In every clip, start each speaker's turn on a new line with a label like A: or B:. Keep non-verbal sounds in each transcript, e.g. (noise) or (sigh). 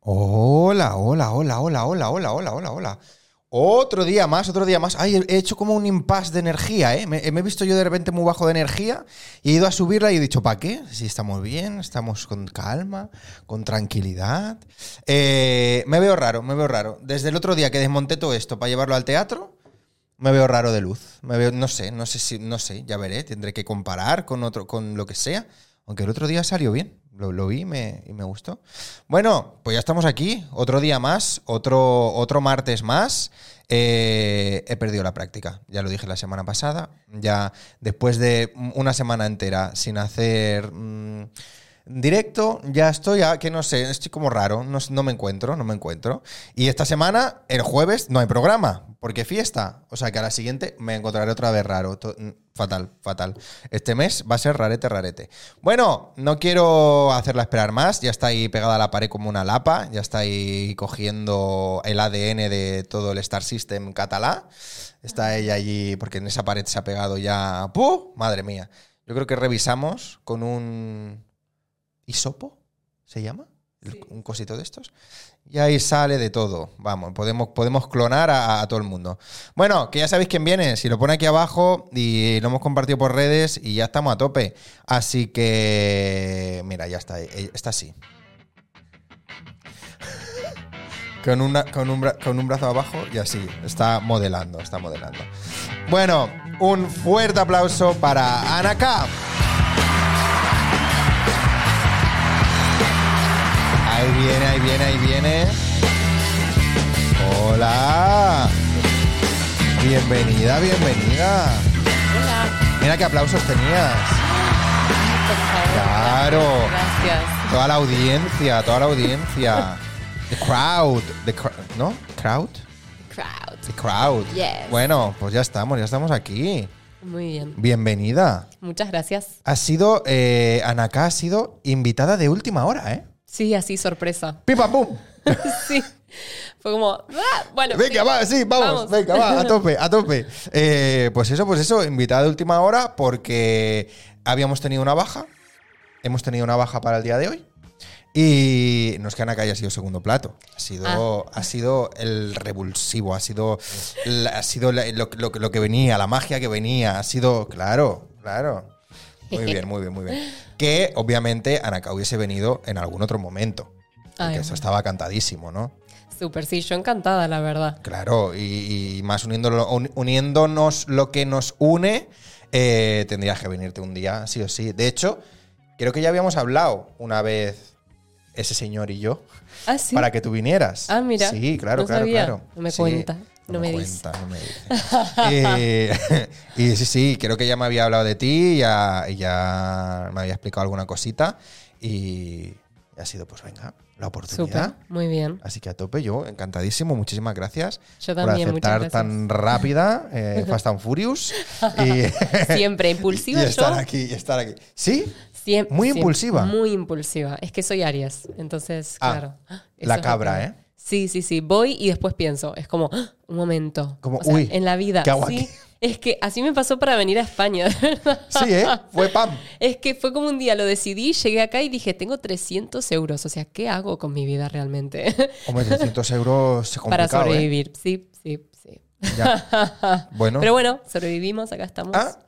A: Hola, hola, hola, hola, hola, hola, hola, hola, hola. Otro día más, otro día más. Ay, he hecho como un impasse de energía, ¿eh? Me, me he visto yo de repente muy bajo de energía y he ido a subirla y he dicho, ¿para qué? Si estamos bien, estamos con calma, con tranquilidad. Eh, me veo raro, me veo raro. Desde el otro día que desmonté todo esto para llevarlo al teatro, me veo raro de luz. Me veo, no sé, no sé si, no sé, ya veré. Tendré que comparar con otro, con lo que sea. Aunque el otro día salió bien. Lo, lo vi y me, y me gustó. Bueno, pues ya estamos aquí. Otro día más, otro, otro martes más. Eh, he perdido la práctica. Ya lo dije la semana pasada. Ya después de una semana entera sin hacer. mm, Directo, ya estoy a que no sé, estoy como raro, no, s- no me encuentro, no me encuentro. Y esta semana, el jueves, no hay programa, porque fiesta. O sea que a la siguiente me encontraré otra vez raro. to- mm, fatal, fatal. Este mes va a ser rarete, rarete. Bueno, no quiero hacerla esperar más, ya está ahí pegada a la pared como una lapa, ya está ahí cogiendo el ADN de todo el Star System catalá. Está ella allí, porque en esa pared se ha pegado ya. ¡Puh! Madre mía. Yo creo que revisamos con un ¿Isopo? ¿Se llama? El- Un cosito de estos. Y ahí sale de todo. Vamos, podemos, podemos clonar a, a todo el mundo. Bueno, que ya sabéis quién viene. Si lo pone aquí abajo y lo hemos compartido por redes y ya estamos a tope. Así que. Mira, ya está. eh, Está así. (laughs) Con, una, con, un bra- con un brazo abajo y así. Está modelando, está modelando. Bueno, un fuerte aplauso para Ana K. Ahí viene, ahí viene, ahí viene. Hola. Bienvenida, bienvenida.
B: Hola,
A: Mira qué aplausos tenías.
B: por favor.
A: Claro.
B: Gracias.
A: Toda la audiencia, toda la audiencia. The crowd, the cr- ¿no? Crowd,
B: Crowd.
A: the crowd.
B: Yes.
A: Bueno, pues ya estamos, ya estamos aquí.
B: Muy bien.
A: Bienvenida.
B: Muchas gracias.
A: Ha sido, eh, Anaká ha sido invitada de última hora, ¿eh?
B: Sí,
A: (laughs)
B: así sorpresa.
A: ¡Pipa, pum!
B: sí. Fue como, ah, bueno.
A: Venga,
B: sí.
A: va, sí, vamos,
B: Vamos.
A: venga,
B: (laughs)
A: va, a tope, a tope. Eh, pues eso, pues eso, invitada de última hora porque habíamos tenido una baja, hemos tenido una baja para el día de hoy y no es que Anaka haya sido segundo plato, ha sido,
B: Ah.
A: ha sido el revulsivo, ha sido, la- ha sido la- lo, lo- lo que venía, la magia que venía, ha sido, claro, claro. Muy bien, muy bien, muy
B: (laughs)
A: bien. Que obviamente Anaka hubiese venido en algún otro momento.
B: Ay,
A: Porque eso
B: bueno.
A: estaba cantadísimo, ¿no?
B: Súper, sí, yo encantada, la verdad.
A: Claro, y, y más uniéndolo- un- uniéndonos lo que nos une, eh, tendrías que venirte un día, sí o sí. De hecho, creo que ya habíamos hablado una vez ese señor y yo
B: Ah, sí.
A: para que tú vinieras.
B: Ah, mira.
A: Sí, claro,
B: No
A: claro,
B: sabía.
A: claro.
B: No me
A: Sí,
B: cuenta, no me dice.
A: cuenta, no me
B: (laughs)
A: dice. Eh, (laughs) y sí, sí, creo que ya me había hablado de ti, ya, ya me había explicado alguna cosita y ha sido, pues venga, la oportunidad.
B: Súper. Muy
A: (laughs)
B: bien.
A: Así que a tope, yo encantadísimo, muchísimas gracias
B: Yo
A: por
B: también, muchas
A: aceptar
B: gracias.
A: tan rápida
B: (laughs)
A: eh, Fast and Furious y, (laughs)
B: Siempre
A: y
B: impulsiva
A: estar
B: yo.
A: aquí, y estar aquí. ¿Sí?
B: Siem-
A: Muy
B: siem-
A: impulsiva.
B: Muy impulsiva. Es que soy Aries, entonces,
A: Ah,
B: claro. Ah, eso
A: la
B: es lo
A: cabra,
B: que-
A: ¿eh?
B: Sí, sí, sí. Voy y después pienso. Es como, ¡ah! un momento.
A: Como,
B: O sea,
A: uy,
B: En la vida.
A: ¿qué hago
B: sí.
A: aquí?
B: Es que así me pasó para venir
A: (laughs)
B: a España, de verdad.
A: Sí, ¿eh? Fue pam.
B: Es que fue como un día, lo decidí, llegué acá y dije, tengo 300 euros. O sea, ¿qué hago con mi vida realmente? (laughs)
A: Hombre, 300 euros es
B: para
A: complicado, ¿eh?
B: sobrevivir. Sí, sí, sí. (laughs)
A: Ya. Bueno,
B: Pero bueno, sobrevivimos, acá estamos.
A: Ah.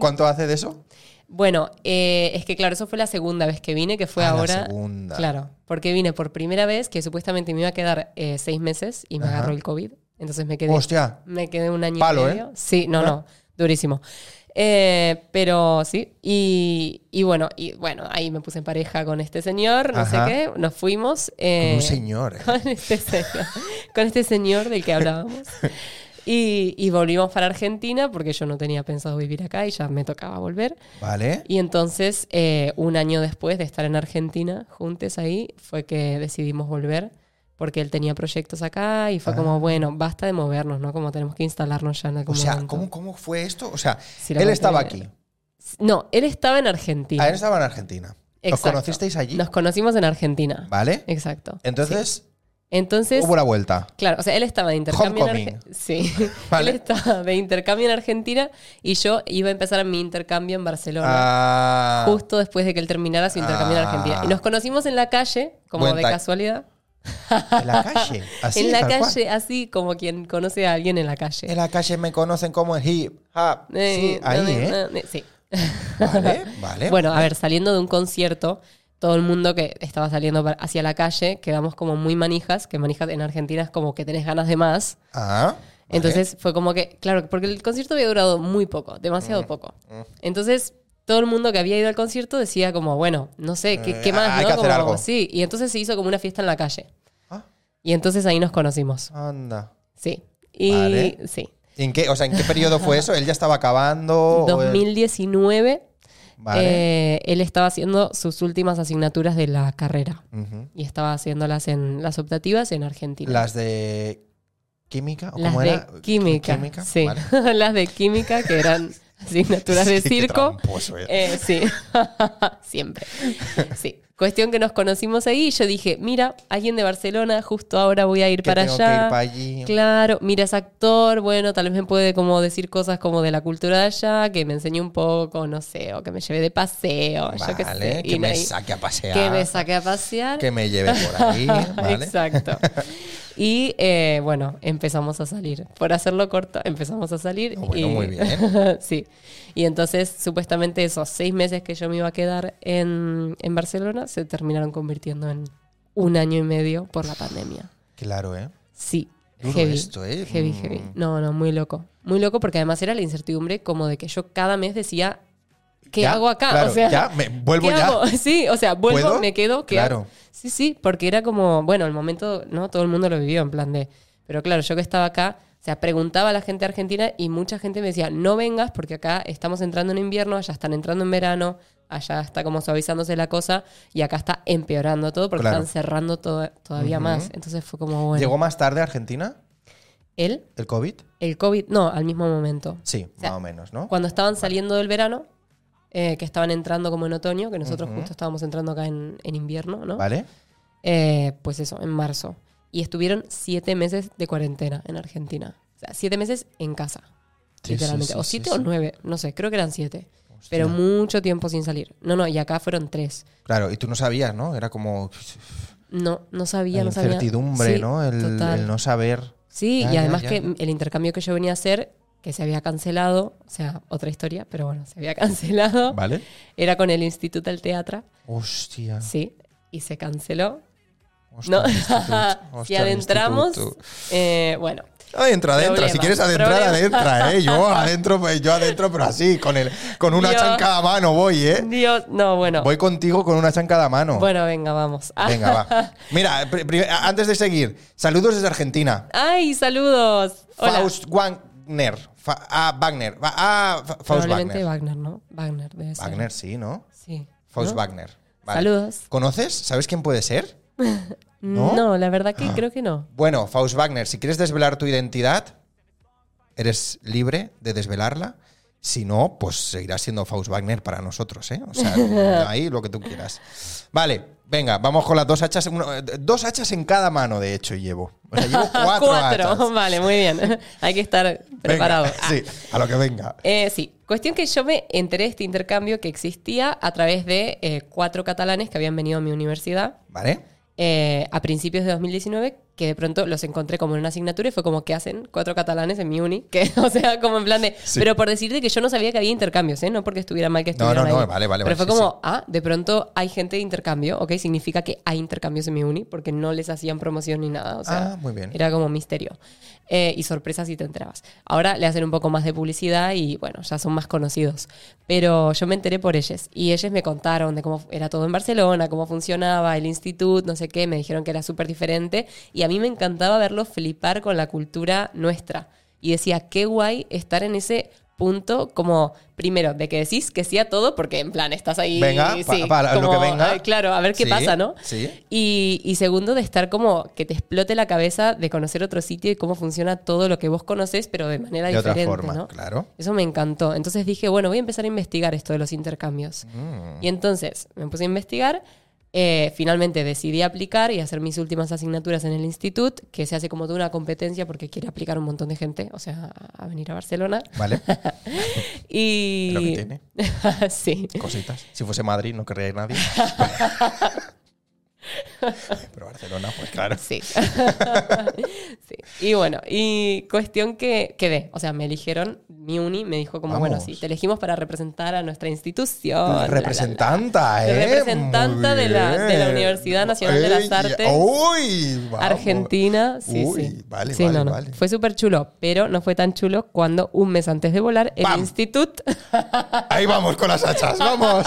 A: ¿cuánto hace de
B: (laughs)
A: eso?
B: Bueno, eh, es que claro, eso fue la segunda vez que vine, que fue
A: Ah, la
B: ahora.
A: segunda.
B: Claro, porque vine por primera vez, que supuestamente me iba a quedar eh, seis meses y me
A: Ajá.
B: agarró el COVID. Entonces me quedé.
A: Hostia.
B: Me quedé un año
A: Palo,
B: y
A: ¿eh?
B: medio. Sí,
A: (laughs)
B: no, no. Durísimo. Eh, pero sí, y, y bueno, y bueno, ahí me puse en pareja con este señor, no
A: Ajá.
B: sé qué, nos fuimos. eh,
A: un señor, ¿eh?
B: (laughs) Con este señor, con este señor del que
A: (laughs)
B: hablábamos. Y, y volvimos para Argentina porque yo no tenía pensado vivir acá y ya me tocaba volver. (laughs)
A: ¿Vale?
B: Y entonces, eh, un año después de estar en Argentina, juntos ahí, fue que decidimos volver porque él tenía proyectos acá y fue como, bueno, basta de movernos, ¿no? Como tenemos que instalarnos ya en algún
A: Ah. O sea,
B: momento.
A: ¿cómo, ¿cómo fue esto? O sea,
B: Si lo
A: él
B: mantenía.
A: estaba aquí.
B: No, él estaba en Argentina.
A: Ah, él estaba en Argentina. ¿Os
B: Exacto.
A: conocisteis allí?
B: Nos conocimos en Argentina.
A: ¿Vale?
B: Exacto.
A: Entonces,
B: Entonces,
A: hubo la vuelta.
B: claro, o sea, él estaba de intercambio en
A: Homecoming.
B: Argentina.
A: (laughs)
B: Sí,
A: Vale.
B: él estaba de intercambio en Argentina y yo iba a empezar mi intercambio en Barcelona.
A: Ah,
B: justo después de que él terminara su intercambio en
A: Ah.
B: Argentina. Y nos conocimos en la calle, como
A: Buen
B: de
A: ti-
B: casualidad.
A: En la calle. Así,
B: (laughs) en la
A: tal cual.
B: calle, así como quien conoce a alguien en la calle.
A: En la calle me conocen como el hip hop. Sí,
B: Eh,
A: ahí,
B: eh,
A: ¿eh?
B: eh, sí.
A: (laughs) Vale, vale.
B: Bueno, a ver, saliendo de un concierto, todo el mundo que estaba saliendo pa- hacia la calle, quedamos como muy manijas, que manijas en Argentina es como que tenés ganas de más.
A: Ah, vale.
B: Entonces fue como que, claro, porque el concierto había durado muy poco, demasiado
A: Mm.
B: poco. Entonces todo el mundo que había ido al concierto decía como, bueno, no sé, ¿qué, qué
A: Eh,
B: más?
A: hay
B: no?
A: que hacer
B: Como,
A: algo.
B: Sí, y entonces se hizo como una fiesta en la calle.
A: Ah,
B: Y entonces ahí nos conocimos.
A: anda.
B: Sí. Y
A: Vale.
B: sí.
A: ¿En qué, o sea, ¿en qué periodo fue eso? ¿Él ya estaba acabando? o él-
B: 2019,
A: Oh, Vale.
B: eh, él estaba haciendo sus últimas asignaturas de la carrera.
A: Ujú.
B: y estaba haciéndolas en las optativas en Argentina.
A: Las de química, ¿o
B: Las
A: cómo
B: de
A: era?
B: química.
A: ¿Química?
B: Sí,
A: Vale.
B: (laughs) las de química que eran asignaturas de
A: (laughs) Sí, qué
B: circo.
A: tramposo eres.
B: Eh, sí, (laughs) siempre. Sí. Cuestión que nos conocimos ahí y yo dije, mira, alguien de Barcelona, justo ahora voy a ir
A: Que
B: para
A: tengo
B: allá.
A: que ir para allí.
B: Claro, mira, es actor, bueno, tal vez me puede como decir cosas como de la cultura de allá, que me enseñe un poco, no sé, o que me lleve de paseo, yo qué
A: Vale,
B: sé.
A: que
B: Y
A: me
B: ahí-
A: saque a pasear.
B: que me saque a pasear. (laughs)
A: que me lleve por ahí, ¿vale? (laughs)
B: Exacto. Y eh, bueno, empezamos a salir. Por hacerlo corto, empezamos a salir.
A: No, Ah, bueno,
B: y-
A: muy bien.
B: (laughs) sí. Y entonces, supuestamente, esos seis meses que yo me iba a quedar en, en Barcelona se terminaron convirtiendo en un año y medio por la pandemia.
A: Claro, ¿eh?
B: Sí.
A: Duro
B: heavy,
A: esto, ¿eh?
B: Heavy,
A: Mm.
B: heavy. No, no, muy loco. Muy loco porque además era la incertidumbre como de que yo cada mes decía, ¿qué
A: Ya,
B: hago acá?
A: claro,
B: o sea,
A: ya, me- vuelvo
B: ¿qué
A: ya.
B: hago? (laughs) Sí, o sea, vuelvo,
A: ¿Puedo?
B: me quedo, ¿qué
A: Claro.
B: hago? Sí, sí, porque era como, bueno, el momento, ¿no? Todo el mundo lo vivió en plan de, pero claro, yo que estaba acá, o sea, preguntaba a la gente argentina y mucha gente me decía, no vengas porque acá estamos entrando en invierno, allá están entrando en verano, allá está como suavizándose la cosa y acá está empeorando todo porque
A: Claro.
B: están cerrando todo, todavía más. Entonces fue como, bueno,
A: ¿Llegó más tarde a Argentina
B: él,
A: el COVID?
B: el COVID, no, al mismo momento.
A: Sí,
B: sea,
A: más o menos, ¿no?
B: Cuando estaban saliendo del verano, eh, que estaban entrando como en otoño, que nosotros justo estábamos entrando acá en, en invierno, ¿no?
A: ¿Vale?
B: Eh, pues eso, en marzo. Y estuvieron siete meses de cuarentena en Argentina. O sea, siete meses en casa.
A: Sí,
B: literalmente.
A: sí, sí,
B: o
A: sí,
B: siete
A: sí.
B: o nueve, no sé, creo que eran siete. Pero mucho tiempo sin salir. No, no, y acá fueron tres.
A: Claro, y tú no sabías, ¿no? Era como
B: No, no sabía,
A: la
B: no sabía.
A: incertidumbre,
B: Sí,
A: ¿no? El,
B: total.
A: el no saber.
B: Sí,
A: Ya,
B: y
A: Ah, ya,
B: además
A: ya,
B: que
A: ya.
B: el intercambio que yo venía a hacer, que se había cancelado, o sea, otra historia, pero bueno, se había (laughs) cancelado.
A: ¿Vale?
B: Era con el Instituto del Teatro,
A: Hostia.
B: sí, y se canceló.
A: hostia,
B: No,
A: el instituto,
B: (laughs) si
A: hostia, el
B: adentramos,
A: instituto.
B: eh, bueno,
A: Ah, entra, adentra.
B: Problema,
A: si quieres adentrar,
B: problema.
A: adentra, ¿eh?
B: (laughs)
A: Yo adentro, pues, yo adentro, pero así, con, el, con una
B: Dios.
A: chanca a mano voy, ¿eh?
B: Dios, no, bueno.
A: Voy contigo con una chanca a mano.
B: Bueno, venga, vamos. Ah.
A: Venga, va. Mira, pri- pri- antes de seguir, saludos desde Argentina.
B: ¡Ay, saludos! Hola.
A: Faust Wagner. Fa- ah, Wagner. Va- ah, Fa- Faust
B: Probablemente
A: Wagner.
B: Wagner. ¿no? Wagner debe ser.
A: Wagner, sí, ¿no?
B: Sí.
A: Faust
B: ¿no?
A: Wagner. Vale.
B: Saludos.
A: ¿Conoces? ¿Sabes quién puede
B: (laughs)
A: ser? ¿No? Ah.
B: ¿No? la verdad que creo que no.
A: Bueno, Faust Wagner, si quieres desvelar tu identidad, eres libre de desvelarla. Si no, pues seguirás siendo Faust Wagner para nosotros, ¿eh? O
B: (laughs)
A: sea, ahí lo que tú quieras. Vale, venga, vamos con las dos hachas. uno- eh, dos hachas en cada mano, de hecho, llevo. O sea,
B: (laughs)
A: llevo cuatro, hachas.
B: Vale, muy bien. (laughs) Hay que estar preparado.
A: Venga,
B: Ah.
A: sí, a lo que venga.
B: Eh, sí, cuestión que yo me enteré de este intercambio que existía a través de eh, cuatro catalanes que habían venido a mi universidad
A: ¿Vale?
B: eh, a principios de 2019 que de pronto los encontré como en una asignatura y fue como que hacen cuatro catalanes en mi uni, (laughs) que o sea, como en plan de,
A: Sí.
B: pero por decirte que yo no sabía que había intercambios, ¿eh? no porque estuviera mal que
A: No,
B: estuvieran
A: no, no,
B: ahí.
A: vale, vale,
B: Pero
A: vale,
B: fue
A: sí,
B: como, ah, de pronto hay gente de intercambio, ok, significa que hay intercambios en mi uni porque no les hacían promoción ni nada, o sea,
A: Ah, muy bien.
B: era como misterio. Eh, y sorpresas si te enterabas. Ahora le hacen un poco más de publicidad y bueno, ya son más conocidos. Pero yo me enteré por ellas y ellas me contaron de cómo era todo en Barcelona, cómo funcionaba el instituto, no sé qué, me dijeron que era súper diferente y a mí me encantaba verlos flipar con la cultura nuestra. Y decía, qué guay estar en ese punto como primero de que decís que sí a todo porque en plan estás ahí
A: Venga, pa-
B: sí,
A: para lo que venga.
B: ay, claro a ver qué
A: Sí,
B: pasa no
A: sí.
B: y, y segundo, de estar como que te explote la cabeza de conocer otro sitio y cómo funciona todo lo que vos conoces, pero de manera
A: De otra
B: diferente.
A: forma,
B: ¿no?
A: claro.
B: Eso me encantó. Entonces dije, bueno, voy a empezar a investigar esto de los intercambios.
A: Mm,
B: Y entonces me puse a investigar. eh, finalmente decidí aplicar y hacer mis últimas asignaturas en el instituto, que se hace como toda una competencia porque quiere aplicar un montón de gente, o sea, a, a venir a Barcelona. (laughs)
A: ¿Vale?
B: Y...
A: Lo que tiene.
B: (laughs) sí. (laughs)
A: Cositas. Si fuese Madrid, no querría ir nadie. Pero Barcelona, pues claro.
B: Sí. (laughs) Sí. Y bueno, y cuestión que quedé. O sea, me eligieron, mi uni me dijo como, bueno,
A: Vamos.
B: sí, te elegimos para representar a nuestra institución. Oh, la, la, la.
A: Representanta, ¿eh?
B: Representanta
A: Muy
B: de la- de la
A: bien.
B: Universidad Nacional de las
A: Ella-
B: Artes
A: ¡Uy! vamos.
B: Argentina, sí,
A: Uy,
B: sí.
A: vale,
B: Sí,
A: vale,
B: no, no.
A: vale.
B: Fue súper chulo, pero no fue tan chulo cuando un mes antes de volar el
A: ¡Pam!
B: instituto... (laughs)
A: Ahí vamos con las hachas, vamos.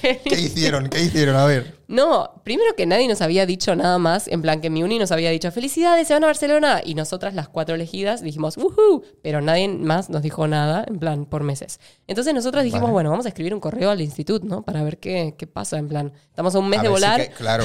A: ¿Qué hicieron? ¿Qué hicieron? A ver.
B: No, primero que nadie nos había dicho nada más, en plan que mi uni nos había dicho, felicidades, se van a Barcelona. Y nosotras las cuatro elegidas dijimos, ¡Woohoo! Pero nadie más nos dijo nada, en plan, por meses. Entonces nosotras dijimos,
A: Vale.
B: bueno, vamos a escribir un correo al instituto, ¿no? Para ver qué, qué pasa, en plan, estamos a un mes
A: A
B: de
A: ver si
B: volar
A: que- claro.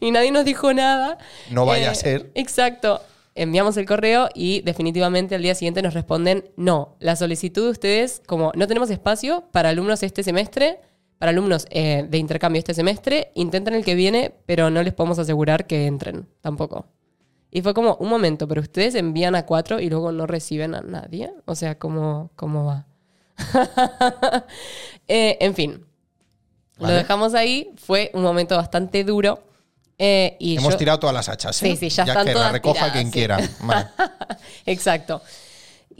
B: y nadie nos dijo nada. Eh,
A: No vaya a ser.
B: Exacto. Enviamos el correo y definitivamente al día siguiente nos responden, no, la solicitud de ustedes, como no tenemos espacio para alumnos este semestre, para alumnos eh, de intercambio este semestre, intenten el que viene, pero no les podemos asegurar que entren tampoco. Y fue como, un momento, pero ustedes envían a cuatro y luego no reciben a nadie. O sea, ¿cómo, cómo va? Eh, en fin,
A: Vale.
B: lo dejamos ahí. Fue un momento bastante duro. Eh, (laughs) y
A: Hemos
B: yo-
A: tirado todas las hachas. ¿eh?
B: Sí, sí, ya están
A: que
B: todas
A: la recoja
B: tiradas,
A: quien
B: sí. (laughs)
A: quiera. Vale.
B: Exacto.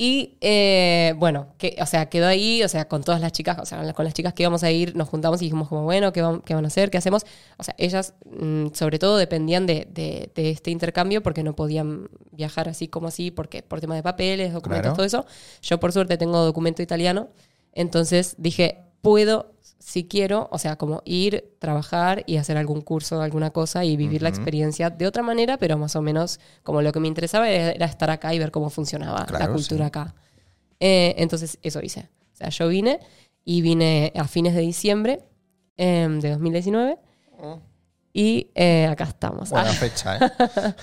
B: Y eh, bueno, que, o sea, quedó ahí, o sea, con todas las chicas, o sea, con las chicas que íbamos a ir, nos juntamos y dijimos como, bueno, ¿qué, vam- qué van a hacer? ¿Qué hacemos? O sea, ellas mm, sobre todo dependían de, de- de este intercambio porque no podían viajar así como así, porque por tema de papeles, documentos,
A: Claro.
B: todo eso. Yo por suerte tengo documento italiano, entonces dije, puedo, si quiero, o sea, como ir, trabajar y hacer algún curso, alguna cosa y vivir la experiencia de otra manera, pero más o menos como lo que me interesaba era era estar acá y ver cómo funcionaba la
A: Claro,
B: cultura
A: sí.
B: acá. Eh, entonces, eso hice. O sea, yo vine y vine a fines de diciembre em, de 2019
A: Oh.
B: y eh, acá estamos.
A: Buena
B: Ah,
A: fecha, ¿eh?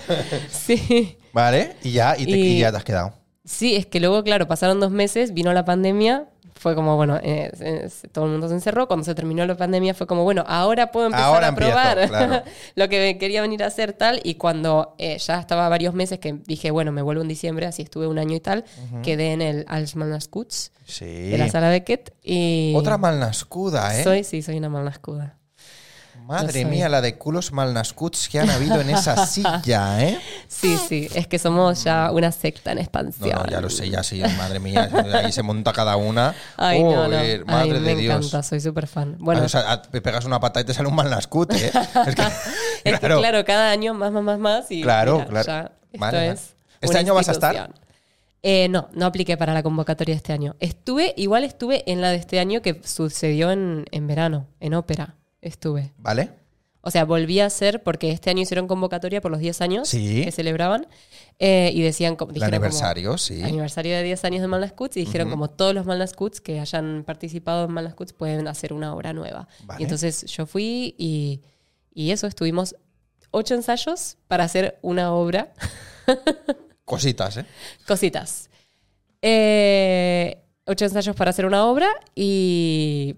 B: (laughs) sí.
A: Vale, y ya, y, te,
B: Y-
A: y ya te has quedado.
B: Sí, es que luego, claro, pasaron dos meses, vino la pandemia, fue como, bueno, eh, se- se- todo el mundo se encerró, cuando se terminó la pandemia fue como, bueno, ahora puedo empezar
A: Ahora
B: a
A: empiezo,
B: probar (laughs)
A: claro.
B: lo que quería venir a hacer tal, y cuando eh, ya estaba varios meses que dije, bueno, me vuelvo en diciembre, así estuve un año y tal, quedé en el Alsmanaskuts
A: Sí.
B: de la sala Beckett y...
A: Otra malnascuda, ¿eh?
B: Soy, sí, soy una malnascuda.
A: Madre
B: Lo soy.
A: mía, la de culos malnascuts que han habido en
B: (laughs)
A: esa silla, ¿eh?
B: Sí, sí, es que somos ya una secta en
A: No,
B: expansión.
A: no, ya lo sé, ya sí, madre mía. (laughs) Ahí se monta cada una.
B: Ay, no, no.
A: Joder,
B: Ay,
A: madre de
B: me
A: Dios.
B: encanta, soy súper fan. Bueno,
A: Ah, o sea, ah, te pegas una patada y te sale un malnascut, ¿eh? Es que,
B: (laughs) Es que, claro. cada año más, más, más, más. Y
A: Claro,
B: mira,
A: claro.
B: ya esto
A: Vale, vale.
B: es
A: ¿Este
B: una
A: año vas a estar?
B: institución. Eh, no, no apliqué para la convocatoria de este año. Estuve, igual estuve en la de este año que sucedió en, en verano, en ópera. Estuve.
A: ¿Vale?
B: O sea, volví a hacer, porque este año hicieron convocatoria por los 10 años
A: Sí.
B: que celebraban. eh, y decían. co-
A: El
B: dijeron como-
A: aniversario, sí.
B: Aniversario de 10 años de Malnascuts y dijeron como todos los Malnascuts que hayan participado en Malnascuts pueden hacer una obra nueva.
A: Vale.
B: Y entonces yo fui y, y eso, estuvimos ocho ensayos para hacer una obra, (laughs)
A: Cositas, ¿eh?
B: cositas. Eh, ocho ensayos para hacer una obra y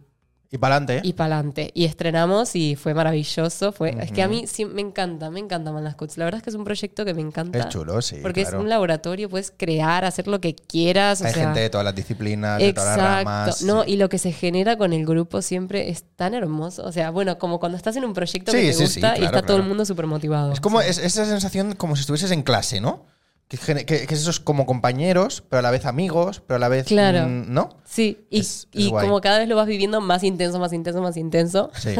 A: Y para adelante, ¿eh?
B: y pa'lante. Y estrenamos y fue maravilloso. Fue, Es que a mí sí, me encanta, me encanta Malnascuts. La verdad es que es un proyecto que me encanta.
A: Es chulo, sí.
B: Porque
A: claro.
B: es un laboratorio, puedes crear, hacer lo que quieras. o
A: Hay
B: sea,
A: gente de todas las disciplinas, de todas las ramas.
B: No,
A: sí.
B: y lo que se genera con el grupo siempre es tan hermoso. O sea, bueno, como cuando estás en un proyecto
A: Sí,
B: que te
A: sí, sí,
B: gusta y
A: claro,
B: está todo el
A: claro.
B: mundo súper motivado.
A: Es como es- esa sensación como si estuvieses en clase, ¿no? Que, gene- que- que esos como compañeros, pero a la vez amigos, pero a la vez.
B: Claro.
A: mm, ¿No?
B: Sí, y,
A: Es- es
B: y
A: guay.
B: como cada vez lo vas viviendo más intenso, más intenso, más intenso. (laughs)
A: Sí.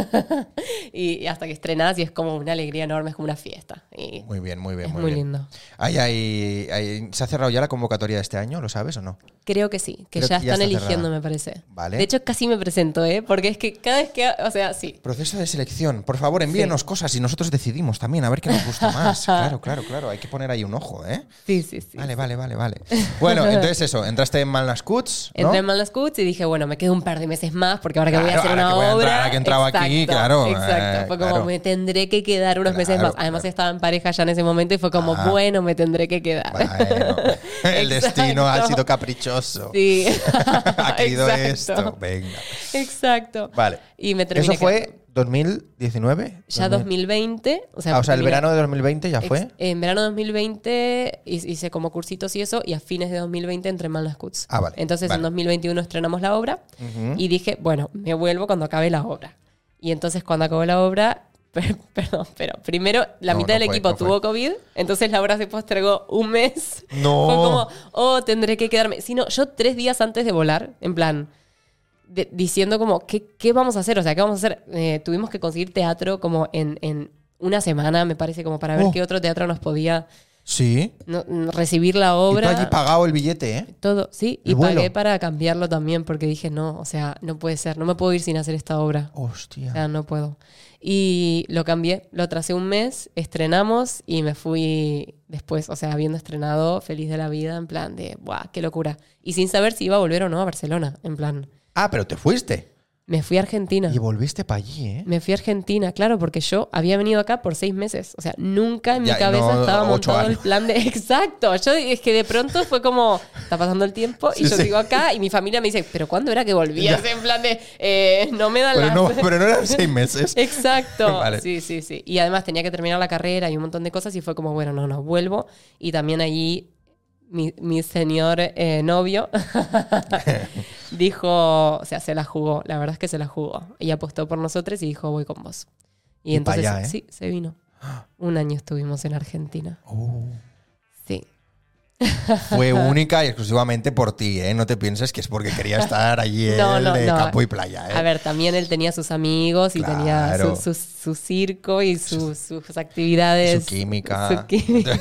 B: Y, y hasta que estrenás y es como una alegría enorme, es como una fiesta. Y
A: Muy bien, muy bien,
B: es
A: muy,
B: muy,
A: bien.
B: lindo.
A: Ay, ay, ay, ¿Se ha cerrado ya la convocatoria de este año? ¿Lo sabes o no?
B: Creo que sí, que
A: Creo
B: ya
A: que ya
B: están
A: está
B: eligiendo,
A: cerrada.
B: me parece.
A: Vale.
B: De hecho, casi me presento, ¿eh? Porque es que cada vez que. O sea, sí.
A: Proceso de selección. Por favor, envíenos cosas y nosotros decidimos también a ver qué nos
B: (laughs)
A: gusta más. claro, claro, claro. Hay que poner ahí un ojo, ¿eh?
B: Sí, sí, sí.
A: vale, vale, vale, vale. Bueno, entonces eso. Entraste en Malnascuts, ¿no?
B: Entré en Malas Cuts y dije, bueno, me quedo un par de meses más porque ahora que voy a
A: Claro,
B: hacer
A: ahora
B: una
A: que voy a
B: obra.
A: entrar, ahora que entraba aquí, claro,
B: Exacto.
A: eh,
B: fue
A: claro.
B: como, me tendré que quedar unos meses
A: Claro,
B: más. Además,
A: claro.
B: estaba en pareja ya en ese momento y fue como,
A: Ah.
B: bueno, me tendré que quedar.
A: Bueno, el destino ha
B: Exacto.
A: sido caprichoso.
B: (laughs) Sí.
A: (laughs) ha querido
B: (laughs) Exacto.
A: esto. Venga.
B: Exacto.
A: Vale.
B: Y me terminé.
A: Eso
B: quedando.
A: fue 2019.
B: Ya 2020. O sea,
A: Ah, o sea, el
B: terminé-
A: verano de 2020 ya
B: Ex-
A: fue.
B: En verano 2020 hi- hice como cursitos y eso, y a fines de 2020 entré en Malas Cuts.
A: Ah, vale,
B: Entonces
A: vale.
B: en 2021 estrenamos la obra (laughs) y dije, bueno, me vuelvo cuando acabe la obra. Y entonces cuando acabó la obra, per- perdón, pero primero la
A: No,
B: mitad
A: no
B: del
A: fue,
B: equipo
A: no fue.
B: tuvo COVID, entonces la obra se postergó un mes.
A: No.
B: Fue como, oh, tendré que quedarme. Sino yo tres días antes de volar, en plan, de- diciendo como, ¿qué, qué vamos a hacer? O sea, ¿qué vamos a hacer? Eh, tuvimos que conseguir teatro como en, en una semana, me parece, como para ver
A: Oh.
B: qué otro teatro nos podía
A: Sí.
B: no- no, recibir la
A: Y tú
B: obra.
A: allí pagado el billete, ¿eh?
B: Todo, sí, y
A: El vuelo.
B: pagué para cambiarlo también porque dije, no, o sea, no puede ser, no me puedo ir sin hacer esta obra. O
A: Hostia.
B: sea, no puedo. Y lo cambié, lo atrasé un mes, estrenamos y me fui después, o sea, habiendo estrenado, feliz de la vida, en plan de, ¡buah, qué locura! Y sin saber si iba a volver o no a Barcelona, en plan,
A: Ah, pero te fuiste.
B: me fui a Argentina.
A: Y volviste para allí, ¿eh?
B: Me fui a Argentina, claro, porque yo había venido acá por seis meses. O sea, nunca en
A: Ya,
B: mi
A: no,
B: cabeza estaba
A: ocho
B: montado el
A: años.
B: plan de. Exacto. Yo es que de pronto fue como, está pasando el tiempo y
A: Sí,
B: yo
A: sí.
B: sigo acá y mi familia me dice, ¿pero cuándo era que volvías? En plan de, "Eh, no me dan
A: Pero
B: las.
A: no, pero no eran seis
B: (laughs)
A: meses. (laughs)
B: Exacto.
A: Vale.
B: Sí, sí, sí. Y además tenía que terminar la carrera y un montón de cosas y fue como, bueno, no, no, vuelvo. Y también allí mi, mi señor eh, novio (laughs) dijo, o sea, se la jugó, la verdad es que se la jugó. Y apostó por nosotros y dijo, voy con vos.
A: Y
B: Y,
A: pa'
B: entonces,
A: allá, ¿eh?
B: sí, se vino. Un año estuvimos en Argentina.
A: Oh.
B: Sí.
A: Fue única y exclusivamente por ti, ¿eh? No te pienses que es porque quería estar allí
B: (laughs) No,
A: él
B: no,
A: de
B: no.
A: campo y playa, ¿eh?
B: A ver, también él tenía sus amigos y tenía
A: Claro.
B: su, su- su circo y su- sus actividades.
A: Su química. (laughs)
B: Su química.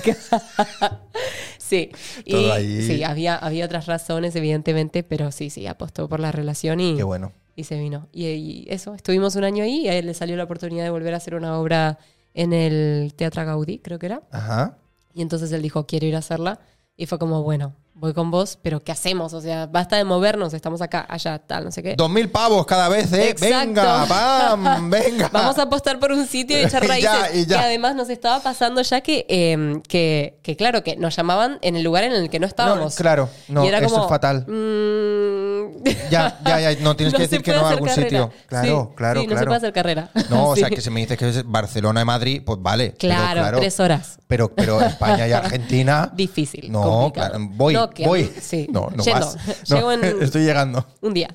B: sí. Y,
A: Todo ahí.
B: Sí, había, había otras razones, evidentemente, pero sí, sí, apostó por la relación y,
A: Qué bueno.
B: y se vino. Y, y eso, estuvimos un año ahí y a él le salió la oportunidad de volver a hacer una obra en el Teatro Gaudí, creo que era.
A: Ajá.
B: Y entonces él dijo, quiero ir a hacerla. Y fue como, bueno, voy con vos, pero ¿qué hacemos? O sea, basta de movernos, estamos acá, allá, tal, no sé qué.
A: Dos mil pavos cada vez, ¿eh?
B: Eh. Exacto.
A: Venga,
B: (laughs)
A: pam, venga.
B: Vamos a apostar por un sitio y
A: (laughs)
B: echar
A: Y
B: raíces.
A: ya, y ya.
B: Que además nos estaba pasando ya que, eh, que, que, claro, que nos llamaban en el lugar en el que no
A: No,
B: estábamos.
A: claro, no,
B: Y era
A: esto
B: como,
A: es fatal.
B: mm,
A: Ya, ya, ya, no
B: (laughs)
A: tienes que
B: se
A: decir que
B: puede
A: no a
B: hacer
A: algún sitio. Claro, claro,
B: sí, No se
A: claro.
B: puede hacer carrera.
A: No, o sea,
B: (laughs) Sí.
A: que si me dices que es Barcelona y Madrid, pues vale. pero
B: Claro, tres horas.
A: Pero, pero España y Argentina.
B: (laughs) Difícil.
A: No,
B: complicado.
A: claro. Voy,
B: No, que-
A: voy.
B: Sí.
A: No, no
B: Yendo.
A: vas. No,
B: Llego en-
A: (laughs) Estoy llegando.
B: Un día.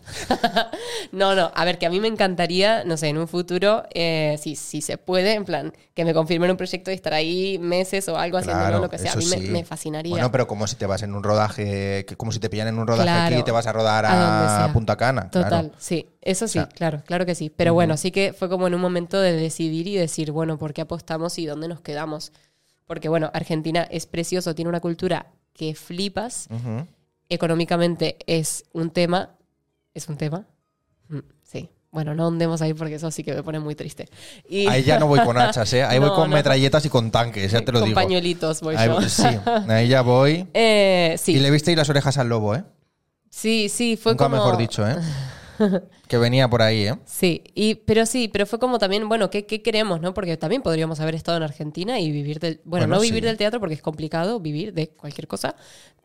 B: (laughs) no, no, a ver, que a mí me encantaría, no sé, en un futuro, eh, si, si se puede, en plan, que me confirmen un proyecto y estar ahí meses o algo haciéndolo,
A: Claro,
B: lo que sea.
A: eso
B: A mí me,
A: sí.
B: me fascinaría.
A: Bueno, pero como si te vas en un rodaje, que como si te pillan en un rodaje
B: Claro.
A: aquí y te vas a rodar
B: A donde
A: a,
B: sea.
A: Punta Cana.
B: Total,
A: claro.
B: sí, eso sí,
A: sea-
B: claro, claro que sí. Pero bueno, sí que fue como en un momento de decidir y decir, bueno, ¿por qué apostamos y dónde nos quedamos? Porque bueno, Argentina es precioso, tiene una cultura que flipas,
A: Ujú.
B: económicamente es un tema, es un tema, Mm, sí. Bueno, no andemos ahí porque eso sí que me pone muy triste. Y
A: Ahí ya no voy con hachas, ¿eh? Ahí
B: (laughs) No,
A: voy con
B: no.
A: metralletas y con tanques, ya te lo
B: con (laughs)
A: digo.
B: pañuelitos voy
A: Ahí-
B: yo.
A: sí, ahí ya voy.
B: Eh, sí,
A: Y le viste y las orejas al lobo, ¿eh?
B: sí, sí, fue
A: Nunca
B: como...
A: mejor dicho,
B: (laughs)
A: ¿eh? que venía por ahí, ¿eh?
B: Sí, y, pero sí, pero fue como también, bueno, ¿qué, qué queremos, no? Porque también podríamos haber estado en Argentina y vivir del... Bueno,
A: Bueno,
B: no vivir
A: sí.
B: del teatro porque es complicado vivir de cualquier cosa,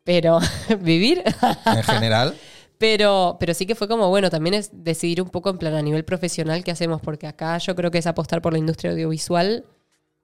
B: pero (laughs) vivir... (laughs)
A: En general.
B: pero, pero sí que fue como, bueno, también es decidir un poco en plan a nivel profesional qué hacemos, porque acá yo creo que es apostar por la industria audiovisual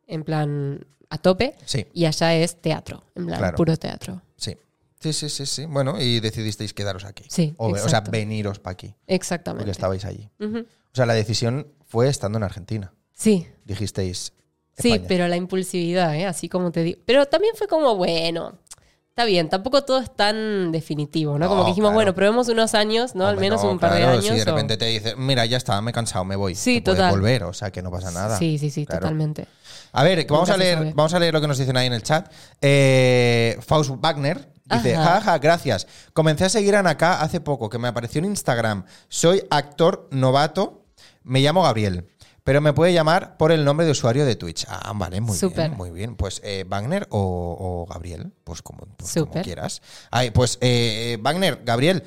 B: en plan a tope
A: Sí,
B: y allá es teatro, en plan
A: Claro.
B: puro teatro.
A: sí. Sí, sí, sí, sí. Bueno, y decidisteis quedaros aquí.
B: Sí,
A: O, o sea,
B: exacto.
A: veniros para aquí,
B: Exactamente.
A: porque estabais allí.
B: Ujú.
A: O sea, la decisión fue estando en Argentina.
B: Sí,
A: Dijisteis.
B: Sí,
A: España.
B: pero la impulsividad, ¿eh? así como te digo. Pero también fue como, bueno, está bien, tampoco todo es tan definitivo, ¿no? como
A: No,
B: que dijimos,
A: claro.
B: bueno, probemos unos años, ¿no? Al
A: Hombre,
B: menos
A: no,
B: un par
A: claro,
B: de años.
A: Si de
B: o-
A: repente te dices, mira, ya está, me he cansado, me voy.
B: Sí,
A: Te puedes
B: total.
A: volver, o sea, que no pasa nada.
B: Sí, sí, sí,
A: Claro.
B: totalmente.
A: A ver, que vamos
B: Nunca
A: a,
B: se
A: leer,
B: sabe.
A: vamos a leer lo que nos dicen ahí en el chat. Eh, Faust Wagner dice,
B: Ajá.
A: jaja, gracias. Comencé a seguir a Naká hace poco, que me apareció en Instagram. Soy actor novato, me llamo Gabriel, pero me puede llamar por el nombre de usuario de Twitch. Ah, vale, muy
B: Súper.
A: bien, muy bien. Pues eh, Wagner o, o Gabriel, pues como, pues como
B: Súper.
A: quieras. Ay, pues eh, eh, Wagner, Gabriel.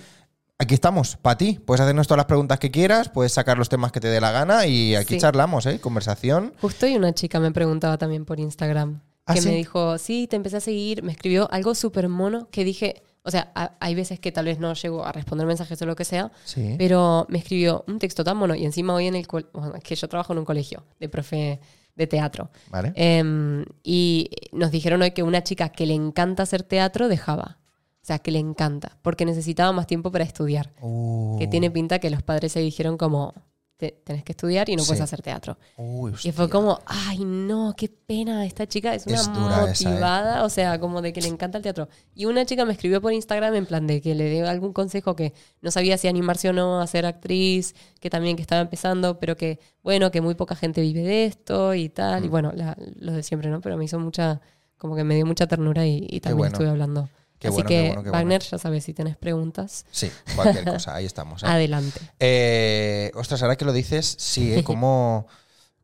A: Aquí estamos, para ti. Puedes hacernos todas las preguntas que quieras, puedes sacar los temas que te dé la gana y aquí
B: Sí.
A: charlamos, ¿eh? Conversación.
B: Justo y una chica me preguntaba también por Instagram,
A: ¿Ah,
B: que
A: sí?
B: me dijo, sí, te empecé a seguir, me escribió algo súper mono que dije, o sea, a- hay veces que tal vez no llego a responder mensajes o lo que sea,
A: Sí.
B: Pero me escribió un texto tan mono y encima hoy en el col- bueno, es que yo trabajo en un colegio de profe de teatro.
A: Vale.
B: Em, y nos dijeron hoy que una chica que le encanta hacer teatro dejaba. O sea, que le encanta, porque necesitaba más tiempo para estudiar.
A: Uh.
B: Que tiene pinta que los padres se dijeron como, te- tenés que estudiar y no puedes
A: Sí.
B: hacer teatro.
A: Uy,
B: Y fue
A: hostia.
B: como, ay, no, qué pena, esta chica es una
A: Es dura esa, ¿eh?
B: motivada, o sea, como de que le encanta el teatro. Y una chica me escribió por Instagram en plan de que le dé algún consejo que no sabía si animarse o no a ser actriz, que también que estaba empezando, pero que, bueno, que muy poca gente vive de esto y tal.
A: Mm.
B: Y bueno, la- lo de siempre, ¿no? Pero me hizo mucha, como que me dio mucha ternura y, y también
A: bueno.
B: estuve hablando.
A: Qué
B: Así
A: bueno,
B: que,
A: qué bueno, qué bueno.
B: Wagner, ya sabes, si tenés preguntas,
A: Sí, cualquier cosa, ahí estamos.
B: (laughs)
A: ¿eh?
B: adelante.
A: Eh, ostras, ahora que lo dices, sí,
B: (laughs)
A: ¿eh? Cómo,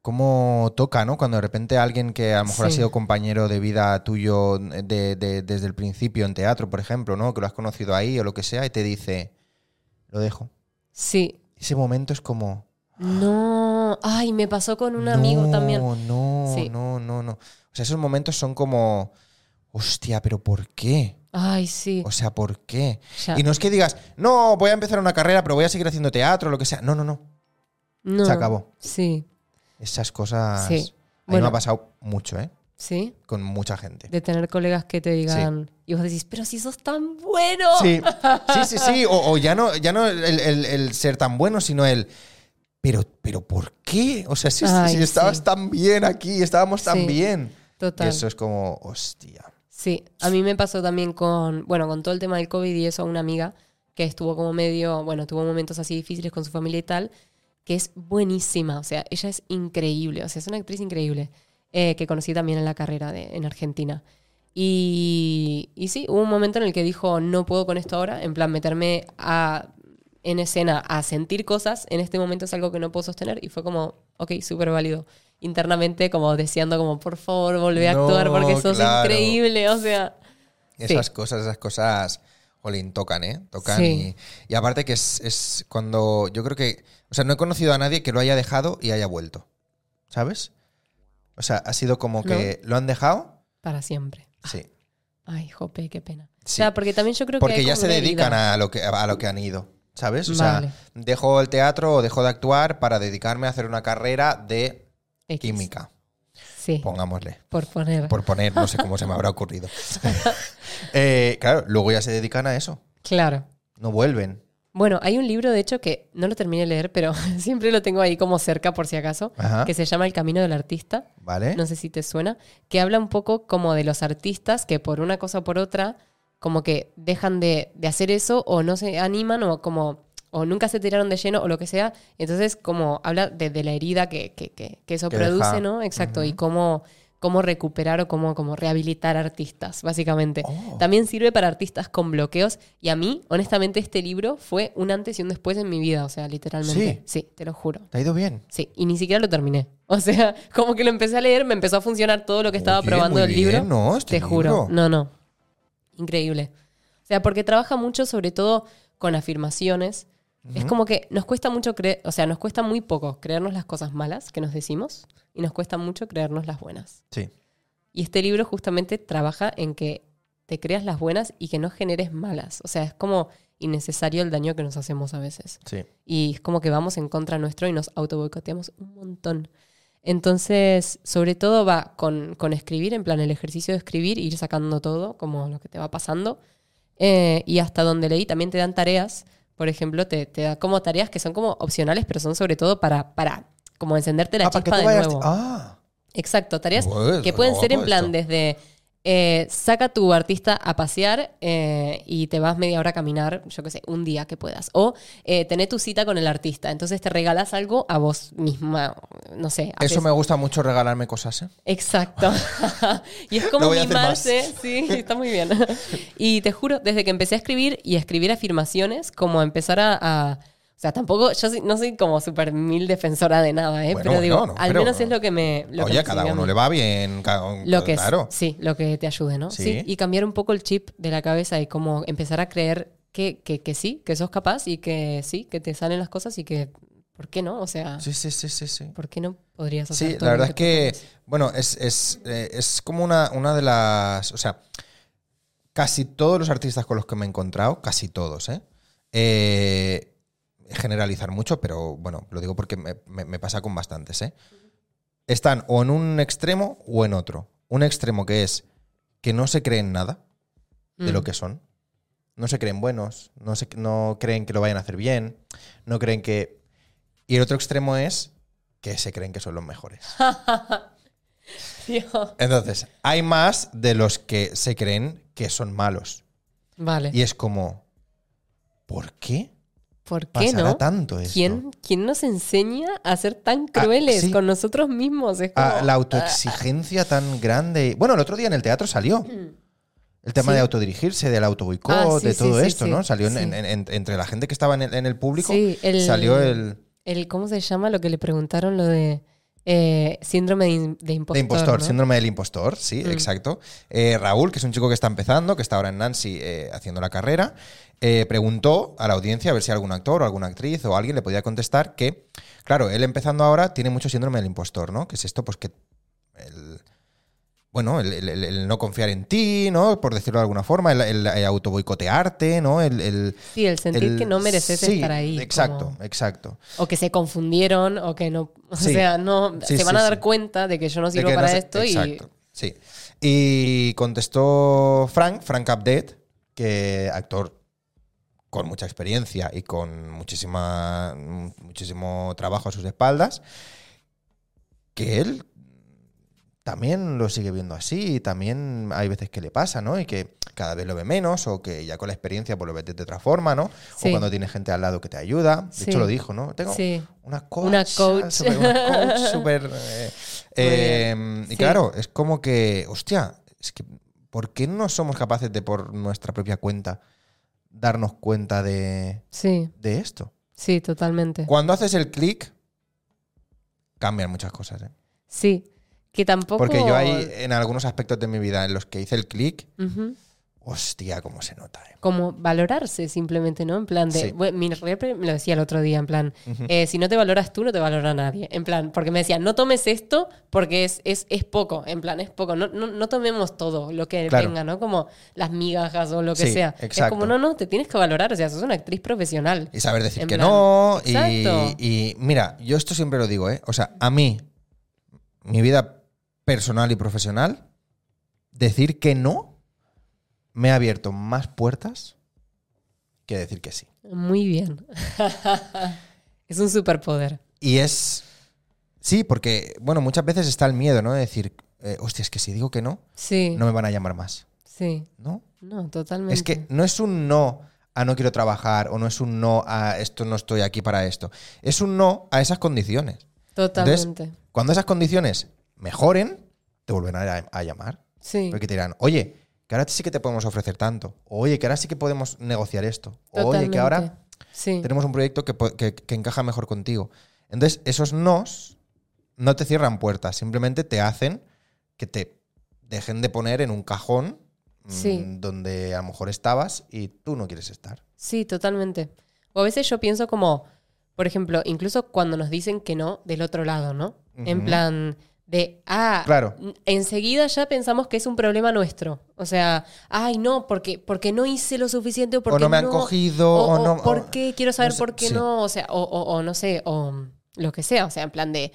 A: cómo toca, ¿no? Cuando de repente alguien que a lo mejor ha
B: Sí.
A: sido compañero de vida tuyo eh, de- de- desde el principio en teatro, por ejemplo, ¿no? Que lo has conocido ahí o lo que sea, y te dice, lo dejo.
B: Sí.
A: Ese momento es como...
B: No, ay, me pasó con un amigo
A: no,
B: también.
A: No,
B: Sí.
A: no, no, no. O sea, esos momentos son como... Hostia, pero ¿por qué?
B: Ay, sí.
A: O sea, ¿por qué?
B: ya.
A: Y no es que digas, no, voy a empezar una carrera, pero voy a seguir haciendo teatro, lo que sea. No, no, no.
B: No.
A: Se acabó.
B: Sí,
A: Esas cosas.
B: Sí.
A: A mí me
B: Bueno.
A: ha pasado mucho, ¿eh?
B: sí.
A: Con mucha gente.
B: De tener colegas que te digan. Y vos decís, pero si sos tan bueno.
A: Sí, sí, sí, sí. O, o ya no, ya no el, el- el ser tan bueno, sino el. Pero, pero ¿por qué? O sea, si, si
B: Ay,
A: estabas
B: sí.
A: tan bien aquí, estábamos tan
B: Sí,
A: bien. Y
B: Total.
A: eso es como, hostia.
B: Sí. A mí me pasó también con. Bueno, con todo el tema del COVID y eso, una amiga que estuvo como medio. Bueno, tuvo momentos así difíciles con su familia y tal. Que es buenísima. O sea, ella es increíble. O sea, es una actriz increíble. eh, que conocí también en la carrera de- en Argentina. Y, y sí, hubo un momento en el que dijo, no puedo con esto ahora, en plan meterme a, en escena a sentir cosas, en este momento es algo que no puedo sostener y fue como, ok, súper válido. Internamente como deseando como, por favor, volvé a
A: No,
B: actuar porque sos
A: claro.
B: increíble, o sea,
A: Esas
B: Sí.
A: cosas, esas cosas, jolín, tocan, ¿eh? Tocan.
B: Sí.
A: Y, y aparte que es, es cuando yo creo que, o sea, no he conocido a nadie que lo haya dejado y haya vuelto, ¿sabes? O sea, ha sido como que lo han dejado,
B: para siempre.
A: sí.
B: Ay, jope, qué pena.
A: Sí.
B: O sea, porque también yo creo que...
A: Porque
B: Ah, hay
A: ya
B: como
A: se
B: una
A: dedican
B: herida.
A: a lo, que, a lo que han ido, ¿sabes? O
B: Vale.
A: sea, dejo el teatro o dejo de actuar para dedicarme a hacer una carrera de
B: X.
A: química,
B: Sí,
A: pongámosle.
B: por poner.
A: Por poner, no sé cómo se me habrá
B: (laughs)
A: ocurrido. Eh, claro, luego ya se dedican a eso.
B: Claro.
A: No vuelven.
B: Bueno, hay un libro, de hecho, que no lo terminé de leer, pero (laughs) siempre lo tengo ahí como cerca, por si acaso,
A: Ajá.
B: que se llama El Camino del Artista.
A: ¿Vale?
B: No sé si te suena, que habla un poco como de los artistas que por una cosa o por otra, como que dejan de, de hacer eso o no se animan o como o nunca se tiraron de lleno o lo que sea. Entonces, como habla de, de la herida que, que- que- que eso
A: Que
B: produce,
A: deja.
B: ¿no? Exacto.
A: Ujú.
B: Y cómo, cómo recuperar o cómo, cómo rehabilitar artistas, básicamente.
A: Oh.
B: También sirve para artistas con bloqueos. Y a mí, honestamente, este libro fue un antes y un después en mi vida. O sea, literalmente. Sí, te lo juro.
A: ¿Te ha ido bien?
B: Sí, y ni siquiera lo terminé. (laughs) O sea, como que lo empecé a leer, me empezó a funcionar todo lo que estaba
A: Oye,
B: probando
A: muy
B: el
A: bien,
B: libro.
A: ¿no? Este
B: Te juro.
A: libro.
B: No, no. Increíble. O sea, porque trabaja mucho, sobre todo, con afirmaciones. Es como que nos cuesta mucho creer, o sea, nos cuesta muy poco creernos las cosas malas que nos decimos y nos cuesta mucho creernos las buenas.
A: Sí.
B: Y este libro justamente trabaja en que te creas las buenas y que no generes malas. O sea, es como innecesario el daño que nos hacemos a veces
A: Sí.
B: y es como que vamos en contra nuestro y nos autoboicoteamos un montón. Entonces, sobre todo va con, con escribir, en plan el ejercicio de escribir, ir sacando todo, como lo que te va pasando. Eh, y hasta donde leí también te dan tareas, por ejemplo, te, te da como tareas que son como opcionales, pero son sobre todo para, para como encenderte la
A: Ah, para que
B: chispa
A: tú
B: de
A: vayas-
B: nuevo.
A: Ah,
B: Exacto, tareas
A: Bueno,
B: que pueden ser en
A: guapo
B: plan
A: esto.
B: desde eh, saca a tu artista a pasear eh, y te vas media hora a caminar, yo qué sé, un día que puedas. O eh, tener tu cita con el artista, entonces te regalas algo a vos misma, no sé. haces-
A: eso me gusta mucho regalarme cosas, ¿eh? (laughs)
B: Exacto. y es como
A: No voy a hacer
B: mimarse, sí, está muy bien. y te juro, desde que empecé a escribir y a escribir afirmaciones, como empezar a... a- o sea, tampoco, yo soy- no soy como súper mil defensora de nada, ¿eh?
A: Bueno,
B: pero digo,
A: bueno, no,
B: al
A: pero-
B: menos es lo que me... Lo que
A: Oye,
B: me
A: a cada
B: sirvió a
A: uno
B: mí.
A: le va bien. cada-
B: Lo que es-
A: claro.
B: sí, lo que te ayude, ¿no?
A: Sí.
B: Sí. Y cambiar un poco el chip de la cabeza y como empezar a creer que, que, que sí, que sos capaz y que sí, que te salen las cosas y que, ¿por qué no? O sea,
A: Sí, sí, sí, sí, sí.
B: ¿por qué no podrías
A: Sí,
B: hacer todo
A: la
B: lo
A: verdad es
B: tú
A: que,
B: quieres?
A: bueno, es, es, eh, es como una, una de las. O sea, casi todos los artistas con los que me he encontrado, casi todos, ¿eh? Eh, generalizar mucho, pero bueno, lo digo porque me, me- me pasa con bastantes, ¿eh? Están o en un extremo o en otro. Un extremo que es que no se creen nada de
B: Mm.
A: lo que son. No se creen buenos, no, se, no creen que lo vayan a hacer bien, no creen que... Y el otro extremo es que se creen que son los mejores.
B: (laughs) Dios.
A: Entonces, hay más de los que se creen que son malos.
B: Vale.
A: Y es como, ¿por qué
B: ¿Por qué
A: pasará
B: no?
A: tanto esto? Ah,
B: ¿Quién, quién nos enseña a ser tan crueles
A: sí.
B: con nosotros mismos? Es como,
A: Ah, la autoexigencia tan grande. Bueno, el otro día en el teatro salió el tema
B: Sí.
A: de autodirigirse, del autoboicot,
B: Ah, sí,
A: de
B: sí,
A: todo
B: sí,
A: esto,
B: sí.
A: ¿no? Salió en-
B: Sí.
A: en- en- entre la gente que estaba en el, en el público,
B: Sí, el-
A: salió el
B: el, ¿Cómo se llama lo que le preguntaron? Lo de eh, síndrome de, in- de impostor.
A: de impostor,
B: ¿no?
A: síndrome del impostor, sí,
B: Mm.
A: exacto. Eh, Raúl, que es un chico que está empezando, que está ahora en Nancy eh, haciendo la carrera, eh, preguntó a la audiencia a ver si algún actor o alguna actriz o alguien le podía contestar que, claro, él empezando ahora tiene mucho síndrome del impostor, ¿no? Que es esto, pues que el- bueno, el, el- el- el no confiar en ti, ¿no? Por decirlo de alguna forma, el, el, eh, autoboicotearte, ¿no? El, el-
B: Sí, el sentir
A: el-
B: que no mereces
A: sí,
B: estar ahí.
A: Exacto,
B: como-
A: exacto.
B: o que se confundieron, o que no. O
A: Sí.
B: sea, no.
A: Sí,
B: se van
A: sí,
B: a dar
A: sí.
B: cuenta de que yo no
A: De
B: sirvo
A: que
B: para
A: no sé-
B: esto
A: Exacto, sí. Y contestó Frank, Frank Update, que actor con mucha experiencia y con muchísima, muchísimo trabajo a sus espaldas, que él también lo sigue viendo así, y también hay veces que le pasa, ¿no? Y que cada vez lo ve menos, o que ya con la experiencia pues lo ves de otra forma, ¿no?
B: Sí.
A: O cuando tienes gente al lado que te ayuda. De
B: Sí.
A: hecho lo dijo, ¿no?
B: y.
A: Tengo
B: Sí.
A: una coach.
B: Una coach.
A: ah, (laughs) súper- una coach súper,
B: (laughs)
A: eh, eh,
B: Sí.
A: y claro, es como que, hostia, es que, ¿por qué no somos capaces de por nuestra propia cuenta darnos cuenta de,
B: Sí,
A: de esto?
B: sí, totalmente.
A: Cuando haces el clic, cambian muchas cosas. ¿eh?
B: Sí. Que tampoco.
A: Porque yo hay en algunos aspectos de mi vida en los que hice el clic,
B: Ujú.
A: hostia, cómo se nota. ¿eh?
B: Como valorarse simplemente, ¿no? En plan de.
A: Sí.
B: bueno, mi repre me lo decía el otro día, en plan.
A: Ujú.
B: eh, si no te valoras tú, no te valora nadie. En plan, porque me decía, no tomes esto porque es, es, es poco. En plan, es poco. No, no, no tomemos todo lo que
A: Claro.
B: venga, ¿no? Como las migajas o lo que
A: Sí,
B: sea. Es
A: exacto.
B: como, no, no, te tienes que valorar. O sea, sos una actriz profesional.
A: Y saber decir
B: En
A: que
B: plan,
A: no. y-
B: exacto.
A: Y, mira, yo esto siempre lo digo, ¿eh? O sea, a mí, mi vida personal y profesional, decir que no me ha abierto más puertas que decir que sí. (laughs)
B: Muy bien. es un superpoder.
A: Y es. Sí, porque, bueno, muchas veces está el miedo, ¿no? De decir, eh, hostia, es que si digo que no,
B: Sí.
A: no me van a llamar más,
B: Sí.
A: ¿no?
B: No, totalmente.
A: Es que no es un no a no quiero trabajar o no es un no a esto no estoy aquí para esto. Es un no a esas condiciones.
B: Totalmente.
A: Cuando esas condiciones mejoren, te volverán a, a llamar.
B: sí.
A: Porque te dirán, oye, que ahora sí que te podemos ofrecer tanto. Oye, que ahora sí que podemos negociar esto. Oye, que ahora
B: Totalmente. Sí.
A: tenemos un proyecto que, po- que- que encaja mejor contigo. Entonces, esos nos no te cierran puertas, simplemente te hacen que te dejen de poner en un cajón mm,
B: Sí.
A: donde a lo mejor estabas y tú no quieres estar.
B: Sí, totalmente. O a veces yo pienso como, por ejemplo, incluso cuando nos dicen que no del otro lado, ¿no? En
A: Ujú.
B: plan de, ah,
A: Claro.
B: n- enseguida ya pensamos que es un problema nuestro. O sea, ay, no, porque, porque no hice lo suficiente o porque
A: o no me han cogido,
B: o,
A: o,
B: o
A: no... o-
B: por qué, quiero saber
A: no sé,
B: por qué
A: sí.
B: no, o sea, o, o- o no sé, o mm, lo que sea, o sea, en plan de,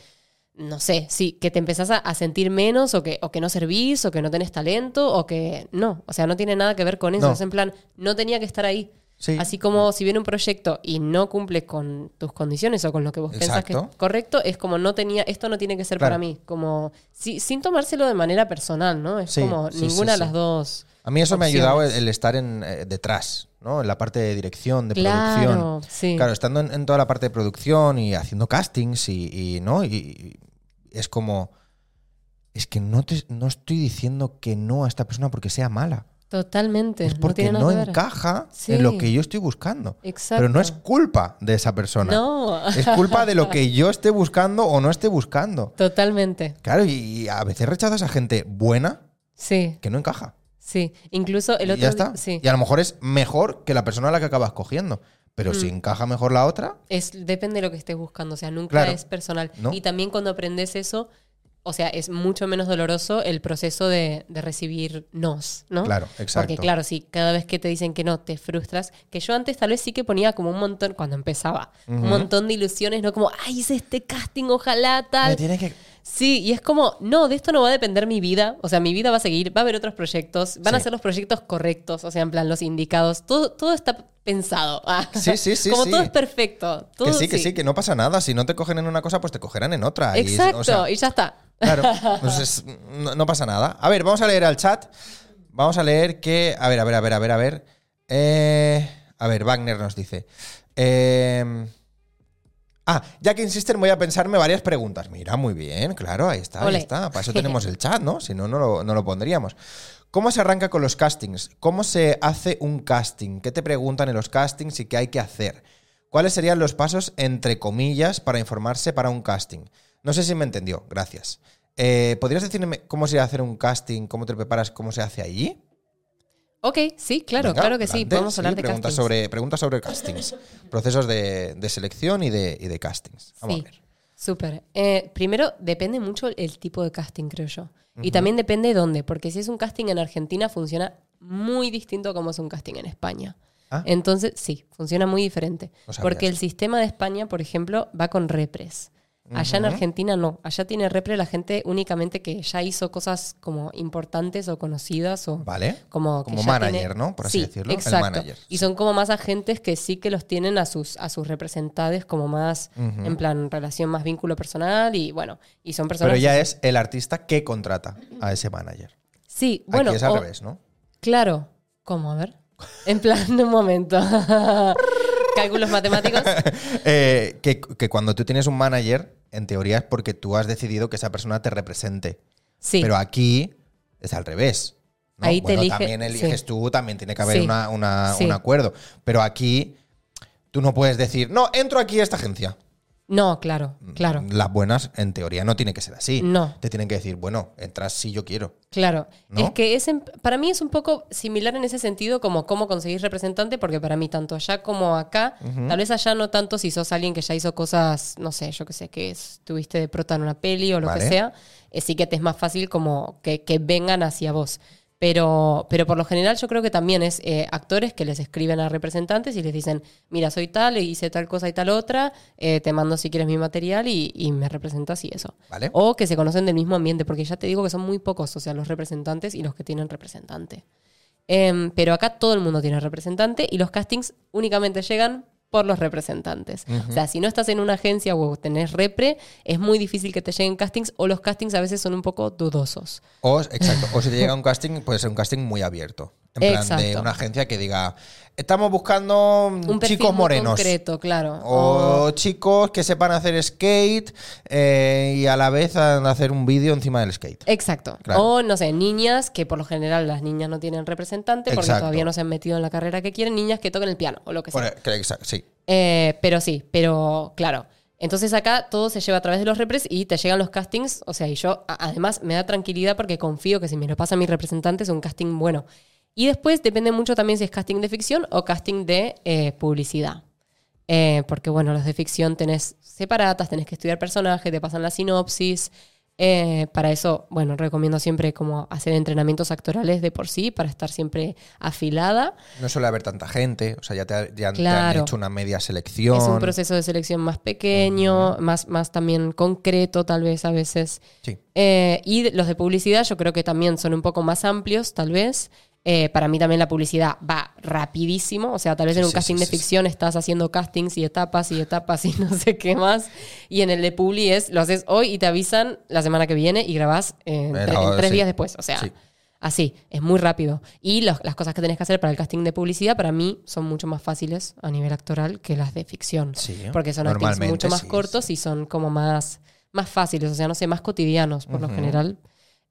B: no sé, sí, que te empezás a, a sentir menos o que, o que no servís o que no tenés talento o que no, o sea, no tiene nada que ver con eso,
A: No.
B: es en plan, no tenía que estar ahí.
A: Sí.
B: Así como si viene un proyecto y no cumple con tus condiciones o con lo que vos pensás que es
A: Exacto.
B: correcto, es como no tenía, esto no tiene que ser
A: Claro.
B: para mí, como si- sin tomárselo de manera personal, ¿no? Es
A: Sí,
B: como
A: sí, sí,
B: ninguna de
A: sí.
B: las dos.
A: A mí eso me
B: opciones.
A: ha ayudado el, el estar en, eh, detrás, ¿no? En la parte de dirección, de
B: Claro,
A: producción.
B: sí.
A: Claro, estando en, en toda la parte de producción y haciendo castings y, y, ¿no? Y, y es como, es que no, te, no estoy diciendo que no a esta persona porque sea mala.
B: Totalmente.
A: Es porque
B: tiene nada
A: no,
B: que ver.
A: encaja
B: Sí.
A: en lo que yo estoy buscando.
B: Exacto.
A: Pero no es culpa de esa persona.
B: No,
A: Es culpa de lo que yo esté buscando o no esté buscando.
B: (laughs) totalmente.
A: Claro, y, y a veces rechazas a gente buena
B: Sí,
A: que no encaja.
B: sí. Incluso el
A: Y
B: otro.
A: ya
B: di-
A: está.
B: Sí.
A: Y a lo mejor es mejor que la persona a la que acabas cogiendo. Pero si
B: Mm.
A: encaja mejor la otra,
B: Es, depende de lo que estés buscando, o sea, nunca
A: Claro.
B: es personal.
A: No.
B: Y también cuando aprendes eso, o sea, es mucho menos doloroso el proceso de, de recibir nos, ¿no?
A: claro, exacto.
B: Porque claro, si cada vez que te dicen que no, te frustras, que yo antes tal vez sí que ponía como un montón, cuando empezaba, un
A: Ujú.
B: montón de ilusiones, ¿no? Como, ay, hice este casting, ojalá
A: Me
B: tal.
A: tiene que-
B: Sí, y es como, no, de esto no va a depender mi vida. O sea, mi vida va a seguir, va a haber otros proyectos, van a
A: Sí.
B: ser los proyectos correctos, o sea, en plan, los indicados. Todo, todo está pensado. (laughs) Ah,
A: Sí, sí, sí,
B: Como
A: sí.
B: todo es perfecto. Todo,
A: que sí, que sí, que no pasa nada. Si no te cogen en una cosa, pues te cogerán en otra. Y,
B: Exacto,
A: o sea,
B: y ya está.
A: Claro,
B: (laughs)
A: pues es- no, no pasa nada. A ver, vamos a leer al chat. Vamos a leer que. A ver, a ver, a ver, a ver, a ver. Eh, a ver, Wagner nos dice. eh, ah, ya que insisten, voy a pensarme varias preguntas. Mira, muy bien, claro, ahí está,
B: Ole.
A: ahí está.
B: (laughs)
A: Para eso tenemos el chat, ¿no? Si no, no lo, no lo pondríamos. ¿Cómo se arranca con los castings? ¿Cómo se hace un casting? ¿Qué te preguntan en los castings y qué hay que hacer? ¿Cuáles serían los pasos, entre comillas, para informarse para un casting? No sé si me entendió, gracias. Eh, ¿Podrías decirme cómo se hace un casting, cómo te preparas, cómo se hace allí?
B: Ok, sí, claro,
A: Venga,
B: claro que sí.
A: adelante,
B: Podemos hablar de
A: preguntas
B: castings.
A: sobre Preguntas sobre castings, procesos de, de selección y de, y de castings. Vamos
B: Sí,
A: a ver.
B: súper. Eh, primero, depende mucho el tipo de casting, creo yo. Y también depende dónde, porque si es un casting en Argentina, funciona muy distinto a como es un casting en España.
A: Ah.
B: Entonces, sí, funciona muy diferente.
A: No sabía
B: porque el
A: eso.
B: sistema de España, por ejemplo, va con repres. Allá en
A: Ujú.
B: Argentina no. Allá tiene repre la gente únicamente que ya hizo cosas como importantes o conocidas o
A: Vale.
B: como, que
A: Como
B: ya
A: manager,
B: tiene-
A: ¿no? Por así
B: Sí,
A: decirlo. El
B: exacto.
A: manager.
B: Y son como más agentes que sí que los tienen a sus, a sus representantes como más,
A: Ujú.
B: en plan, relación más vínculo personal y bueno, y son personas...
A: Pero ya es el artista que contrata a ese manager.
B: Sí, bueno,
A: Aquí es al
B: o-
A: revés, ¿no? (laughs)
B: claro. ¿Cómo? A ver. En plan, (laughs) un momento.
A: (laughs)
B: Cálculos matemáticos.
A: Eh, que, que cuando tú tienes un manager, en teoría es porque tú has decidido que esa persona te represente.
B: Sí.
A: Pero aquí es al revés. ¿no?
B: Ahí te
A: Bueno,
B: elige-
A: también eliges
B: sí.
A: tú, también tiene que haber
B: Sí.
A: una- una-
B: Sí.
A: un acuerdo. Pero aquí tú no puedes decir, no, entro aquí a esta agencia.
B: No, claro,
A: Mm,
B: claro.
A: Las buenas, en teoría, no tiene que ser así.
B: No.
A: Te tienen que decir, bueno, entras si yo quiero.
B: Claro,
A: ¿No?
B: es que es en- para mí es un poco similar en ese sentido como cómo conseguís representante, porque para mí tanto allá como acá, tal vez allá no tanto si sos alguien que ya hizo cosas, no sé, yo qué sé, que estuviste de prota en una peli o lo
A: Vale.
B: que sea, eh, sí que te es más fácil como que, que vengan hacia vos. Pero, pero por lo general yo creo que también es eh, actores que les escriben a representantes y les dicen, mira, soy tal, hice tal cosa y tal otra, eh, te mando si quieres mi material y, y me representas y eso.
A: Vale.
B: O que se conocen del mismo ambiente, porque ya te digo que son muy pocos, o sea, los representantes y los que tienen representante. Em, pero acá todo el mundo tiene representante y los castings únicamente llegan por los representantes. O sea, si no estás en una agencia o tenés repre, es muy difícil que te lleguen castings o los castings a veces son un poco dudosos.
A: O, exacto, o si te llega un casting, puede ser un casting muy abierto. En plan de
B: Exacto.
A: una agencia que diga, estamos buscando
B: Un perfil
A: chicos
B: muy
A: morenos.
B: concreto, claro.
A: O chicos que sepan hacer skate eh, y a la vez han- hacer un vídeo encima del skate.
B: Exacto.
A: Claro.
B: O, no sé, niñas, que por lo general las niñas no tienen representante porque
A: Exacto.
B: todavía no se han metido en la carrera que quieren, niñas que toquen el piano o lo que sea.
A: Bueno, e, creo que exa- sí.
B: Eh, pero sí, pero claro. Entonces acá todo se lleva a través de los repres y te llegan los castings. O sea, y yo a- además me da tranquilidad porque confío que si me lo pasa mi representante es un casting bueno. Y después depende mucho también si es casting de ficción o casting de eh, publicidad. Eh, porque bueno, los de ficción tenés separatas, tenés que estudiar personajes, te pasan la sinopsis. Eh, para eso, bueno, recomiendo siempre como hacer entrenamientos actorales de por sí, para estar siempre afilada.
A: No suele haber tanta gente, o sea, ya te, ha- ya te
B: Claro.
A: han hecho una media selección.
B: Es un proceso de selección más pequeño, más, más también concreto, tal vez a veces.
A: Sí.
B: Eh, y de- los de publicidad, yo creo que también son un poco más amplios, tal vez. Eh, para mí también la publicidad va rapidísimo, o sea, tal vez
A: Sí,
B: en un
A: sí,
B: casting
A: sí,
B: de
A: sí, sí.
B: ficción estás haciendo castings y etapas y etapas y (laughs) no sé qué más, y en el de publi es, lo haces hoy y te avisan la semana que viene y grabás eh, en,
A: Pero,
B: tre- en tres
A: sí.
B: días después, o sea,
A: Sí.
B: así, es muy rápido. Y los- las cosas que tenés que hacer para el casting de publicidad para mí son mucho más fáciles a nivel actoral que las de ficción,
A: Sí,
B: porque son actings
A: normalmente
B: mucho más
A: sí,
B: cortos y son como más, más fáciles, o sea, no sé, más cotidianos por lo
A: Ujú.
B: general.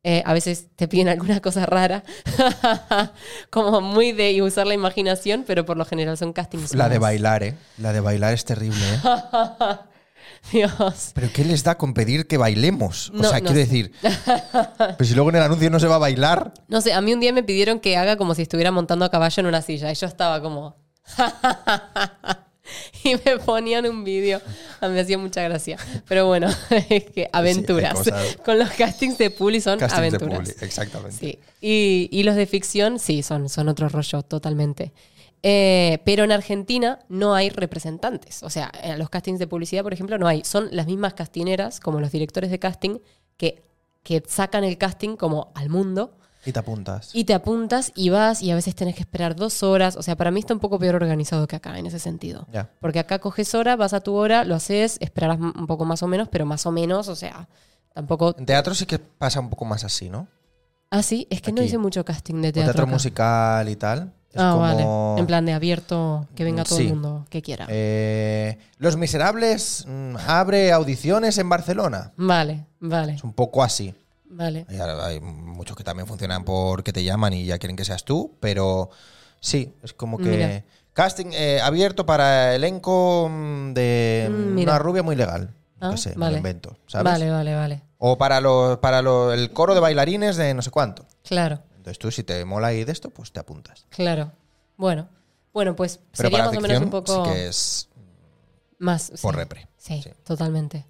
B: Eh, a veces te piden alguna cosa rara, (laughs) como muy de usar la imaginación, pero por lo general son castings.
A: La de
B: más.
A: bailar, ¿eh? La de bailar es terrible, ¿eh?
B: (laughs) Dios.
A: ¿Pero qué les da con pedir que bailemos? O
B: No,
A: sea,
B: no
A: quiero
B: sé. (laughs)
A: decir, pero si luego en el anuncio no se va a bailar.
B: No sé, a mí un día me pidieron que haga como si estuviera montando a caballo en una silla y yo estaba como... (laughs) y me ponían un vídeo. A mí me hacía mucha gracia. Pero bueno, (laughs) es que aventuras.
A: cosas.
B: Con los castings de Puli son
A: Castings de
B: aventuras.
A: publi, exactamente.
B: Sí. Y, y los de ficción, sí, son, son otro rollo totalmente. Eh, pero en Argentina no hay representantes. O sea, en los castings de publicidad, por ejemplo, no hay. Son las mismas castineras, como los directores de casting, que, que sacan el casting como al mundo
A: Y te apuntas.
B: y te apuntas y vas y a veces tenés que esperar dos horas. O sea, para mí está un poco peor organizado que acá en ese sentido.
A: Ya.
B: Porque acá coges hora, vas a tu hora, lo haces, esperarás m- un poco más o menos, pero más o menos, o sea, tampoco...
A: En teatro sí que pasa un poco más así, ¿no?
B: Ah, sí, es que no
A: Aquí.
B: hice mucho casting de
A: O Teatro,
B: teatro. acá.
A: musical y tal. Es
B: Ah,
A: como,
B: vale. En plan de abierto, que venga todo
A: Sí.
B: el mundo que quiera.
A: eh, Los Miserables mm, abre audiciones en Barcelona.
B: Vale, vale,
A: Es un poco así.
B: vale.
A: Hay, hay muchos que también funcionan porque te llaman y ya quieren que seas tú, pero sí, es como que.
B: Mira.
A: Casting eh, abierto para elenco mm, de
B: Mm,
A: mm,
B: mira.
A: una rubia muy legal.
B: Ah,
A: no sé, me
B: vale.
A: lo invento, ¿sabes?
B: Vale, vale, vale.
A: O para, los, para los- el coro de bailarines de no sé cuánto.
B: Claro,
A: Entonces tú, si te mola ir de esto, pues te apuntas.
B: claro. Bueno, bueno, pues
A: Pero
B: sería
A: para
B: más o menos
A: ficción
B: un poco
A: sí que es
B: más.
A: por
B: sí.
A: repre.
B: Sí,
A: Sí.
B: totalmente.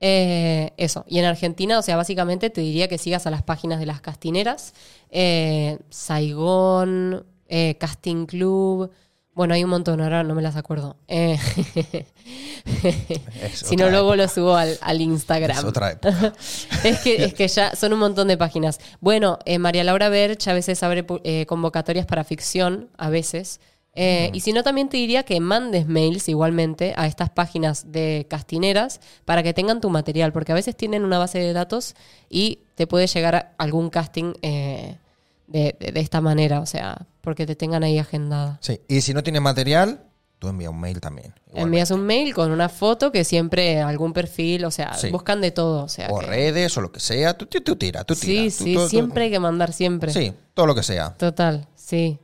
B: Eh, eso. Y en Argentina, o sea, básicamente te diría que sigas a las páginas de las castineras. Eh, Saigón, eh, Casting Club. Bueno, hay un montón, ahora no me las acuerdo. Eh, (laughs)
A: Es
B: si no,
A: otra
B: luego
A: época,
B: lo subo al, al Instagram.
A: Es otra época.
B: Es que, es que ya son un montón de páginas. Bueno, eh, María Laura Berch a veces abre pu- eh, convocatorias para ficción, a veces.
A: Mm.
B: Eh, Y si no, también te diría que mandes mails igualmente a estas páginas de castineras para que tengan tu material, porque a veces tienen una base de datos y te puede llegar a- algún casting eh, de, de- de esta manera, o sea, porque te tengan ahí agendada.
A: Sí, Y si no tiene material, tú envía un mail también. igualmente.
B: Envías un mail con una foto que siempre algún perfil, o sea,
A: Sí.
B: buscan de todo. O sea,
A: o
B: que-
A: redes o lo que sea. Tú, tú, tú tira, tú tira.
B: sí,
A: Tú-
B: sí,
A: tú- tú-
B: siempre hay que mandar, siempre.
A: Sí, todo lo que sea.
B: Total, sí,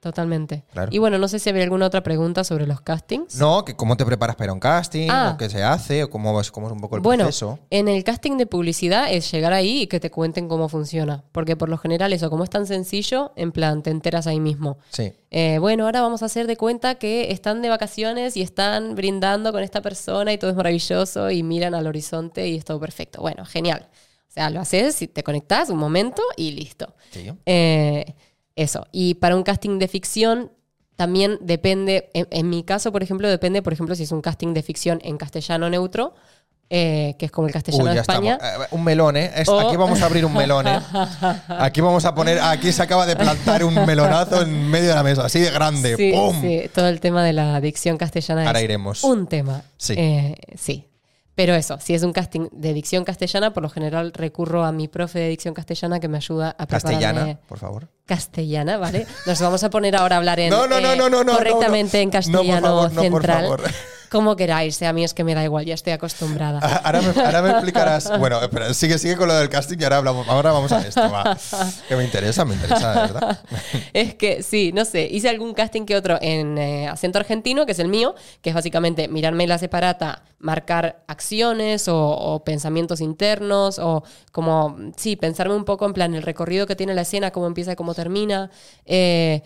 B: totalmente.
A: Claro.
B: Y bueno, no sé si había alguna otra pregunta sobre los castings.
A: No, que cómo te preparas para ir a un casting,
B: Ah.
A: o qué se hace, o cómo, es- cómo es un poco el
B: bueno,
A: proceso.
B: en el casting de publicidad es llegar ahí y que te cuenten cómo funciona. Porque por lo general eso, como es tan sencillo, en plan, te enteras ahí mismo.
A: Sí.
B: Eh, bueno, ahora vamos a hacer de cuenta que están de vacaciones y están brindando con esta persona y todo es maravilloso y miran al horizonte y es todo perfecto. Bueno, genial. O sea, lo haces y te conectas un momento y listo.
A: sí.
B: Eh, eso. Y para un casting de ficción también depende, en, en mi caso, por ejemplo, depende, por ejemplo, si es un casting de ficción en castellano neutro, eh, que es como el castellano
A: Uy,
B: de
A: ya
B: España. Oh.
A: estamos. Eh, un melón, ¿eh? Es-
B: O-
A: Aquí vamos a abrir un melón,
B: (laughs)
A: ¿eh? Aquí vamos a poner. Aquí se acaba de plantar un melonazo en medio de la mesa, así eh, de grande.
B: Sí,
A: ¡Pum!
B: sí, todo el tema de la dicción castellana
A: Ahora
B: es
A: iremos.
B: un tema.
A: Sí.
B: Eh, sí. Pero eso, si es un casting de dicción castellana, por lo general recurro a mi profe de dicción castellana que me ayuda a prepararme
A: Castellana, por favor. (laughs)
B: castellana, ¿vale? Nos vamos a poner ahora a hablar en,
A: No, no, no,
B: eh,
A: no, no, no, no, no.
B: correctamente en
A: No, por
B: castellano
A: favor, no, por
B: central.
A: favor.
B: Como queráis, eh, a mí es que me da igual, ya estoy acostumbrada.
A: Ah, Ahora me, ahora me explicarás. Bueno, espera, sigue, sigue con lo del casting y ahora, hablamos, ahora vamos a esto. va. Que me interesa, me interesa, de
B: (laughs)
A: verdad.
B: es que sí, no sé, hice algún casting que otro en eh, acento argentino, que es el mío, que es básicamente mirarme la separata, marcar acciones o, o pensamientos internos o como, sí, pensarme un poco en plan el recorrido que tiene la escena, cómo empieza y cómo termina. Eh,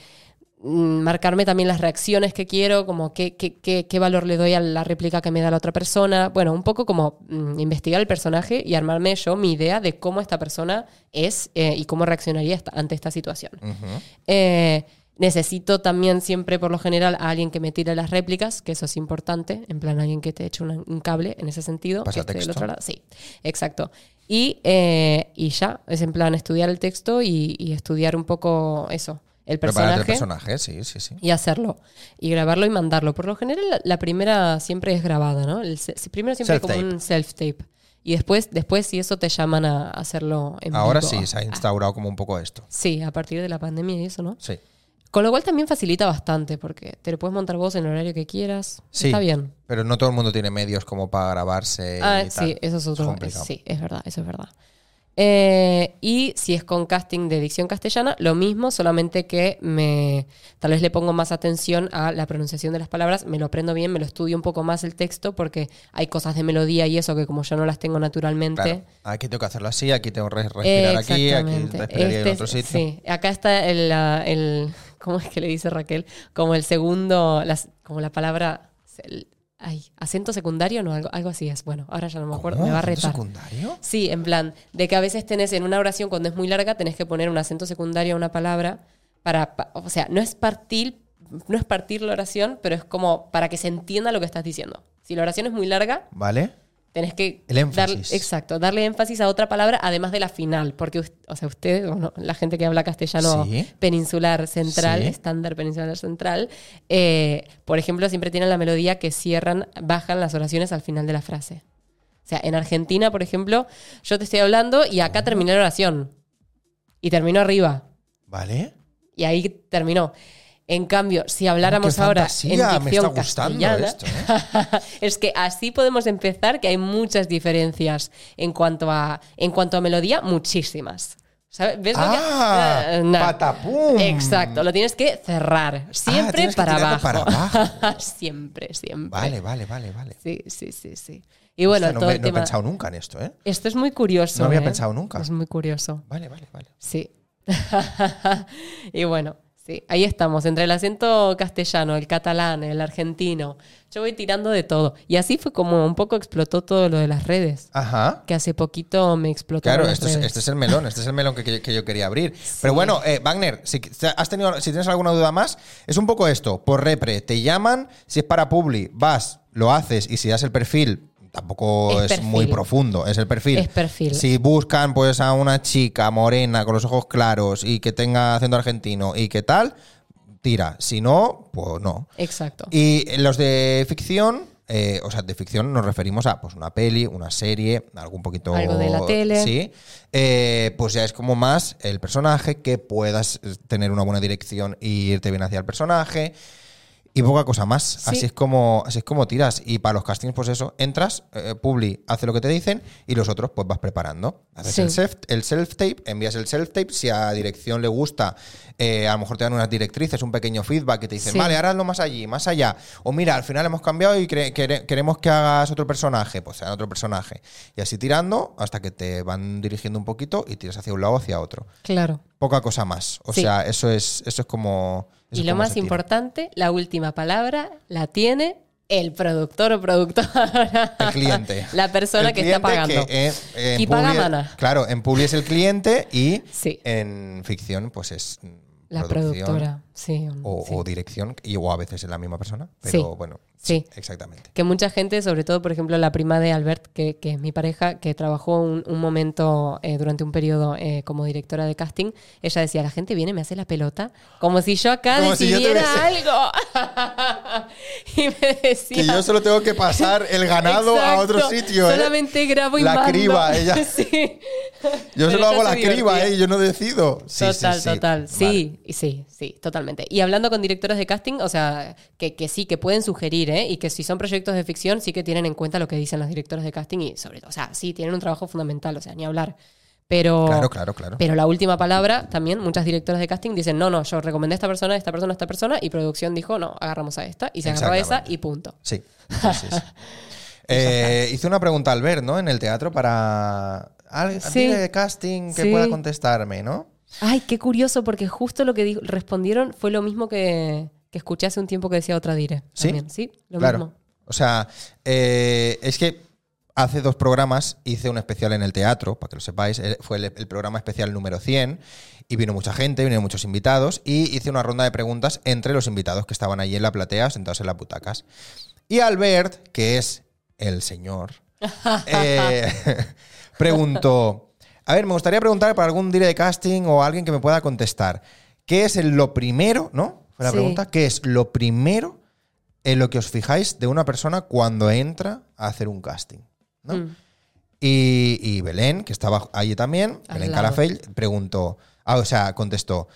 B: mm, marcarme también las reacciones que quiero, como qué, qué, qué, qué valor le doy a la réplica que me da la otra persona. Bueno, un poco como mm, investigar el personaje y armarme yo mi idea de cómo esta persona es eh, y cómo reaccionaría esta- ante esta situación.
A: Ujú.
B: Eh, necesito también siempre, por lo general, a alguien que me tire las réplicas, que eso es importante, en plan alguien que te eche un, un cable en ese sentido.
A: Pasa
B: que esté del
A: texto.
B: otro lado. Sí, exacto. Y, eh, y ya, es en plan estudiar el texto y, y estudiar un poco eso, el
A: Prepararte
B: personaje
A: el personaje, sí, sí, sí.
B: y hacerlo. Y grabarlo y mandarlo. Por lo general, la, la primera siempre es grabada, ¿no? El se- primero siempre hay como
A: Self-tape.
B: un self-tape. Y después, después, si eso te llaman a hacerlo en
A: Ahora
B: vivo.
A: sí, se ha instaurado como un poco esto.
B: Sí, a partir de la pandemia y eso, ¿no?
A: Sí.
B: Con lo cual también facilita bastante, porque te lo puedes montar vos en el horario que quieras.
A: Sí.
B: Está bien.
A: Pero no todo el mundo tiene medios como para grabarse.
B: Ah,
A: y tal.
B: sí, eso es otro.
A: complicado.
B: sí, es verdad, eso es verdad. Eh, y si es con casting de dicción castellana, lo mismo, solamente que me tal vez le pongo más atención a la pronunciación de las palabras, me lo aprendo bien, me lo estudio un poco más el texto, porque hay cosas de melodía y eso que como yo no las tengo naturalmente.
A: Claro. Aquí tengo que hacerlo así, aquí tengo que res- respirar aquí, aquí
B: Exactamente.
A: respiraría
B: Este
A: en otro
B: es-
A: sitio.
B: Sí, acá está el, ah, el- ¿Cómo es que le dice Raquel? Como el segundo. las- como la palabra. el- ay, acento secundario, no, algo, algo así es. Bueno, ahora ya no me acuerdo,
A: ¿Cómo?
B: me va a
A: ¿Acento
B: retar.
A: secundario?
B: Sí, en plan, de que a veces tenés en una oración cuando es muy larga, tenés que poner un acento secundario a una palabra para, pa- o sea, no es partir, no es partir la oración, pero es como para que se entienda lo que estás diciendo. Si la oración es muy larga,
A: ¿Vale?
B: tenés que
A: El énfasis.
B: dar- exacto, darle énfasis a otra palabra además de la final, porque us- o sea, usted, o no, la gente que habla castellano
A: Sí.
B: peninsular central,
A: Sí.
B: estándar peninsular central, eh, por ejemplo, siempre tienen la melodía que cierran, bajan las oraciones al final de la frase. O sea, en Argentina, por ejemplo, yo te estoy hablando y
A: Ah.
B: acá terminé la oración. Y terminó arriba.
A: ¿Vale?
B: Y ahí terminó. En cambio, si habláramos
A: Ah, Qué
B: ahora en
A: fantasía,
B: dicción
A: me está gustando
B: castellana,
A: esto, ¿eh?
B: (laughs) es que así podemos empezar, que hay muchas diferencias en cuanto a, en cuanto a melodía, muchísimas. ¿Sabes? ¿Ves lo que-
A: Ah,
B: Eh, no.
A: patapum. Ah,
B: Exacto, lo tienes que cerrar. Siempre
A: tienes que
B: para,
A: tirarlo
B: abajo.
A: para abajo.
B: (laughs) siempre, siempre.
A: Vale, vale, vale, vale.
B: Sí, sí, sí, sí. Y bueno,
A: Hostia, no,
B: todo
A: me-
B: el
A: no he
B: tema-
A: pensado nunca en esto, ¿eh?
B: Esto es muy curioso.
A: No había
B: ¿eh?
A: pensado nunca.
B: Es muy curioso.
A: Vale, vale, vale.
B: Sí. (laughs) y bueno, sí, ahí estamos, entre el acento castellano, el catalán, el argentino. Yo voy tirando de todo. Y así fue como un poco explotó todo lo de las redes.
A: Ajá.
B: Que hace poquito me explotó.
A: Claro,
B: las
A: esto es,
B: redes.
A: este es el melón, este es el melón que, que yo, que yo quería
B: (laughs)
A: abrir. Pero bueno, eh, Wagner, si, te- has tenido, si tienes alguna duda más, es un poco esto, por repre, te llaman, si es para Publi, vas, lo haces y si das el perfil, tampoco
B: Es
A: es,
B: perfil.
A: muy profundo, es el perfil.
B: Es perfil.
A: Si buscan pues a una chica morena con los ojos claros y que tenga acento argentino y qué tal, tira, si no, pues no.
B: Exacto.
A: Y los de ficción, eh, o sea, de ficción nos referimos a pues una peli, una serie, algo un poquito.
B: Algo de la tele.
A: Sí. Eh, pues ya es como más el personaje, que puedas eh, tener una buena dirección e irte bien hacia el personaje. Y poca cosa más. Así es como, así es como tiras. Y para los castings, pues eso, entras, eh, Publi hace lo que te dicen y los otros, pues vas preparando. Haces
B: Sí.
A: el self- el self-tape, envías el self-tape. Si a dirección le gusta, eh, a lo mejor te dan unas directrices, un pequeño feedback que te dicen,
B: Sí.
A: vale, ahora hazlo más allí, más allá. O mira, al final hemos cambiado y cre- quere- queremos que hagas otro personaje, pues sea otro personaje. Y así tirando hasta que te van dirigiendo un poquito y tiras hacia un lado o hacia otro.
B: claro.
A: Poca cosa más. O
B: Sí.
A: sea, eso es, eso es como. eso
B: Y
A: es
B: lo
A: como se
B: más
A: tira.
B: importante, la última palabra la tiene el productor o productora. (laughs)
A: El cliente.
B: La persona
A: El
B: que
A: cliente
B: está pagando.
A: que, eh, eh, en
B: Y paga
A: Publi-
B: mana.
A: Claro, en Publi es el cliente y
B: Sí.
A: en ficción, pues es. mm,
B: la
A: producción
B: productora. Sí.
A: O,
B: sí.
A: o dirección, y, o a veces es la misma persona, pero
B: Sí.
A: bueno.
B: Sí.
A: Exactamente.
B: que mucha gente, sobre todo, por ejemplo, la prima de Albert, que, que es mi pareja, que trabajó un, un momento eh, durante un periodo eh, como directora de casting, ella decía, la gente viene, me hace la pelota, como si yo acá
A: Como si yo
B: decidiera
A: tuviese-
B: algo. (laughs) y me decía...
A: Que yo solo tengo que
B: (laughs)
A: pasar el ganado a otro
B: "Exacto,
A: sitio, ¿eh?
B: Solamente grabo y
A: La
B: mando". (laughs)
A: criba, ella.
B: sí.
A: Yo
B: Pero
A: solo hago
B: se
A: la criba,
B: divertía.
A: ¿eh? Yo no decido. Sí, sí,
B: total,
A: sí.
B: total.
A: Vale.
B: Sí, y sí, sí, totalmente. Y hablando con directores de casting, o sea, que, que sí, que pueden sugerir, ¿eh? Y que si son proyectos de ficción, sí que tienen en cuenta lo que dicen los directores de casting y sobre todo, o sea, sí, tienen un trabajo fundamental, o sea, ni hablar. Pero,
A: Claro, claro, claro.
B: pero la última palabra, también muchas directoras de casting dicen, no, no, yo recomendé a esta persona, a esta persona, a esta persona, y producción dijo, no, agarramos a esta, y se agarró a esa
A: Exactamente.
B: y punto. (laughs)
A: Sí. sí, sí, sí. Eh, hice una pregunta al ver, ¿no? En el teatro para. Al,
B: Sí.
A: alguien de casting que
B: Sí.
A: pueda contestarme, ¿no?
B: Ay, qué curioso, porque justo lo que dijo- respondieron fue lo mismo que, que escuché hace un tiempo que decía otra dire.
A: ¿Sí?
B: también, sí, lo
A: claro.
B: mismo.
A: O sea, eh, es que hace dos programas hice un especial en el teatro, para que lo sepáis, eh, fue el, el programa especial número 100 y vino mucha gente, vinieron muchos invitados y hice una ronda de preguntas entre los invitados que estaban allí en la platea, sentados en las butacas. Y Albert, que es el
B: (laughs)
A: señor, eh, (laughs) preguntó, a ver, me gustaría preguntar para algún dire de casting o alguien que me pueda contestar, ¿qué es el- lo primero, no? Fue la
B: Sí.
A: pregunta, ¿qué es lo primero en lo que os fijáis de una persona cuando entra a hacer un casting? ¿no?
B: Mm.
A: Y, y Belén, que estaba allí también,
B: Al
A: Belén
B: lado.
A: Calafell, preguntó, ah, o sea, contestó,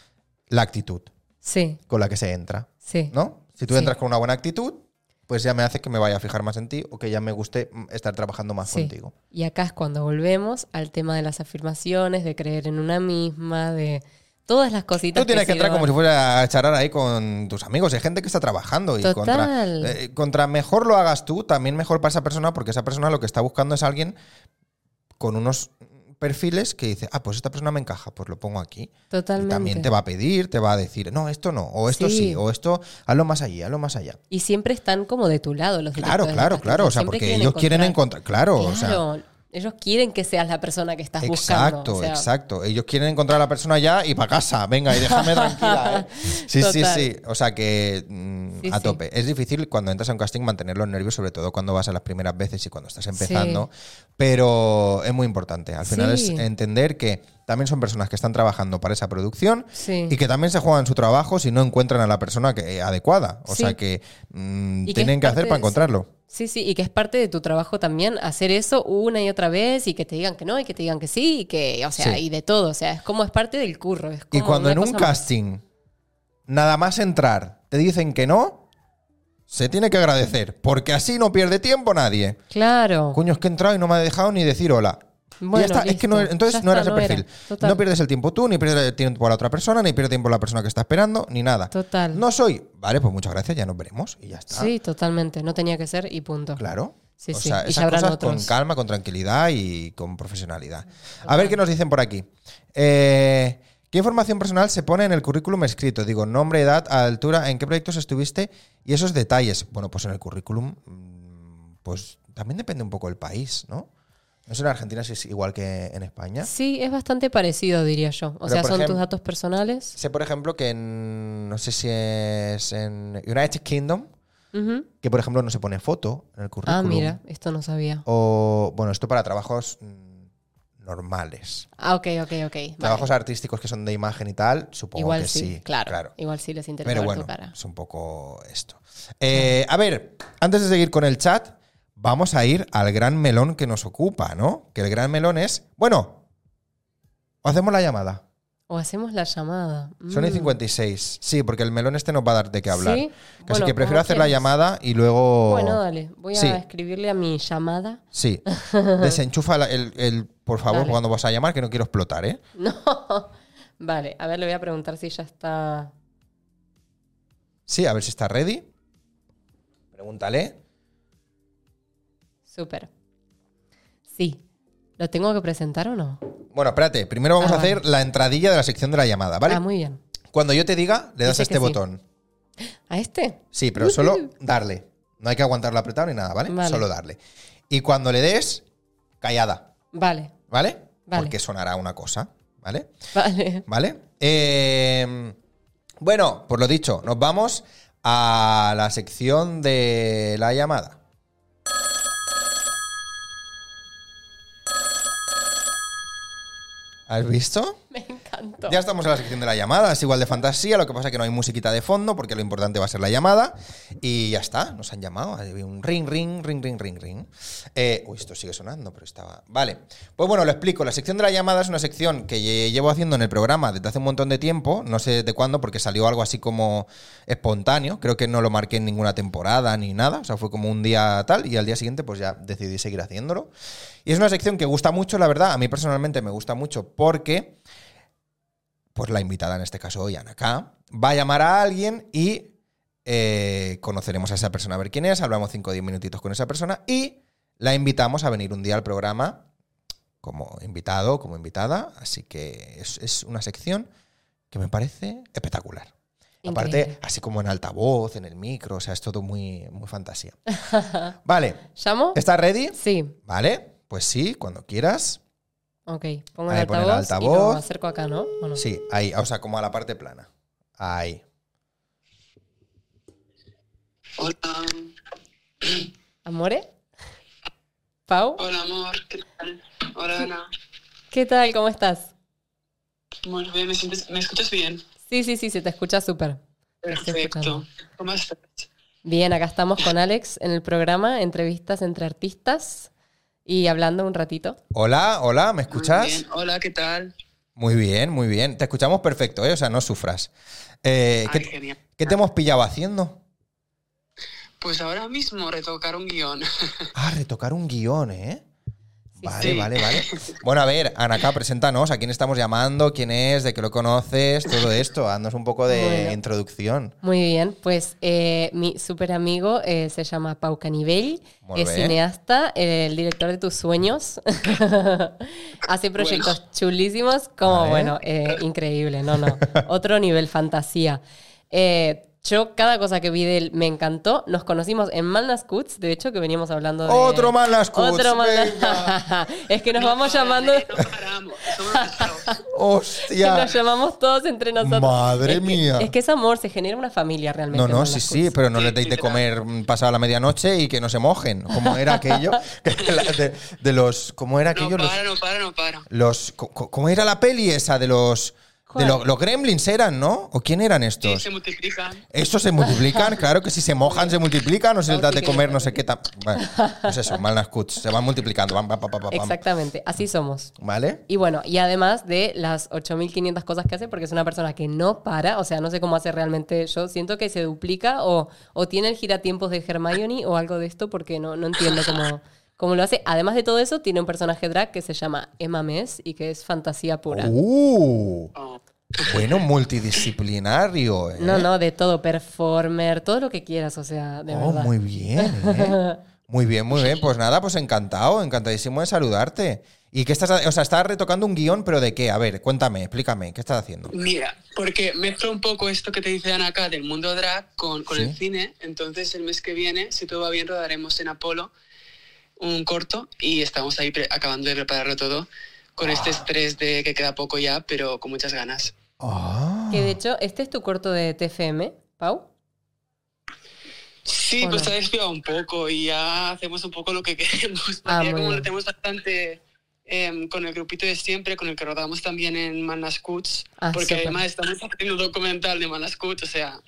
A: la actitud
B: Sí,
A: con la que se entra,
B: sí.
A: ¿no? Si tú
B: Sí.
A: entras con una buena actitud, pues ya me hace que me vaya a fijar más en ti o que ya me guste mm, estar trabajando más
B: Sí.
A: contigo.
B: Y acá es cuando volvemos al tema de las afirmaciones, de creer en una misma, de todas las cositas.
A: Tú tienes que entrar
B: sirvan.
A: como si fuera a charlar ahí con tus amigos. Hay gente que está trabajando y contra,
B: Total.
A: eh, contra mejor lo hagas tú, también mejor para esa persona, porque esa persona lo que está buscando es alguien con unos perfiles que dice, ah, pues esta persona me encaja, pues lo pongo aquí. Y
B: Totalmente.
A: también te va a pedir, te va a decir, no, esto no, o esto sí,
B: Sí.
A: o esto, hazlo más allí, hazlo más allá.
B: Y siempre están como de tu lado los
A: Claro,
B: directores de
A: claro,
B: casting,
A: claro, o sea,
B: siempre
A: porque ellos quieren encontrar, claro, o sea,
B: Claro, Ellos quieren que seas la persona que estás buscando.
A: Exacto,
B: o sea,
A: exacto. Ellos quieren encontrar a la persona ya y para casa. Venga, y déjame tranquila.
B: (laughs)
A: ¿eh? Sí, sí,
B: Total.
A: sí. O sea que mm,
B: Sí,
A: a
B: sí.
A: tope. Es difícil cuando entras a un casting mantener los nervios, sobre todo cuando vas a las primeras veces y cuando estás empezando. Pero es muy importante. Al final
B: Sí.
A: es entender que también son personas que están trabajando para esa producción
B: Sí.
A: y que también se juegan su trabajo si no encuentran a la persona que, eh, adecuada. O
B: Sí.
A: sea que mm,
B: Y que
A: tienen
B: es
A: que hacer
B: parte
A: para
B: de-
A: encontrarlo.
B: Sí, sí, y que es parte de tu trabajo también hacer eso una y otra vez y que te digan que no y que te digan que sí y que, o sea,
A: Sí.
B: y de todo, o sea, es como es parte del curro. es
A: Y
B: como
A: cuando
B: una
A: en un
B: cosa más.
A: casting, nada más entrar, te dicen que no, se tiene que agradecer, porque así no pierde tiempo nadie.
B: Claro.
A: Coño, es que he entrado y no me ha dejado ni decir hola. Y ya
B: Bueno,
A: está, es que no,
B: listo.
A: entonces
B: Ya
A: no era
B: está,
A: ese
B: no era.
A: perfil.
B: Total.
A: No pierdes el tiempo tú, ni pierdes el tiempo a la otra persona, ni pierdes tiempo a la persona que está esperando, ni nada.
B: Total.
A: No soy. Vale, pues muchas gracias, ya nos veremos y ya está.
B: Sí, totalmente. No tenía que ser y punto.
A: Claro.
B: Sí,
A: o
B: sí.
A: sea,
B: Y ya
A: esas
B: habrán
A: cosas con
B: otros.
A: calma, con tranquilidad y con profesionalidad. A ver qué nos dicen por aquí. Eh, ¿Qué información personal se pone en el currículum escrito? Digo, nombre, edad, altura, en qué proyectos estuviste y esos detalles. Bueno, pues en el currículum, mm, pues también depende un poco del país, ¿no? No sé en Argentina si es igual que en España.
B: Sí, es bastante parecido, diría yo. O
A: Pero,
B: sea,
A: por
B: son
A: ejemplo-
B: tus datos personales.
A: Sé, por ejemplo, que en, no sé si es en United Kingdom,
B: Ujú.
A: que por ejemplo no se pone foto en el currículum. Oh.
B: Ah, mira, esto no sabía.
A: O, bueno, esto para trabajos mm, normales.
B: Ah, ok, ok, ok. vale.
A: Trabajos artísticos que son de imagen y tal, supongo
B: Igual
A: que
B: sí,
A: sí.
B: Claro, Igual sí les interesa
A: Pero
B: ver
A: bueno,
B: tu cara.
A: es un poco esto. Eh, a ver, antes de seguir con el chat, vamos a ir al gran melón que nos ocupa, ¿no? Que el gran melón es. Bueno, o hacemos la llamada.
B: O hacemos la llamada.
A: Son y
B: Mm.
A: 56. Sí, porque el melón este nos va a dar de qué hablar.
B: ¿Sí?
A: Así
B: Bueno,
A: que prefiero
B: como
A: hacer la
B: quieras.
A: llamada y luego.
B: Bueno, dale. Voy
A: Sí.
B: a escribirle a mi llamada. (laughs)
A: Sí. Desenchufa la- el, el- Por favor,
B: Dale.
A: cuando vas a llamar, que no quiero explotar, ¿eh?
B: No. Vale, a ver, le voy a preguntar si ya está.
A: Sí, a ver si está ready. Pregúntale.
B: Súper. Sí. ¿Lo tengo que presentar o no?
A: Bueno, espérate. Primero vamos
B: Ah,
A: a hacer la entradilla de la sección de la llamada, ¿vale?
B: Ah, muy bien.
A: Cuando yo te diga, le das
B: Dice
A: a este
B: que sí.
A: botón.
B: ¿A este?
A: Sí, pero solo darle. No hay que aguantarlo apretado ni nada, ¿vale?
B: Vale.
A: Solo darle. Y cuando le des, callada,
B: Vale, (laughs)
A: ¿vale?
B: Vale.
A: Porque sonará una cosa, ¿vale?
B: (laughs) vale.
A: ¿Vale? Eh, bueno, por lo dicho, nos vamos a la sección de la llamada. ¿Has visto?
B: Me encantó.
A: Ya estamos en la sección de la llamada, es igual de fantasía, lo que pasa es que no hay musiquita de fondo porque lo importante va a ser la llamada y ya está, nos han llamado, ha habido un ring, ring, ring, ring, ring, ring. Eh, uy, esto sigue sonando, pero estaba... Vale, pues bueno, lo explico, la sección de la llamada es una sección que lle- llevo haciendo en el programa desde hace un montón de tiempo, no sé de cuándo porque salió algo así como espontáneo, creo que no lo marqué en ninguna temporada ni nada, o sea, fue como un día tal y al día siguiente pues ya decidí seguir haciéndolo. Y es una sección que gusta mucho, la verdad, a mí personalmente me gusta mucho porque pues la invitada en este caso hoy, Ana K, va a llamar a alguien y eh, conoceremos a esa persona, a ver quién es, hablamos 5 o 10 minutitos con esa persona y la invitamos a venir un día al programa como invitado, como invitada, así que es, es una sección que me parece espectacular. Aparte,
B: Increíble.
A: así como en altavoz, en el micro, o sea, es todo muy, muy fantasía. Vale,
B: (laughs) ¿Llamo?
A: ¿estás ready?
B: Sí.
A: Vale, pues sí, cuando quieras.
B: Ok. Pongo
A: Ahí
B: el
A: pone el
B: altavoz, y
A: altavoz.
B: lo acerco acá, ¿no? ¿O no?
A: Sí, ahí, o sea, como a la parte plana. Ahí.
C: Hola,
B: ¿Amore? ¿Pau?
C: hola amor, ¿qué tal? Hola Ana,
B: ¿Qué tal? ¿Cómo estás?
C: muy bien, ¿me, sientes- me escuchas bien?
B: Sí, sí, sí, se te escucha súper. Te estoy
C: Perfecto,
B: escuchando.
C: ¿cómo estás?
B: Bien, acá estamos con Alex en el programa Entrevistas entre Artistas y hablando un ratito.
A: Hola, hola, ¿me
C: Muy
A: escuchas?
C: bien, Hola, ¿qué tal?
A: Muy bien, muy bien. Te escuchamos perfecto, ¿eh? O sea, no sufras. Eh,
C: Ay,
A: ¿qué,
C: genial.
A: qué te hemos pillado haciendo?
C: Pues ahora mismo retocar un guión.
A: Ah, retocar un guión, ¿eh? Vale,
C: sí.
A: vale, vale. Bueno, a ver, Anacá, preséntanos a quién estamos llamando, quién es, de qué lo conoces, todo esto. Haznos un poco de
B: Bueno.
A: introducción.
B: Muy bien, pues eh, mi súper amigo eh, se llama Pau Canibel,
A: Molt
B: es
A: bé.
B: cineasta, eh, el director de tus sueños. (laughs) Hace proyectos chulísimos, como
A: Vale.
B: (laughs) bueno, eh, increíble, no, no, otro nivel fantasía. Eh, Yo, cada cosa que vi de él me encantó. Nos conocimos en Malnas Cuts, de hecho, que veníamos hablando de.
A: Otro Malnas Cuts,
B: Otro Malnas-
A: venga.
B: (laughs) es que nos
C: No
B: vamos
C: para,
B: llamando.
C: eh, No paramos.
A: (laughs)
C: Somos unos pros.
A: ¡Hostia!
B: (laughs) Nos llamamos todos entre nosotros.
A: Madre
B: Es que-
A: mía.
B: es que es amor, se genera una familia realmente.
A: No, no,
B: Malnas
A: sí,
B: Cuts.
A: sí, pero no les deis de comer mm, pasada la medianoche y que no se mojen. ¿Cómo era aquello? (laughs) Que la- de, de los. ¿Cómo era aquello?
C: No
A: Los-
C: para, no para, no para.
A: los co- co- ¿Cómo era la peli esa de los. De
B: ¿Cuál?
A: lo- los gremlins eran, ¿no? ¿O quién eran
C: Sí,
A: estos?
C: se multiplican.
A: Estos se
B: (laughs)
A: multiplican, claro que si se mojan se multiplican, o si les das de comer no sé qué. tam- Bueno, pues eso, mal cuts, se van multiplicando. Bam, bam, bam, bam, bam.
B: Exactamente, así somos.
A: ¿Vale?
B: Y bueno, y además de las 8.500 cosas que hace, porque es una persona que no para, o sea, no sé cómo hace realmente yo, siento que se duplica o, o tiene el giratiempos de Hermione o algo de esto, porque no, no entiendo cómo, cómo lo hace. Además de todo eso, tiene un personaje drag que se llama Emma Mess y que es fantasía pura.
A: Uh,
C: Oh.
B: (laughs)
A: bueno, multidisciplinario. ¿eh?
B: No, no, de todo, performer, todo lo que quieras, o sea, de
A: Oh,
B: verdad.
A: muy bien, ¿eh? Muy bien, muy bien. Pues nada, pues encantado, encantadísimo de saludarte. ¿Y qué estás ha- O sea, estás retocando un guión, pero ¿de qué? A ver, cuéntame, explícame, ¿qué estás haciendo?
C: Mira, porque mezclo un poco esto que te dice Ana acá del mundo drag con, con
A: Sí.
C: el cine. Entonces, el mes que viene, si todo va bien, rodaremos en Apolo un corto y estamos ahí pre- acabando de prepararlo todo con este
B: Ah.
C: estrés de que queda poco ya, pero con muchas ganas.
A: Ah.
B: Que de hecho, este es tu corto de TFM, Pau.
C: Sí,
B: ¿O
C: pues
B: no?
C: se ha desviado un poco y ya hacemos un poco lo que (laughs) queremos.
B: Ah,
C: porque ya
B: muy
C: como lo
B: bien.
C: tenemos bastante em, con el grupito de siempre, con el que rodamos también en Manas Cuts,
B: Ah,
C: porque
B: súper.
C: además estamos haciendo un documental de Manas Cuts, o sea,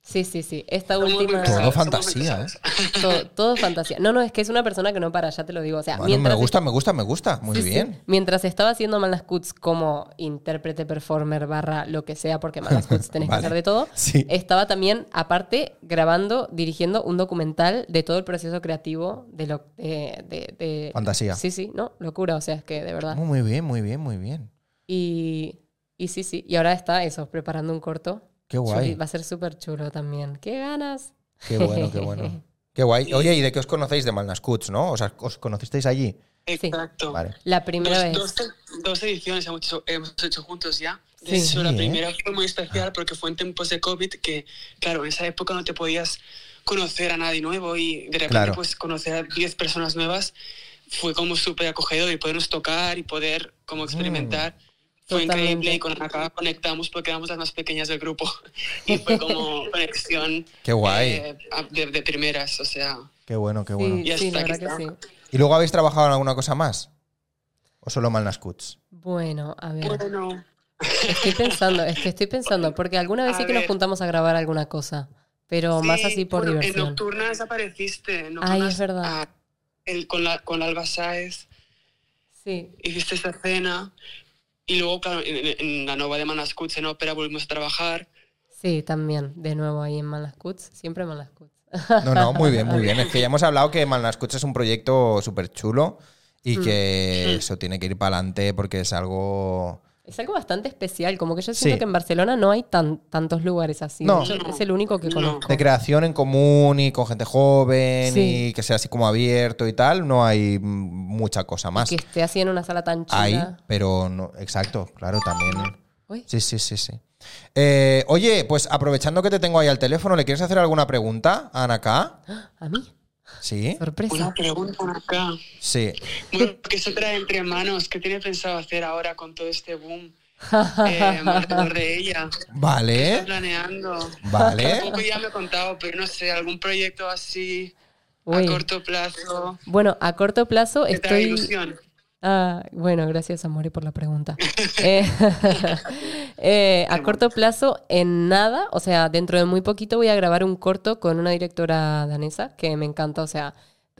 B: Sí, sí, sí. Esta
C: somos muy
B: última. ¿eh?
A: Todo
C: pesados, somos muy
A: fantasía,
C: pesados.
B: Todo,
C: (laughs)
B: todo fantasía. No, no, es que es una persona que no para, ya te lo digo. O sea,
A: Bueno,
B: mientras
A: me gusta, me gusta, me gusta. Muy
B: Sí, sí.
A: bien.
B: Mientras estaba haciendo Malas Cuts como intérprete, performer, barra, lo que sea, porque
A: (laughs)
B: Malas Cuts tenés
A: Vale.
B: que hacer de todo,
A: Sí.
B: estaba también, aparte, grabando, dirigiendo un documental de todo el proceso creativo de lo de, de- de-
A: Fantasía. Oh,
B: Sí, sí, no, locura, o sea, es que de verdad.
A: Muy, muy bien, muy bien, muy bien.
B: Y, y sí, sí, y ahora está eso, preparando un corto.
A: Qué guay.
B: Va a ser súper chulo también. ¡Qué ganas!
A: Qué bueno, qué (laughs) bueno. Qué guay. Oye, ¿y de qué os conocéis de Malnascuts, no? O sea, ¿os conocisteis allí?
C: Exacto.
A: Vale.
B: La primera vez.
C: Dos, dos- dos ediciones hemos hecho, hemos hecho juntos ya. De
B: Sí.
C: hecho, la
A: Sí, Ah. ¿eh?
C: primera fue muy especial porque fue en tiempos de COVID que, claro, en esa época no te podías conocer a nadie nuevo y de repente
A: Claro.
C: pues conocer a 10 personas nuevas fue como súper acogedor y podernos tocar y poder
A: Mm.
C: como experimentar. Fue
B: Totalmente.
C: increíble y con acá conectamos porque éramos las más pequeñas del grupo (laughs) y
B: (laughs)
C: fue como conexión
A: Qué guay.
C: eh, de, de primeras, o sea,
A: Qué bueno, qué bueno.
B: Sí,
C: Ya
B: sí,
C: está,
B: la
C: aquí
B: verdad que sí.
C: está.
A: ¿Y luego habéis trabajado en alguna cosa más? ¿O solo Malnascuts?
B: Bueno, a ver.
C: bueno.
B: Estoy pensando, es que estoy pensando, porque alguna vez
C: A
B: sí que nos
C: ver.
B: juntamos a grabar alguna cosa, pero más
C: Sí,
B: así por
C: bueno, En
B: diversión.
C: Nocturnas apareciste. En
B: Ay, es
C: Nocturnas,
B: verdad.
C: ah, el- con, la, con Alba Sáez
B: Sí,
C: hiciste esa cena. Y luego, claro, en, en- en la nova de Manascuts en ópera volvimos a trabajar.
B: sí, también, de nuevo ahí en Malascuts, siempre en Malascuts.
A: No, no, muy bien, muy bien. Es que ya hemos hablado que Malnascuts es un proyecto súper chulo y que eso tiene que ir para adelante porque es algo...
B: Es algo bastante especial, como que yo siento
A: Sí.
B: que en Barcelona no hay tan, tantos lugares así.
A: No.
B: De hecho, es el único que
C: No.
B: conozco.
A: de creación en común y con gente joven
B: Sí.
A: y que sea así como abierto y tal, no hay mm, mucha cosa más.
B: Que esté así en una sala tan chula.
A: Hay, pero no, exacto, claro, también.
B: Uy.
A: Sí, sí, sí, sí. Eh, oye, pues aprovechando que te tengo ahí al teléfono, ¿le quieres hacer alguna pregunta a Ana K?
B: A mí,
A: Sí,
B: sorpresa.
C: Una pregunta acá.
A: sí.
C: Bueno, ¿qué se trae entre manos? ¿Qué tiene pensado hacer ahora con todo
B: (laughs)
C: este boom eh, alrededor de ella? ¿Qué está
B: ¿Eh?
A: Vale,
C: planeando?
A: vale.
C: Tampoco ya me he contado, pero no sé, algún proyecto así
B: Uy.
C: a corto plazo.
B: Bueno, a corto plazo
C: ¿Qué te da
B: estoy...
C: ilusión?
B: Ah, bueno, gracias Amore por la
C: (laughs)
B: pregunta. Eh, (laughs) eh, a corto plazo, en nada, o sea, dentro de muy poquito voy a grabar un corto con una directora danesa que me encanta, o sea,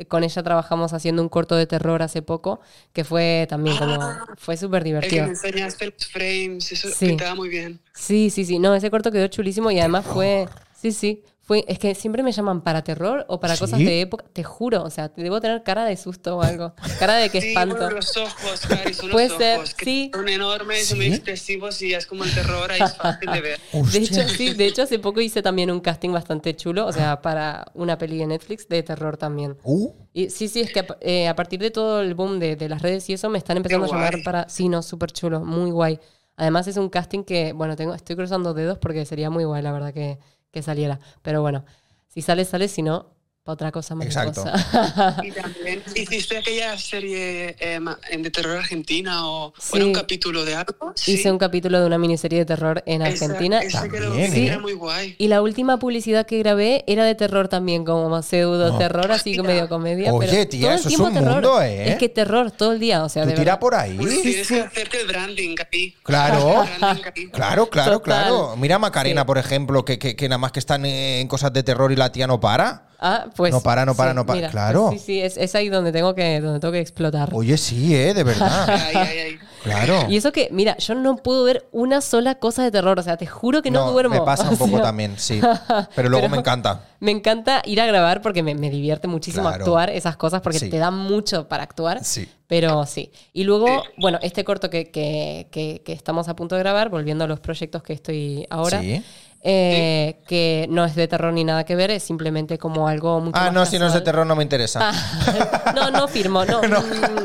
B: con ella trabajamos haciendo un corto de terror hace poco, que fue también
C: (gasps)
B: como, fue súper
C: El que
B: divertido.
C: me enseñaste los frames, eso
B: Sí.
C: pintaba muy bien.
B: Sí, sí, sí, no, ese corto quedó chulísimo y además fue, sí, sí, fue, es que siempre me llaman para terror o para cosas
A: ¿Sí?
B: de época, te juro, o sea, debo tener cara de susto o algo, cara de que
C: sí,
B: espanto.
C: bueno, los ojos, Cari, son
B: Puede
C: los
B: ser,
C: ojos, que
B: sí.
C: son enormes, son muy
A: Sí.
C: expresivos y es como el terror, ahí es fácil
B: (laughs)
C: de ver.
B: (laughs) De
A: Hostia.
B: hecho, sí, de hecho hace poco hice también un casting bastante chulo, o sea, para una peli de Netflix de terror también.
A: Uh,
B: Y sí, sí, es que a, pa- eh, a partir de todo el boom de, de las redes y eso me están empezando a
C: Qué
B: llamar
C: guay.
B: para... Sí, no, súper chulo, muy guay. Además es un casting que, bueno, tengo, estoy cruzando dedos porque sería muy guay, la verdad, que, que que saliera. Pero bueno, si sale, sale, si no, pa' otra cosa más.
A: Exacto.
B: (laughs) cosa.
C: Y también hiciste aquella serie eh, ma- en de terror argentina o,
B: Sí.
C: o era un capítulo de algo. Sí.
B: Hice un capítulo de una miniserie de terror en
C: Esa-
B: Argentina.
C: esa que era-
A: También,
C: sí,
A: ¿eh?
C: era muy guay.
B: Y la última publicidad que grabé era de terror también, como pseudo terror, así que medio comedia.
A: Ah, Oye,
B: pero
A: tía,
B: todo el
A: eso es
B: tiempo
A: un
B: terror.
A: mundo, ¿eh?
B: Es que terror todo el día, o sea,
A: Tú
B: de
A: tira
B: verdad.
A: por ahí.
C: Pues tienes que hacerte el branding a ti.
B: (laughs)
A: Claro.
C: El branding a ti.
A: (laughs) Claro, claro,
B: Total.
A: claro. Mira a Macarena,
B: Sí.
A: por ejemplo, que, que- que nada más que están eh, en cosas de terror y la tía no para.
B: Ah, pues,
A: No para, no para, no para.
B: mira,
A: Claro.
B: pues sí, sí, es, es ahí donde tengo que, donde tengo que explotar.
A: Oye, sí, ¿eh? De verdad.
B: (laughs)
C: Ay, ay, ay.
A: Claro.
B: Y eso que, mira, yo no puedo ver una sola cosa de terror, o sea, te juro que no, duermo.
A: Me pasa
B: (laughs) o
A: un poco
B: sea,
A: también, sí. Pero luego me
B: (laughs)
A: encanta.
B: Me encanta ir a grabar porque me, me divierte muchísimo
A: Claro.
B: actuar esas cosas porque
A: Sí.
B: te da mucho para actuar.
A: Sí.
B: Pero sí. Y luego,
C: Sí.
B: bueno, este corto que, que- que- que estamos a punto de grabar, volviendo a los proyectos que estoy ahora,
A: Sí.
B: eh, que no es de terror ni nada que ver, es simplemente como algo mucho
A: Ah,
B: más
A: no, si no es de
B: casual.
A: terror no me interesa.
B: Ah, (laughs) no, no firmo,
A: (laughs)
B: no, mm,
A: No.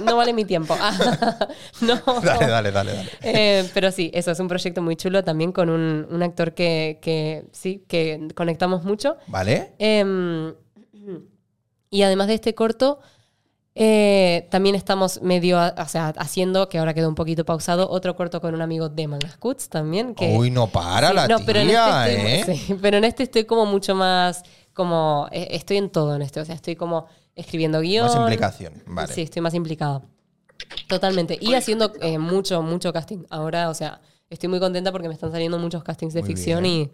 B: no. vale mi tiempo. Ah, (laughs) no.
A: (laughs) Dale, dale, dale, dale.
B: Eh, pero sí, eso es un proyecto muy chulo también con un, un actor que, que sí, que conectamos mucho.
A: ¿Vale?
B: Em, y además de este corto, eh, también estamos medio, a- o sea, haciendo, que ahora quedó un poquito pausado, otro corto con un amigo de Mangas Cuts también. Que,
A: Uy, no para
B: Sí,
A: la
B: no,
A: tía,
B: pero en este
A: ¿eh?
B: estoy, sí, pero en este estoy como mucho más, como, eh, estoy en todo en este, o sea, estoy como escribiendo guión.
A: Más implicación, vale.
B: Sí, estoy más implicada. Totalmente. Y haciendo eh, mucho, mucho casting. Ahora, o sea, estoy muy contenta porque me están saliendo muchos castings de
A: Muy
B: ficción
A: bien.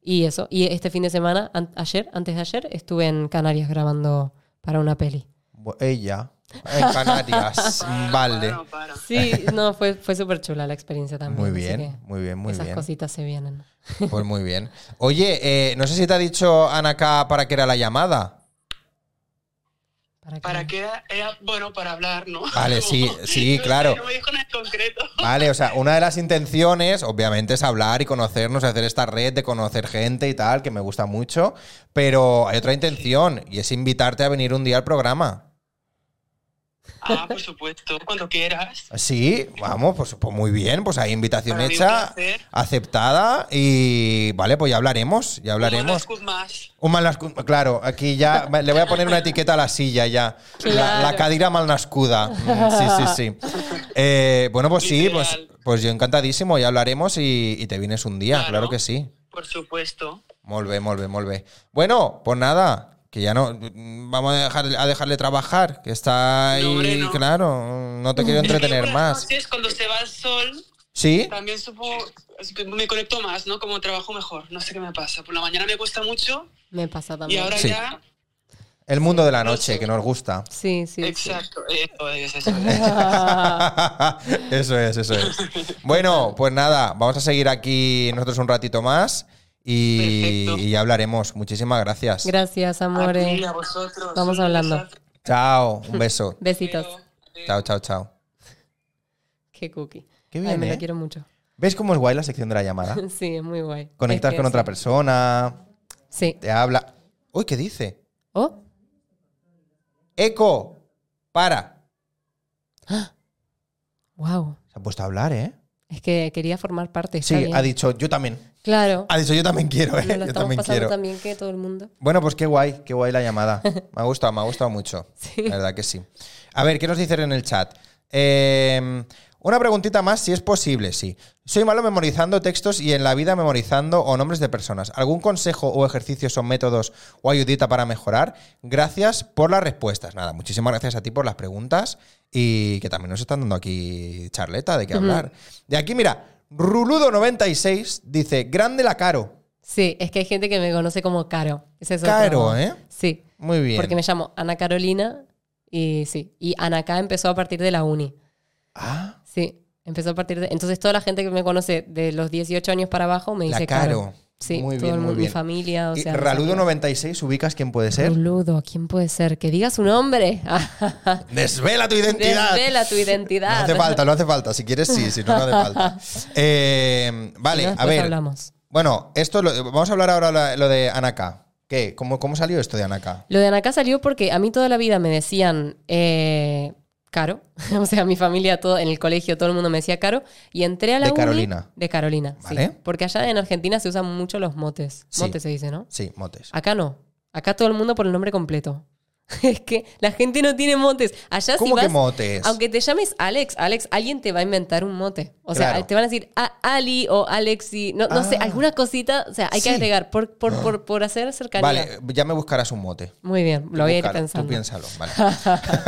B: y, y eso. Y este fin de semana, an- ayer, antes de ayer, estuve en Canarias grabando para una peli.
A: Bu- Ella, en
B: (laughs)
A: Canarias, vale.
C: Para, para.
B: Sí, (laughs) no, fue, fue súper chula la experiencia también.
A: Muy
B: así
A: bien,
B: que
A: muy bien, muy
B: esas
A: bien.
B: cositas se vienen.
A: Pues muy bien. Oye, eh, no sé si te ha dicho Ana acá para qué era la llamada.
B: ¿Para,
C: ¿Para qué era? Era, bueno, para hablar, ¿no? (laughs)
A: Vale, sí, sí,
C: No sé,
A: claro.
C: No me dijo nada en concreto.
A: Vale, o sea, una de las intenciones, obviamente, es hablar y conocernos, hacer esta red de conocer gente y tal, que me gusta mucho, pero hay otra intención y es invitarte a venir un día al programa.
C: Ah, por supuesto, cuando quieras.
A: Sí, vamos, pues, pues muy bien, pues hay invitación
C: Para mí un
A: hecha,
C: placer.
A: aceptada y vale, pues ya hablaremos, ya hablaremos.
C: Un más.
A: Un malnascu- claro, aquí ya le voy a poner una etiqueta a la silla ya. La, la
B: Claro.
A: cadira malnascuda. Mm, Sí, sí, sí. Eh, bueno, pues sí, pues,
C: Literal.
A: pues yo encantadísimo, ya hablaremos y, y te vienes un día, claro,
C: Claro.
A: que sí.
C: Por supuesto.
A: Molt bé, molt bé, molt bé. Bueno, pues nada, que ya no. mm, Vamos a, dejar, a dejarle trabajar, que está ahí,
C: No, hombre, no.
A: claro, no te quiero entretener
C: (laughs) Es que por las
A: más.
C: noches, cuando se va el sol,
A: ¿Sí?
C: también supo, me conecto más, ¿no? Como trabajo mejor. No sé qué me pasa. Por la mañana me cuesta mucho
B: Me pasa
C: y
B: también.
C: ahora
A: Sí.
C: ya.
A: El mundo de la noche, que nos gusta.
B: Sí, sí. sí.
C: Exacto. Eso es, eso es.
A: (laughs) eso es, eso es. Bueno, pues nada, vamos a seguir aquí nosotros un ratito más y,
C: Perfecto.
A: y ya hablaremos. Muchísimas gracias.
B: (laughs) Gracias,
C: A
B: amores.
C: ti, a vosotros.
B: Vamos hablando.
C: Un besazo.
A: chao, un beso.
B: Besitos.
C: Adiós.
A: chao, chao, chao.
B: Qué cookie.
A: Qué
B: Ay,
A: bien,
B: me
A: ¿eh?
B: la quiero mucho. (laughs)
A: ¿Ves cómo es guay la sección de la llamada?
B: Sí, (laughs) es muy guay.
A: Conectas
B: Es que
A: con otra
B: sí.
A: persona,
B: Sí.
A: te habla. Uy, ¿qué dice?
B: Oh,
A: ¡Eco! ¡Para!
B: wow.
A: Se ha puesto a hablar, ¿eh?
B: Es que quería formar parte. está
A: Sí,
B: bien.
A: ha dicho yo también. (laughs)
B: Claro.
A: Ha dicho yo también quiero,
B: Nos
A: ¿eh? Yo
B: lo estamos
A: también
B: pasando
A: quiero.
B: también que todo el mundo.
A: Bueno, pues qué guay, qué guay la
B: (laughs)
A: llamada. Me ha gustado, me ha gustado mucho.
B: Sí.
A: La verdad que sí. A ver, ¿qué nos dicen en el chat? Eh, una preguntita más, si es posible, sí. Soy malo memorizando textos y en la vida memorizando o nombres de personas. ¿Algún consejo o ejercicios o métodos o ayudita para mejorar? Gracias por las respuestas. Nada, muchísimas gracias a ti por las preguntas y que también nos están dando aquí charleta de qué hablar. De aquí, mira, Ruludo96 dice, grande la caro.
B: Sí, es que hay gente que me conoce como Caro. Ese es otro-
A: Caro, ¿eh?
B: Sí.
A: Muy bien.
B: Porque me llamo Ana Carolina y sí. Y Ana K empezó a partir de la uni.
A: Ah,
B: Sí. Empezó a partir de. Entonces, toda la gente que me conoce de los 18 años para abajo me
A: La
B: dice
A: Caro.
B: Caro. Sí,
A: Muy
B: todo
A: bien,
B: el
A: muy
B: mundo, mi
A: bien.
B: familia. O
A: Y
B: sea, mis amigos.
A: Raludo96, ¿ubicas quién puede ser?
B: Ruludo, ¿quién puede ser? Que diga su nombre. (laughs)
A: ¡Desvela tu identidad!
B: Desvela tu
A: No
B: identidad.
A: hace
B: (laughs)
A: falta, no hace falta. Si quieres, sí, si no, no hace falta. Eh,
B: Si no,
A: vale, a
B: después
A: ver.
B: hablamos.
A: Bueno, esto lo- vamos a hablar ahora la- lo de Anaka. ¿Qué? ¿Cómo, ¿Cómo salió esto de Anaka?
B: Lo de Anacá salió porque a mí toda la vida me decían eh, caro. (laughs) o sea, mi familia, todo, en el colegio, todo el mundo me decía caro. Y entré a la
A: De
B: uni-
A: Carolina.
B: De Carolina, sí.
A: Vale.
B: Porque allá en Argentina se usan mucho los motes.
A: Sí.
B: Motes se dice, ¿no?
A: Sí, motes.
B: Acá no. Acá todo el mundo por el nombre completo. (laughs) es que la gente no tiene motes. Allá
A: ¿Cómo
B: si
A: que
B: vas,
A: motes?
B: aunque te llames Alex, Alex, alguien te va a inventar un mote. O sea,
A: Claro.
B: te van a decir "Ah, Ali o Alexi, no, no sé,
A: Ah.
B: alguna cosita, o sea, hay
A: Sí. Ah.
B: que agregar por, por, por, por hacer cercanía.
A: Vale, ya me buscarás un mote.
B: Muy bien, lo voy a ir
A: Búscalo,
B: pensando.
A: Tú piénsalo, vale.
B: (laughs)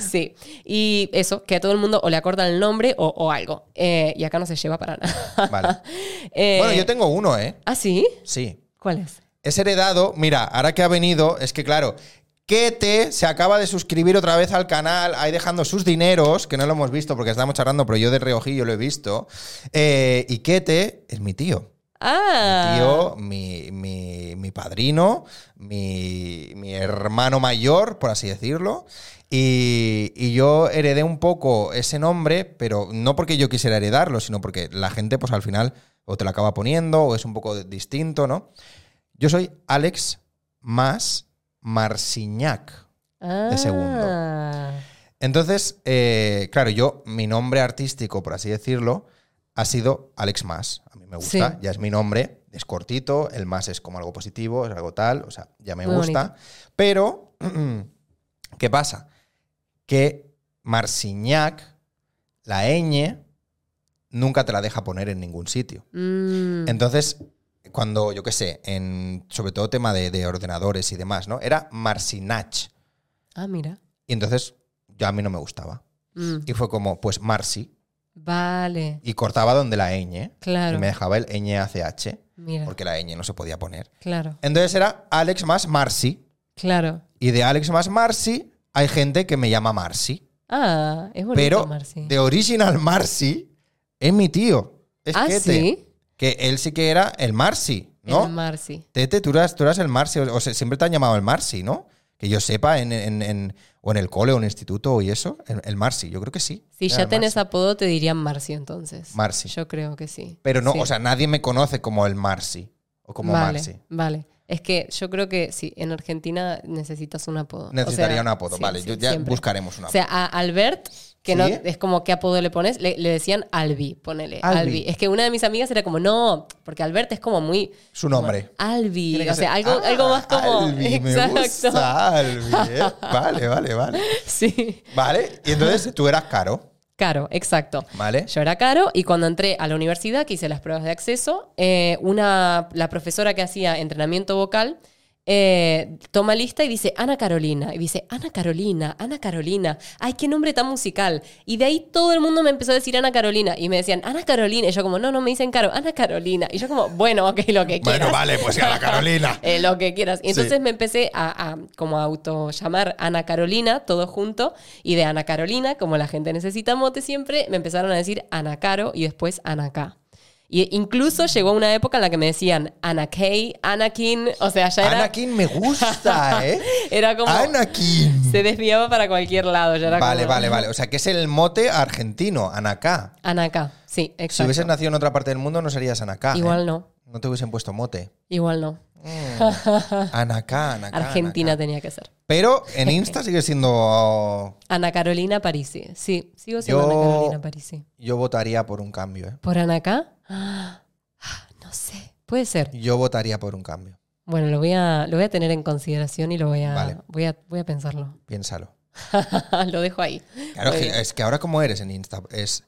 B: Sí, y eso, que a todo el mundo o le acordan el nombre o, o algo. Eh, y acá no se lleva para nada.
A: Vale.
B: (laughs) Eh,
A: Bueno, yo tengo uno, ¿eh?
B: ¿Ah, sí?
A: Sí.
B: ¿Cuál es?
A: Es heredado, mira, ahora que ha venido, es que claro, Kete se acaba de suscribir otra vez al canal, ahí dejando sus dineros, que no lo hemos visto porque estamos charlando, pero yo de reojillo lo he visto. Eh, y Kete es mi tío.
B: Ah.
A: tío, mi, mi- mi padrino, mi, mi hermano mayor, por así decirlo. Y, y yo heredé un poco ese nombre, pero no porque yo quisiera heredarlo, sino porque la gente, pues al final, o te lo acaba poniendo, o es un poco de- distinto, ¿no? Yo soy Alex más Marciñac.
B: Ah.
A: segundo. Entonces, eh, claro, yo, mi nombre artístico, por así decirlo, ha sido Alex Más. A mí me gusta,
B: Sí.
A: ya es mi nombre, es cortito, el más es como algo positivo, es algo tal, o sea, ya me
B: Muy
A: gusta.
B: bonito.
A: Pero, (clears throat) ¿qué pasa? Que Marciñac, la ñ, nunca te la deja poner en ningún sitio.
B: Mm.
A: Entonces, cuando, yo qué sé, en, sobre todo tema de, de ordenadores y demás, ¿no? Era Marcinach.
B: Ah, mira.
A: Y entonces, yo a mí no me gustaba.
B: Mm.
A: Y fue como, pues Marci.
B: Vale,
A: Y cortaba donde la ñ.
B: Claro.
A: Y me dejaba el ñach.
B: mira.
A: Porque la ñ no se podía poner.
B: Claro,
A: Entonces era Alex más Marci.
B: claro.
A: Y de Alex más Marci hay gente que me llama Marci.
B: Ah, es bonito,
A: Pero
B: Marci.
A: de original Marci es mi tío. Es
B: ah,
A: Kete,
B: sí.
A: Que él sí que era el Marci, ¿no?
B: El Marci.
A: Tete, tú eras, tú eras el Marci. O sea, siempre te han llamado el Marci, ¿no? Que yo sepa, en, en- en- o en el cole o en el instituto y eso. El, el Marci, yo creo que sí.
B: Si
A: Era
B: ya
A: el
B: tenés
A: Marci.
B: apodo, te dirían Marci entonces.
A: Marci.
B: Yo creo que sí.
A: Pero no,
B: Sí.
A: o sea, nadie me conoce como el Marci. O como
B: vale,
A: Marci.
B: Vale. Es que yo creo que sí, en Argentina necesitas un apodo. O
A: Necesitaría
B: sea,
A: un apodo,
B: sí,
A: vale.
B: sí,
A: yo ya
B: siempre.
A: buscaremos un
B: O
A: apodo.
B: sea, a Albert, que no
A: ¿Sí?
B: es como qué apodo le pones, le, le decían Albi, ponele.
A: Albi.
B: Albi. Es que una de mis amigas era como, no, porque Albert es como muy.
A: Su nombre.
B: como Albi.
A: Tiene que
B: O sea,
A: ser-
B: algo,
A: Ah,
B: algo más como.
A: Albi,
B: (laughs)
A: me gusta, Albi, ¿eh? Vale, vale, vale.
B: Sí.
A: Vale, y entonces tú eras caro,
B: Caro, exacto.
A: ¿vale?
B: Yo era caro y cuando entré a la universidad, que hice las pruebas de acceso, eh, una, la profesora que hacía entrenamiento vocal eh, toma lista y dice Ana Carolina. Y dice Ana Carolina, Ana Carolina. Ay, qué nombre tan musical. Y de ahí todo el mundo me empezó a decir Ana Carolina. Y me decían Ana Carolina. Y yo, como, no, no me dicen caro, Ana Carolina. Y yo, como, bueno, ok, lo que quieras.
A: Bueno, vale, pues a la Carolina.
B: Eh, lo que quieras. Y
A: Sí.
B: entonces me empecé a, a como a auto llamar Ana Carolina, todo junto, y de Ana Carolina, como la gente necesita mote siempre, me empezaron a decir Ana Caro y después Ana K. Y incluso llegó una época en la que me decían Ana Kay, Anakin, o sea, ya (laughs) era,
A: Anakin me
B: (laughs)
A: gusta, ¿eh?
B: era como
A: Anakin.
B: se desviaba para cualquier lado, ya era
A: Vale,
B: como-
A: vale, vale. O sea, que es el mote argentino, Anacá.
B: Ana K, sí,
A: Si
B: exacto.
A: hubieses nacido en otra parte del mundo, no serías Anacá. ¿eh?
B: Igual no,
A: No te hubiesen puesto mote. Mm.
B: igual no. (laughs)
A: Anacá, Anacá.
B: Argentina
A: Anacá.
B: tenía que ser.
A: Pero en Insta sigue siendo.
B: Ana Carolina Parisi, sí, sigo siendo
A: Yo-
B: Ana Carolina Parisi.
A: Yo votaría por un cambio, ¿eh?
B: ¿Por Anacá? Ah, (gasps) no sé. Puede ser.
A: Yo votaría por un cambio.
B: Bueno, lo voy a, lo voy a tener en consideración y lo voy a,
A: Vale.
B: voy a, voy a pensarlo.
A: Piénsalo.
B: (laughs) lo dejo ahí.
A: Claro,
B: Muy
A: que-
B: bien.
A: es que ahora como eres en Insta, es...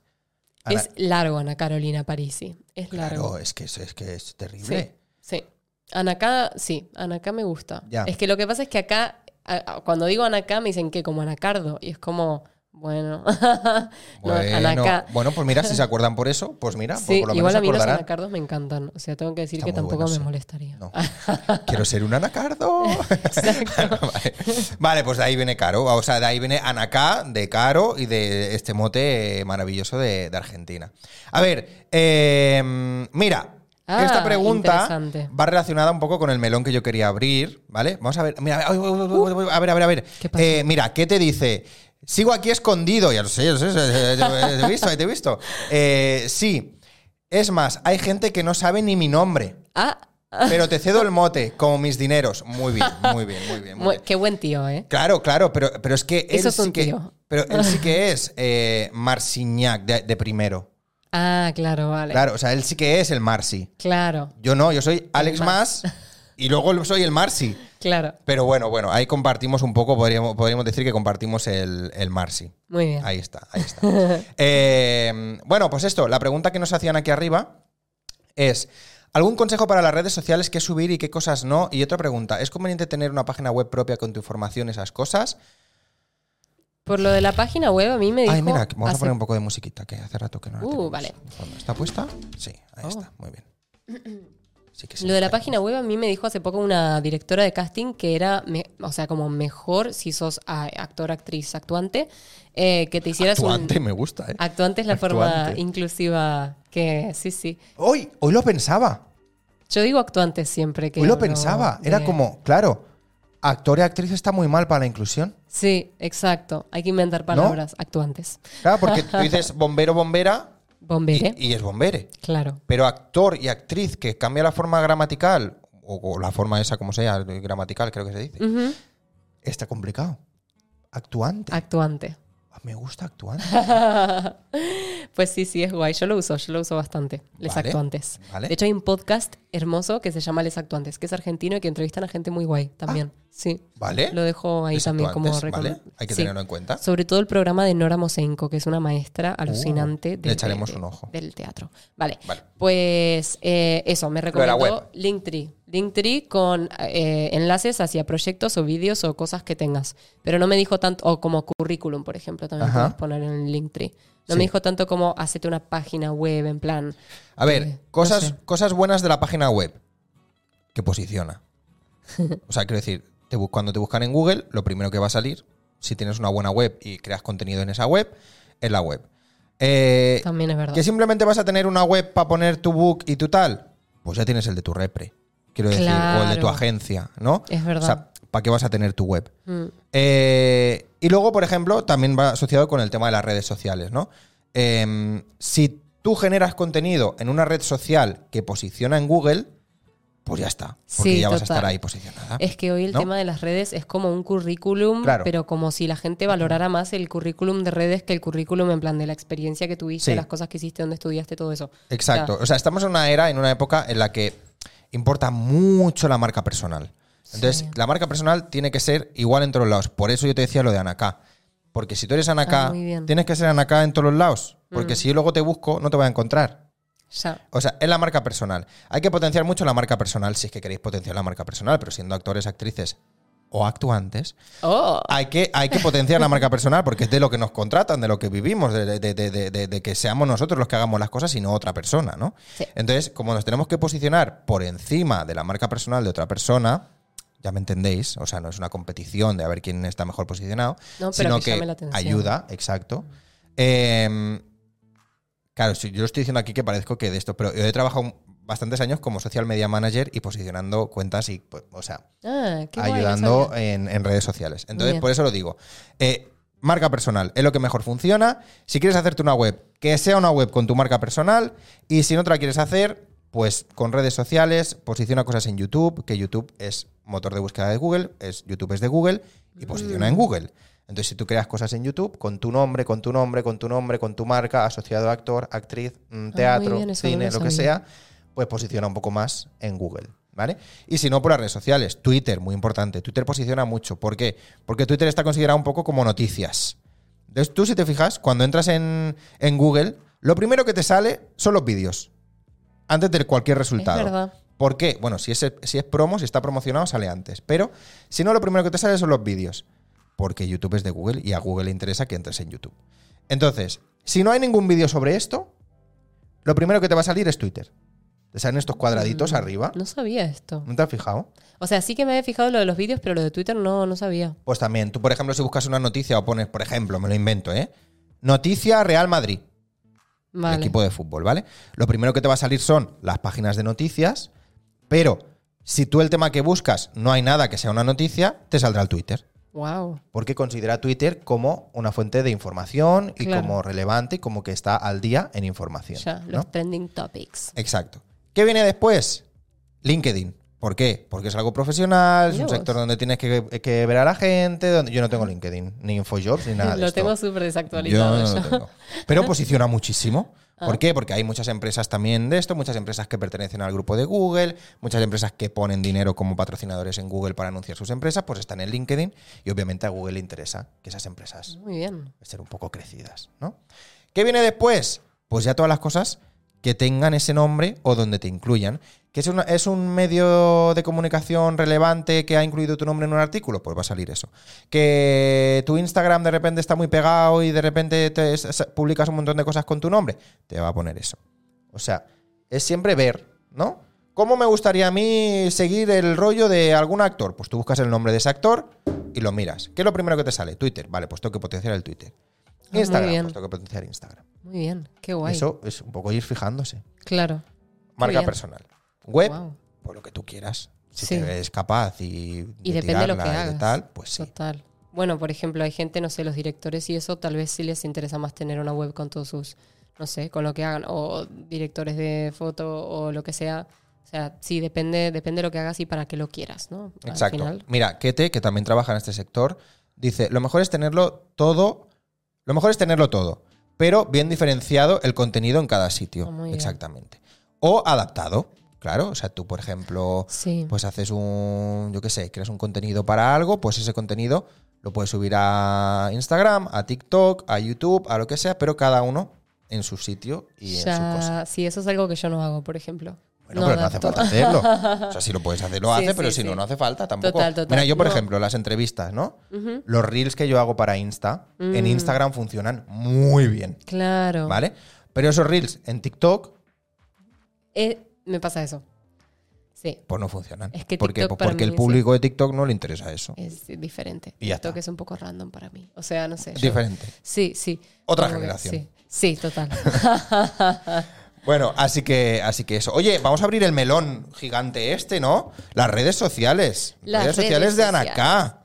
A: Ana-
B: es largo Ana Carolina Parisi. Es
A: claro, eh.
B: largo.
A: es que es, es que es
B: Sí,
A: terrible.
B: sí. Anacá, sí, Anacá me gusta.
A: Ya.
B: Es que lo que pasa es que acá, a- a- cuando digo Anacá, me dicen que como Anacardo. Y es como, bueno, (laughs) no,
A: Bueno,
B: Anacá.
A: bueno, pues mira, si se acuerdan por eso, pues mira,
B: Sí,
A: por lo menos
B: igual
A: se
B: a mí los
A: acordarán.
B: anacardos me encantan. O sea, tengo que decir
A: Está
B: que
A: muy
B: tampoco
A: bueno,
B: me
A: sí.
B: molestaría.
A: No. Quiero ser un anacardo. vale. Vale, pues de ahí viene Caro. O sea, de ahí viene Anacá, de Caro y de este mote eh, maravilloso de, de Argentina. A ver, eh, mira.
B: Ah,
A: Esta pregunta
B: interesante.
A: va relacionada un poco con el melón que yo quería abrir, ¿vale? Vamos a ver, mira, ay, ay, ay, ay, a ver, a ver, a ver.
B: ¿Qué pasa?
A: Eh, mira, ¿qué te dice? Sigo aquí escondido, ya lo sé, ya lo sé, te te he visto, te he visto. Eh, sí, es más, hay gente que no sabe ni mi nombre.
B: (laughs) Ah,
A: Pero te cedo el mote, como mis dineros. Muy bien, muy bien, muy bien. muy
B: Mu-
A: bien.
B: Qué buen tío, ¿eh?
A: Claro, claro, pero, pero es que él
B: Eso es un
A: sí que,
B: tío.
A: Pero él sí que es eh, Marciñac de, de primero.
B: Ah, claro, vale. Claro.
A: Claro, o sea, él sí que es el Marci. Yo no, yo soy Alex Más y luego soy el Marci.
B: Claro,
A: Pero bueno, bueno, ahí compartimos un poco, podríamos, podríamos decir que compartimos el, el Marci.
B: muy bien.
A: Ahí está, ahí está. (laughs) Eh, bueno, pues esto, la pregunta que nos hacían aquí arriba es, ¿algún consejo para las redes sociales qué subir y qué cosas no? Y otra pregunta, ¿es conveniente tener una página web propia con tu información, esas cosas?
B: Por lo de la página web, a mí me dijo.
A: Ay, mira, vamos a
B: hace-
A: poner un poco de musiquita, que hace rato que no la
B: Uh,
A: tenemos
B: vale.
A: de fondo. ¿Está puesta? Sí, ahí
B: Oh.
A: está, muy bien.
B: (clears throat)
A: Sí que sí,
B: Lo de la
A: está.
B: página web a mí me dijo hace poco una directora de casting que era, me- o sea, como mejor si sos ah, actor, actriz, actuante, eh, que te hicieras
A: Actuante,
B: un...
A: me gusta, ¿eh?
B: Actuante es la forma
A: Actuante.
B: inclusiva que... Sí, sí.
A: Hoy, hoy lo pensaba,
B: Yo digo actuante siempre que...
A: hoy lo
B: hablo
A: pensaba. Era
B: de-
A: como, claro, actor y actriz está muy mal para la inclusión.
B: Sí, exacto. Hay que inventar palabras actuantes.
A: Claro, porque tú dices bombero, bombera
B: Bombere,
A: y, y es bombere.
B: claro.
A: Pero actor y actriz que cambia la forma gramatical, o, o la forma esa como sea, gramatical creo que se dice,
B: Ujú,
A: está complicado. Actuante.
B: Actuante.
A: Ah, me gusta
B: (laughs)
A: actuante.
B: Pues sí, sí, es guay. Yo lo uso, yo lo uso bastante. Les
A: Vale,
B: Actuantes.
A: vale.
B: De hecho, hay un podcast hermoso que se llama Les Actuantes, que es argentino y que entrevistan a gente muy guay también. Sí.
A: ¿Vale?
B: Lo dejo ahí
A: Es
B: también como
A: Ah. ¿Eh? actuantes, ¿vale?
B: recom-
A: Hay que
B: Sí.
A: tenerlo en cuenta.
B: Sobre todo el programa de Nora Mosenko, que es una maestra alucinante
A: Uh, le echaremos un ojo.
B: del teatro. Vale.
A: Vale.
B: Pues eh, eso, me
A: de la
B: recomendó
A: web.
B: Linktree. Linktree con eh, enlaces hacia proyectos o vídeos o cosas que tengas. Pero no me dijo tanto, o como currículum, por ejemplo, también
A: Ajá.
B: puedes poner en Linktree. No
A: Sí.
B: me dijo tanto como hacete una página web en plan.
A: A ver,
B: Eh, no
A: cosas,
B: sé.
A: cosas buenas de la página web que
B: (laughs)
A: posiciona. O sea, quiero decir, te bu- cuando te buscan en Google, lo primero que va a salir, si tienes una buena web y creas contenido en esa web, es la web. Eh,
B: También es verdad.
A: ¿Que simplemente vas a tener una web para poner tu book y tu tal? Pues ya tienes el de tu repre, quiero decir, o el de tu
B: Claro.
A: agencia, ¿no?
B: Es verdad.
A: O sea, ¿para qué vas a tener tu web?
B: Mm.
A: Eh, y luego, por ejemplo, también va asociado con el tema de las redes sociales, ¿no? Em, si tú generas contenido en una red social que posiciona en Google, pues ya está. Porque
B: Sí,
A: ya vas a
B: total.
A: estar ahí posicionada.
B: Es que hoy
A: Ah,
B: el
A: ¿No?
B: tema de las redes es como un currículum,
A: Claro.
B: pero como si la gente valorara más el currículum de redes que el currículum en plan de la experiencia que tuviste,
A: Sí.
B: las cosas que hiciste, donde estudiaste, todo eso.
A: Exacto. O sea, estamos en una era, en una época en la que importa mucho la marca personal. Entonces,
B: Sí.
A: la marca personal tiene que ser igual en todos los lados. Por eso yo te decía lo de Anaká. Porque si tú eres Anaká,
B: Ah, muy bien. Mm.
A: tienes que ser Anaká en todos los lados. Porque si yo luego te busco, no te voy a encontrar.
B: Ya,
A: O sea, es la marca personal. Hay que potenciar mucho la marca personal si es que queréis potenciar la marca personal, pero siendo actores, actrices o actuantes,
B: Oh,
A: hay que, hay que potenciar la marca personal porque es de lo que nos contratan, de lo que vivimos, de, de- de- de- de- de que seamos nosotros los que hagamos las cosas y no otra persona, ¿no?
B: Sí.
A: Entonces, como nos tenemos que posicionar por encima de la marca personal de otra persona, ya me entendéis, o sea, no es una competición de a ver quién está mejor posicionado,
B: No, pero
A: sino
B: que
A: que,
B: llame la atención.
A: ayuda, exacto. Eh, claro, si yo lo estoy diciendo aquí que parezco que de esto, pero yo he trabajado bastantes años como social media manager y posicionando cuentas y, pues, o sea,
B: ah, qué guay, no
A: ayudando
B: sabía.
A: en, en redes sociales. Entonces,
B: bien.
A: por eso lo digo. Eh, marca personal es lo que mejor funciona. Si quieres hacerte una web, que sea una web con tu marca personal. Y si no te la quieres hacer, pues con redes sociales, posiciona cosas en YouTube, que YouTube es motor de búsqueda de Google, es, YouTube es de Google y posiciona
B: Mm.
A: en Google. Entonces, si tú creas cosas en YouTube con tu nombre, con tu nombre, con tu nombre, con tu marca, asociado a actor, actriz, mm, teatro,
B: Ah, bien, eso no
A: cine,
B: lo
A: lo que
B: sabía.
A: sea, pues posiciona un poco más en Google, ¿vale? Y si no, por las redes sociales. Twitter, muy importante. Twitter posiciona mucho. ¿Por qué? Porque Twitter está considerado un poco como noticias. Entonces, tú si te fijas, cuando entras en, en Google, lo primero que te sale son los vídeos. Antes de cualquier resultado.
B: Es verdad.
A: ¿Por qué? Bueno, si es, si es promo, si está promocionado, sale antes. Pero si no, lo primero que te sale son los vídeos. Porque YouTube es de Google y a Google le interesa que entres en YouTube. Entonces, si no hay ningún vídeo sobre esto, lo primero que te va a salir es Twitter. Te salen estos cuadraditos arriba.
B: No sabía esto.
A: ¿No te has fijado?
B: O sea, sí que me había fijado lo de los vídeos, pero lo de Twitter no, no sabía.
A: Pues también, tú por ejemplo, si buscas una noticia o pones, por ejemplo, me lo invento, ¿eh? Noticia Real Madrid. el
B: Vale.
A: equipo de fútbol, ¿vale? Lo primero que te va a salir son las páginas de noticias, pero si tú el tema que buscas no hay nada que sea una noticia, te saldrá el Twitter.
B: Wow.
A: Porque considera Twitter como una fuente de información y
B: Claro.
A: como relevante y como que está al día en información.
B: Ya,
A: ¿no?
B: los trending topics.
A: Exacto. ¿Qué viene después? LinkedIn. ¿Por qué? Porque es algo profesional, es
B: Mira
A: un
B: vos.
A: sector donde tienes que, que ver a la gente. Donde... Yo no tengo LinkedIn, ni Infojobs, ni nada de
B: (laughs) Lo
A: esto.
B: tengo súper
A: Yo
B: desactualizado.
A: no
B: yo.
A: lo tengo. Pero posiciona muchísimo. ¿Por qué? Porque hay muchas empresas también de esto, muchas empresas que pertenecen al grupo de Google, muchas empresas que ponen dinero como patrocinadores en Google para anunciar sus empresas, pues están en LinkedIn y obviamente a Google le interesa que esas empresas
B: Muy bien.
A: ser un poco crecidas, ¿no? ¿Qué viene después? Pues ya todas las cosas que tengan ese nombre o donde te incluyan. ¿Que es, una- es un medio de comunicación relevante que ha incluido tu nombre en un artículo? Pues va a salir eso. ¿Que tu Instagram de repente está muy pegado y de repente te s- s- publicas un montón de cosas con tu nombre? Te va a poner eso. O sea, es siempre ver, ¿no? ¿Cómo me gustaría a mí seguir el rollo de algún actor? Pues tú buscas el nombre de ese actor y lo miras. ¿Qué es lo primero que te sale? Twitter. Vale, pues tengo que potenciar el Twitter.
B: Ah, muy
A: Instagram,
B: bien.
A: pues tengo que potenciar Instagram.
B: Muy bien. Qué guay.
A: Eso es un poco ir fijándose.
B: Claro.
A: Marca
B: bien.
A: personal. Web,
B: Guau.
A: por lo que tú quieras. Si
B: Sí.
A: te ves capaz y,
B: Y
A: de
B: depende de lo
A: tirarla
B: que
A: y de
B: hagas.
A: tal, pues sí.
B: Total. Bueno, por ejemplo, hay gente, no sé, los directores y eso, tal vez sí les interesa más tener una web con todos sus, no sé, con lo que hagan, o directores de foto o lo que sea. O sea, sí, depende, depende de lo que hagas y para qué lo quieras, ¿no? Al
A: Exacto.
B: final.
A: Mira, Kete, que también trabaja en este sector, dice, lo mejor es tenerlo todo, lo mejor es tenerlo todo, pero bien diferenciado el contenido en cada sitio.
B: Ah, muy bien.
A: Exactamente. O adaptado, claro. O sea, tú, por ejemplo,
B: Sí.
A: pues haces un, yo qué sé, creas un contenido para algo, pues ese contenido lo puedes subir a Instagram, a TikTok, a YouTube, a lo que sea, pero cada uno en su sitio y en su cosa.
B: ya, sí, eso es algo que yo no hago, por ejemplo.
A: Bueno, pero no hace
B: adapto.
A: falta hacerlo.
B: (laughs)
A: O sea, si lo puedes hacer, lo
B: Sí,
A: hace, pero
B: sí,
A: si no,
B: sí.
A: no hace falta tampoco.
B: Total, total.
A: Mira, yo, por
B: No.
A: ejemplo, las entrevistas, ¿no?
B: Ujú.
A: Los reels que yo hago para Insta, en
B: Mm.
A: Instagram funcionan muy bien,
B: Claro.
A: ¿vale? Pero esos reels en TikTok,
B: Eh, me pasa eso. Sí,
A: pues no funcionan.
B: Es que
A: ¿Por qué?
B: TikTok
A: Pues
B: para
A: porque
B: mí
A: el
B: es-
A: público de TikTok no le interesa eso.
B: es diferente.
A: Y ya
B: Esto
A: está.
B: que es un poco random para mí. O sea, no sé. yo-
A: Diferente.
B: Sí, sí.
A: Otra
B: Como que
A: generación.
B: Sí. Sí, total.
A: Bueno, así que, así que eso. Oye, vamos a abrir el melón gigante este, ¿no? Las redes sociales.
B: Las
A: redes sociales
B: redes
A: de Anacá.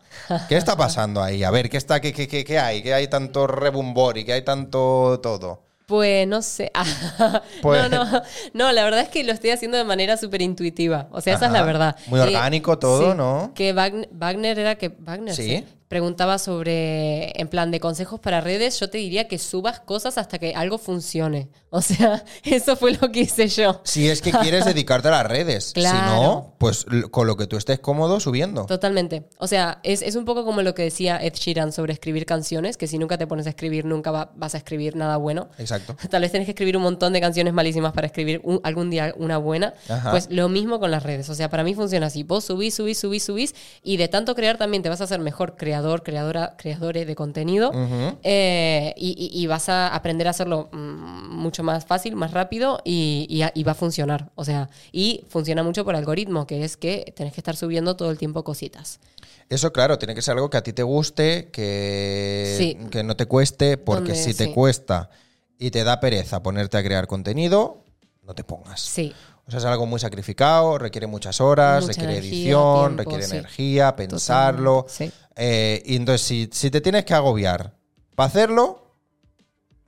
A: ¿Qué está pasando ahí? A ver, ¿qué, está, qué, qué, qué, qué hay? ¿Qué hay tanto rebumbori? ¿Qué hay tanto todo?
B: Pues no sé. (laughs) Ah,
A: Pues-
B: No, no, no, la verdad es que lo estoy haciendo de manera súper intuitiva. O sea, esa es
A: Ajá.
B: la verdad.
A: Muy
B: Eh,
A: orgánico todo, ¿no?
B: Que Wagn- Wagner era que. Wagner,
A: Sí.
B: sí, Preguntaba sobre, en plan de consejos para redes, yo te diría que subas cosas hasta que algo funcione. O sea, (laughs) eso fue lo que hice yo.
A: Si es que
B: (laughs)
A: quieres dedicarte a las redes. Si
B: Claro.
A: no, pues l- con lo que tú estés cómodo subiendo.
B: Totalmente. O sea, es, es un poco como lo que decía Ed Sheeran sobre escribir canciones, que si nunca te pones a escribir, nunca va- vas a escribir nada bueno.
A: Exacto.
B: (laughs) Tal vez tenés que escribir un montón de canciones malísimas para escribir un- algún día una buena.
A: Ajá.
B: Pues lo mismo con las redes. O sea, para mí funciona así. Vos subís, subís, subís, subís. Y de tanto crear también te vas a hacer mejor creador, creadora, creadores de contenido. Eh, y, y- y vas a aprender a hacerlo mm, mucho más fácil, más rápido y, y a- y va a funcionar. O sea, y funciona mucho por algoritmo, que es que tenés que estar subiendo todo el tiempo cositas.
A: Eso, claro, tiene que ser algo que a ti te guste, que,
B: Sí.
A: que no te cueste, porque
B: Donde-
A: si te
B: sí.
A: cuesta y te da pereza ponerte a crear contenido, no te pongas.
B: Sí,
A: O sea, es algo muy sacrificado, requiere muchas horas,
B: Mucha
A: requiere
B: energía,
A: edición,
B: tiempo,
A: requiere
B: sí.
A: energía, pensarlo.
B: Totalmente, sí.
A: Eh, y entonces, si, si te tienes que agobiar para hacerlo,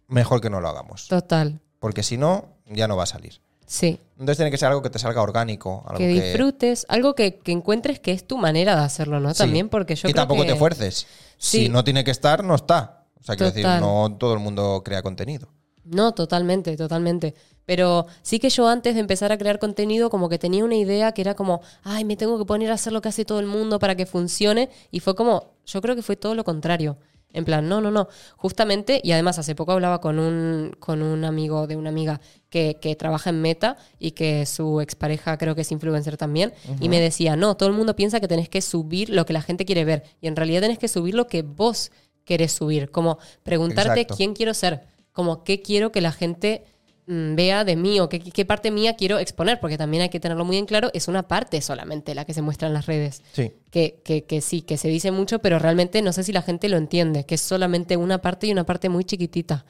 A: mejor que no lo hagamos.
B: total.
A: Porque si no, ya no va a salir.
B: Sí.
A: Entonces tiene que ser algo que te salga orgánico. Algo
B: que
A: que,
B: disfrutes, algo que, que encuentres que es tu manera de hacerlo, ¿no?
A: Sí.
B: También porque yo
A: Y
B: creo
A: tampoco
B: que-
A: te fuerces. Si
B: Sí.
A: no tiene que estar, no está. O sea, quiero decir,
B: Total.
A: no todo el mundo crea contenido.
B: No, totalmente, totalmente. Pero sí que yo antes de empezar a crear contenido como que tenía una idea que era como, ay, me tengo que poner a hacer lo que hace todo el mundo para que funcione. Y fue como, yo creo que fue todo lo contrario. En plan, no, no, no. Justamente, y además hace poco hablaba con un, con un amigo de una amiga que, que trabaja en Meta y que su expareja creo que es influencer también. Y me decía, no, todo el mundo piensa que tenés que subir lo que la gente quiere ver. Y en realidad tenés que subir lo que vos querés subir. Como preguntarte
A: Exacto.
B: quién quién quiero ser, como qué quiero que la gente mm, vea de mí o qué, qué parte mía quiero exponer, porque también hay que tenerlo muy en claro, es una parte solamente la que se muestra en las redes.
A: Sí.
B: Que, que, que sí, que se dice mucho, pero realmente no sé si la gente lo entiende, que es solamente una parte y una parte muy chiquitita.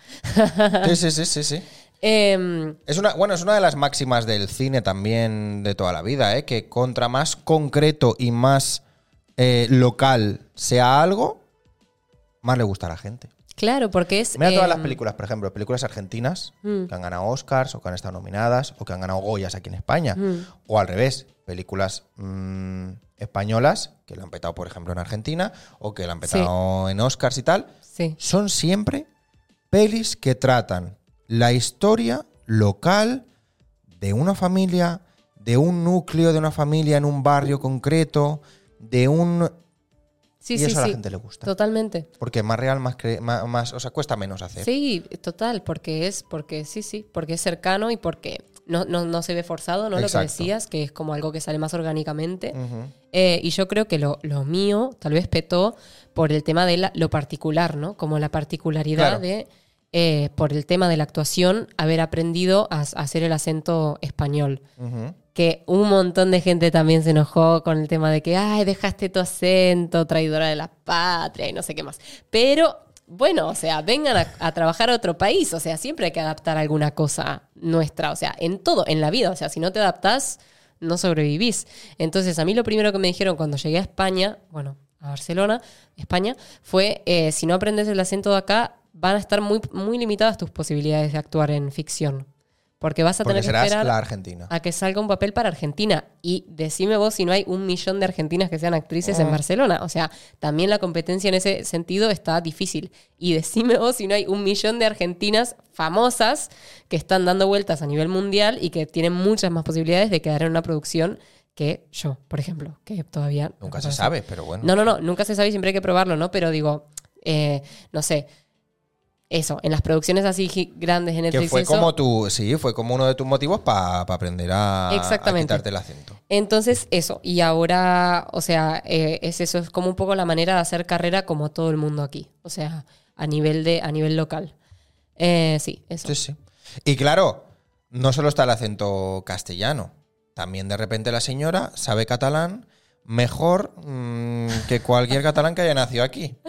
A: Sí, sí, sí, sí, sí.
B: Em,
A: Es una, bueno, es una de las máximas del cine también de toda la vida, ¿eh? que contra más concreto y más eh, local sea algo, más le gusta a la gente.
B: claro, porque es...
A: Mira todas las
B: em,
A: películas, por ejemplo, películas argentinas
B: Mm. Mm.
A: que han ganado Oscars o que han estado nominadas o que han ganado Goyas aquí en España. O al revés, películas mm, españolas que lo han petado, por ejemplo, en Argentina o que lo han petado en Oscars y tal,
B: Sí.
A: son siempre pelis que tratan la historia local de una familia, de un núcleo de una familia en un barrio concreto, de un...
B: Sí,
A: y
B: sí,
A: eso a la
B: sí.
A: gente le gusta.
B: Totalmente.
A: Porque más real, más, cre- más, más- O sea, cuesta menos hacer.
B: Sí, total, porque es, porque sí, sí, porque es cercano y porque no, no, no se ve forzado, ¿no? Lo que
A: Exacto.
B: decías, que es como algo que sale más orgánicamente.
A: Ujú.
B: Eh, y yo creo que lo, lo mío tal vez petó por el tema de la- lo particular, ¿no? Como la particularidad
A: Claro.
B: de, eh, por el tema de la actuación, haber aprendido a, a hacer el acento español.
A: Ujú.
B: Que un montón de gente también se enojó con el tema de que, ay, dejaste tu acento, traidora de la patria y no sé qué más. Pero, bueno, o sea, vengan a, a trabajar a otro país, o sea, siempre hay que adaptar alguna cosa nuestra, o sea, en todo, en la vida, o sea, si no te adaptás, no sobrevivís. Entonces, a mí lo primero que me dijeron cuando llegué a España, bueno, a Barcelona, España, fue, eh, si no aprendes el acento de acá, van a estar muy, muy limitadas tus posibilidades de actuar en ficción. Porque vas a
A: Porque
B: tener que
A: serás
B: esperar
A: la Argentina.
B: a que salga un papel para Argentina. Y decime vos si no hay un millón de argentinas que sean actrices
A: Ah.
B: en Barcelona. O sea, también la competencia en ese sentido está difícil. Y decime vos si no hay un millón de argentinas famosas que están dando vueltas a nivel mundial y que tienen muchas más posibilidades de quedar en una producción que yo, por ejemplo, que todavía...
A: Nunca se sabe, pero bueno.
B: No, no, no, nunca se sabe y siempre hay que probarlo, ¿no? Pero digo, eh, no sé. Eso, en las producciones así gi- grandes en Netflix.
A: que fue
B: eso,
A: como tu, sí, fue como uno de tus motivos para aprender a, a
B: Exactamente.
A: quitarte el acento.
B: Entonces, eso. Y ahora, o sea, eh, es eso, es como un poco la manera de hacer carrera como todo el mundo aquí. O sea, a nivel de, a nivel local. Eh, sí, eso.
A: Sí, sí. Y claro, no solo está el acento castellano, también de repente la señora sabe catalán mejor mm, que cualquier catalán que haya nacido aquí.
B: (laughs)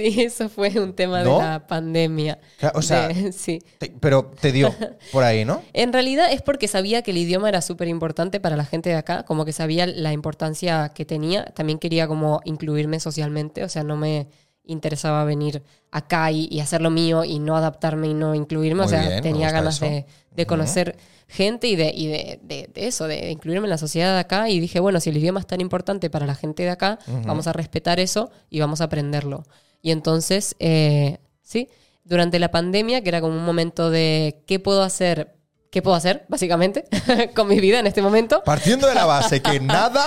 B: Sí, eso fue un tema
A: ¿No?
B: de la pandemia.
A: Claro, o sea-
B: De- (laughs) sí.
A: Te- pero te dio por ahí, ¿no?
B: En realidad es porque sabía que el idioma era súper importante para la gente de acá, como que sabía la importancia que tenía. También quería como incluirme socialmente, o sea, no me interesaba venir acá y, y hacer lo mío y no adaptarme y no incluirme. o
A: Muy
B: sea,
A: bien, me
B: tenía
A: gusta
B: ganas
A: eso.
B: de, de conocer gente y, de, y de, de- de eso, de, de incluirme en la sociedad de acá. Y dije, bueno, si el idioma es tan importante para la gente de acá, vamos a respetar eso y vamos a aprenderlo. Y entonces, eh, sí, durante la pandemia, que era como un momento de qué puedo hacer, qué puedo hacer, básicamente, (laughs) con mi vida en este momento.
A: Partiendo de la base que nada,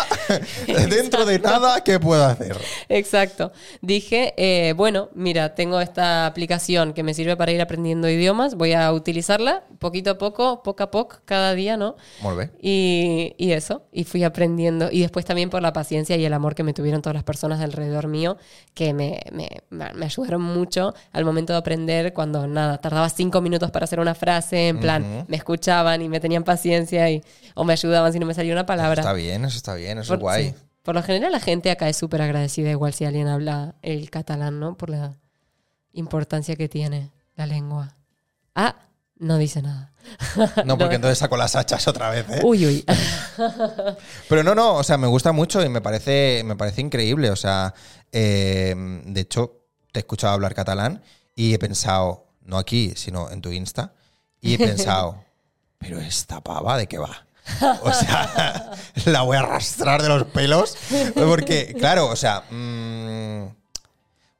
A: (laughs) dentro de nada, ¿qué puedo hacer?
B: Exacto. Dije, eh, bueno, mira, tengo esta aplicación que me sirve para ir aprendiendo idiomas, voy a utilizarla poquito a poco, poco a poco, cada día, ¿no?
A: Muy bien.
B: Y, y eso, y fui aprendiendo. Y después también por la paciencia y el amor que me tuvieron todas las personas alrededor mío, que me, me, me- me ayudaron mucho al momento de aprender cuando nada, tardaba cinco minutos para hacer una frase, en plan, me escuchaban y me tenían paciencia y, o me ayudaban si no me salía una palabra.
A: Está bien, eso está bien, eso
B: Por-
A: es guay.
B: sí. Por lo general la gente acá es súper agradecida igual si alguien habla el catalán, ¿no? Por la importancia que tiene la lengua. Ah, no dice nada. (laughs)
A: No, porque entonces saco las hachas otra vez, ¿eh?
B: Uy, uy. (laughs)
A: Pero no, no, o sea, me gusta mucho y me parece, me parece increíble. O sea, eh, de hecho, te he escuchado hablar catalán y he pensado, no aquí, sino en tu Insta, y he pensado, pero esta pava, ¿de qué va? O sea, (laughs) la voy a arrastrar de los pelos. Porque, claro, o sea, mm,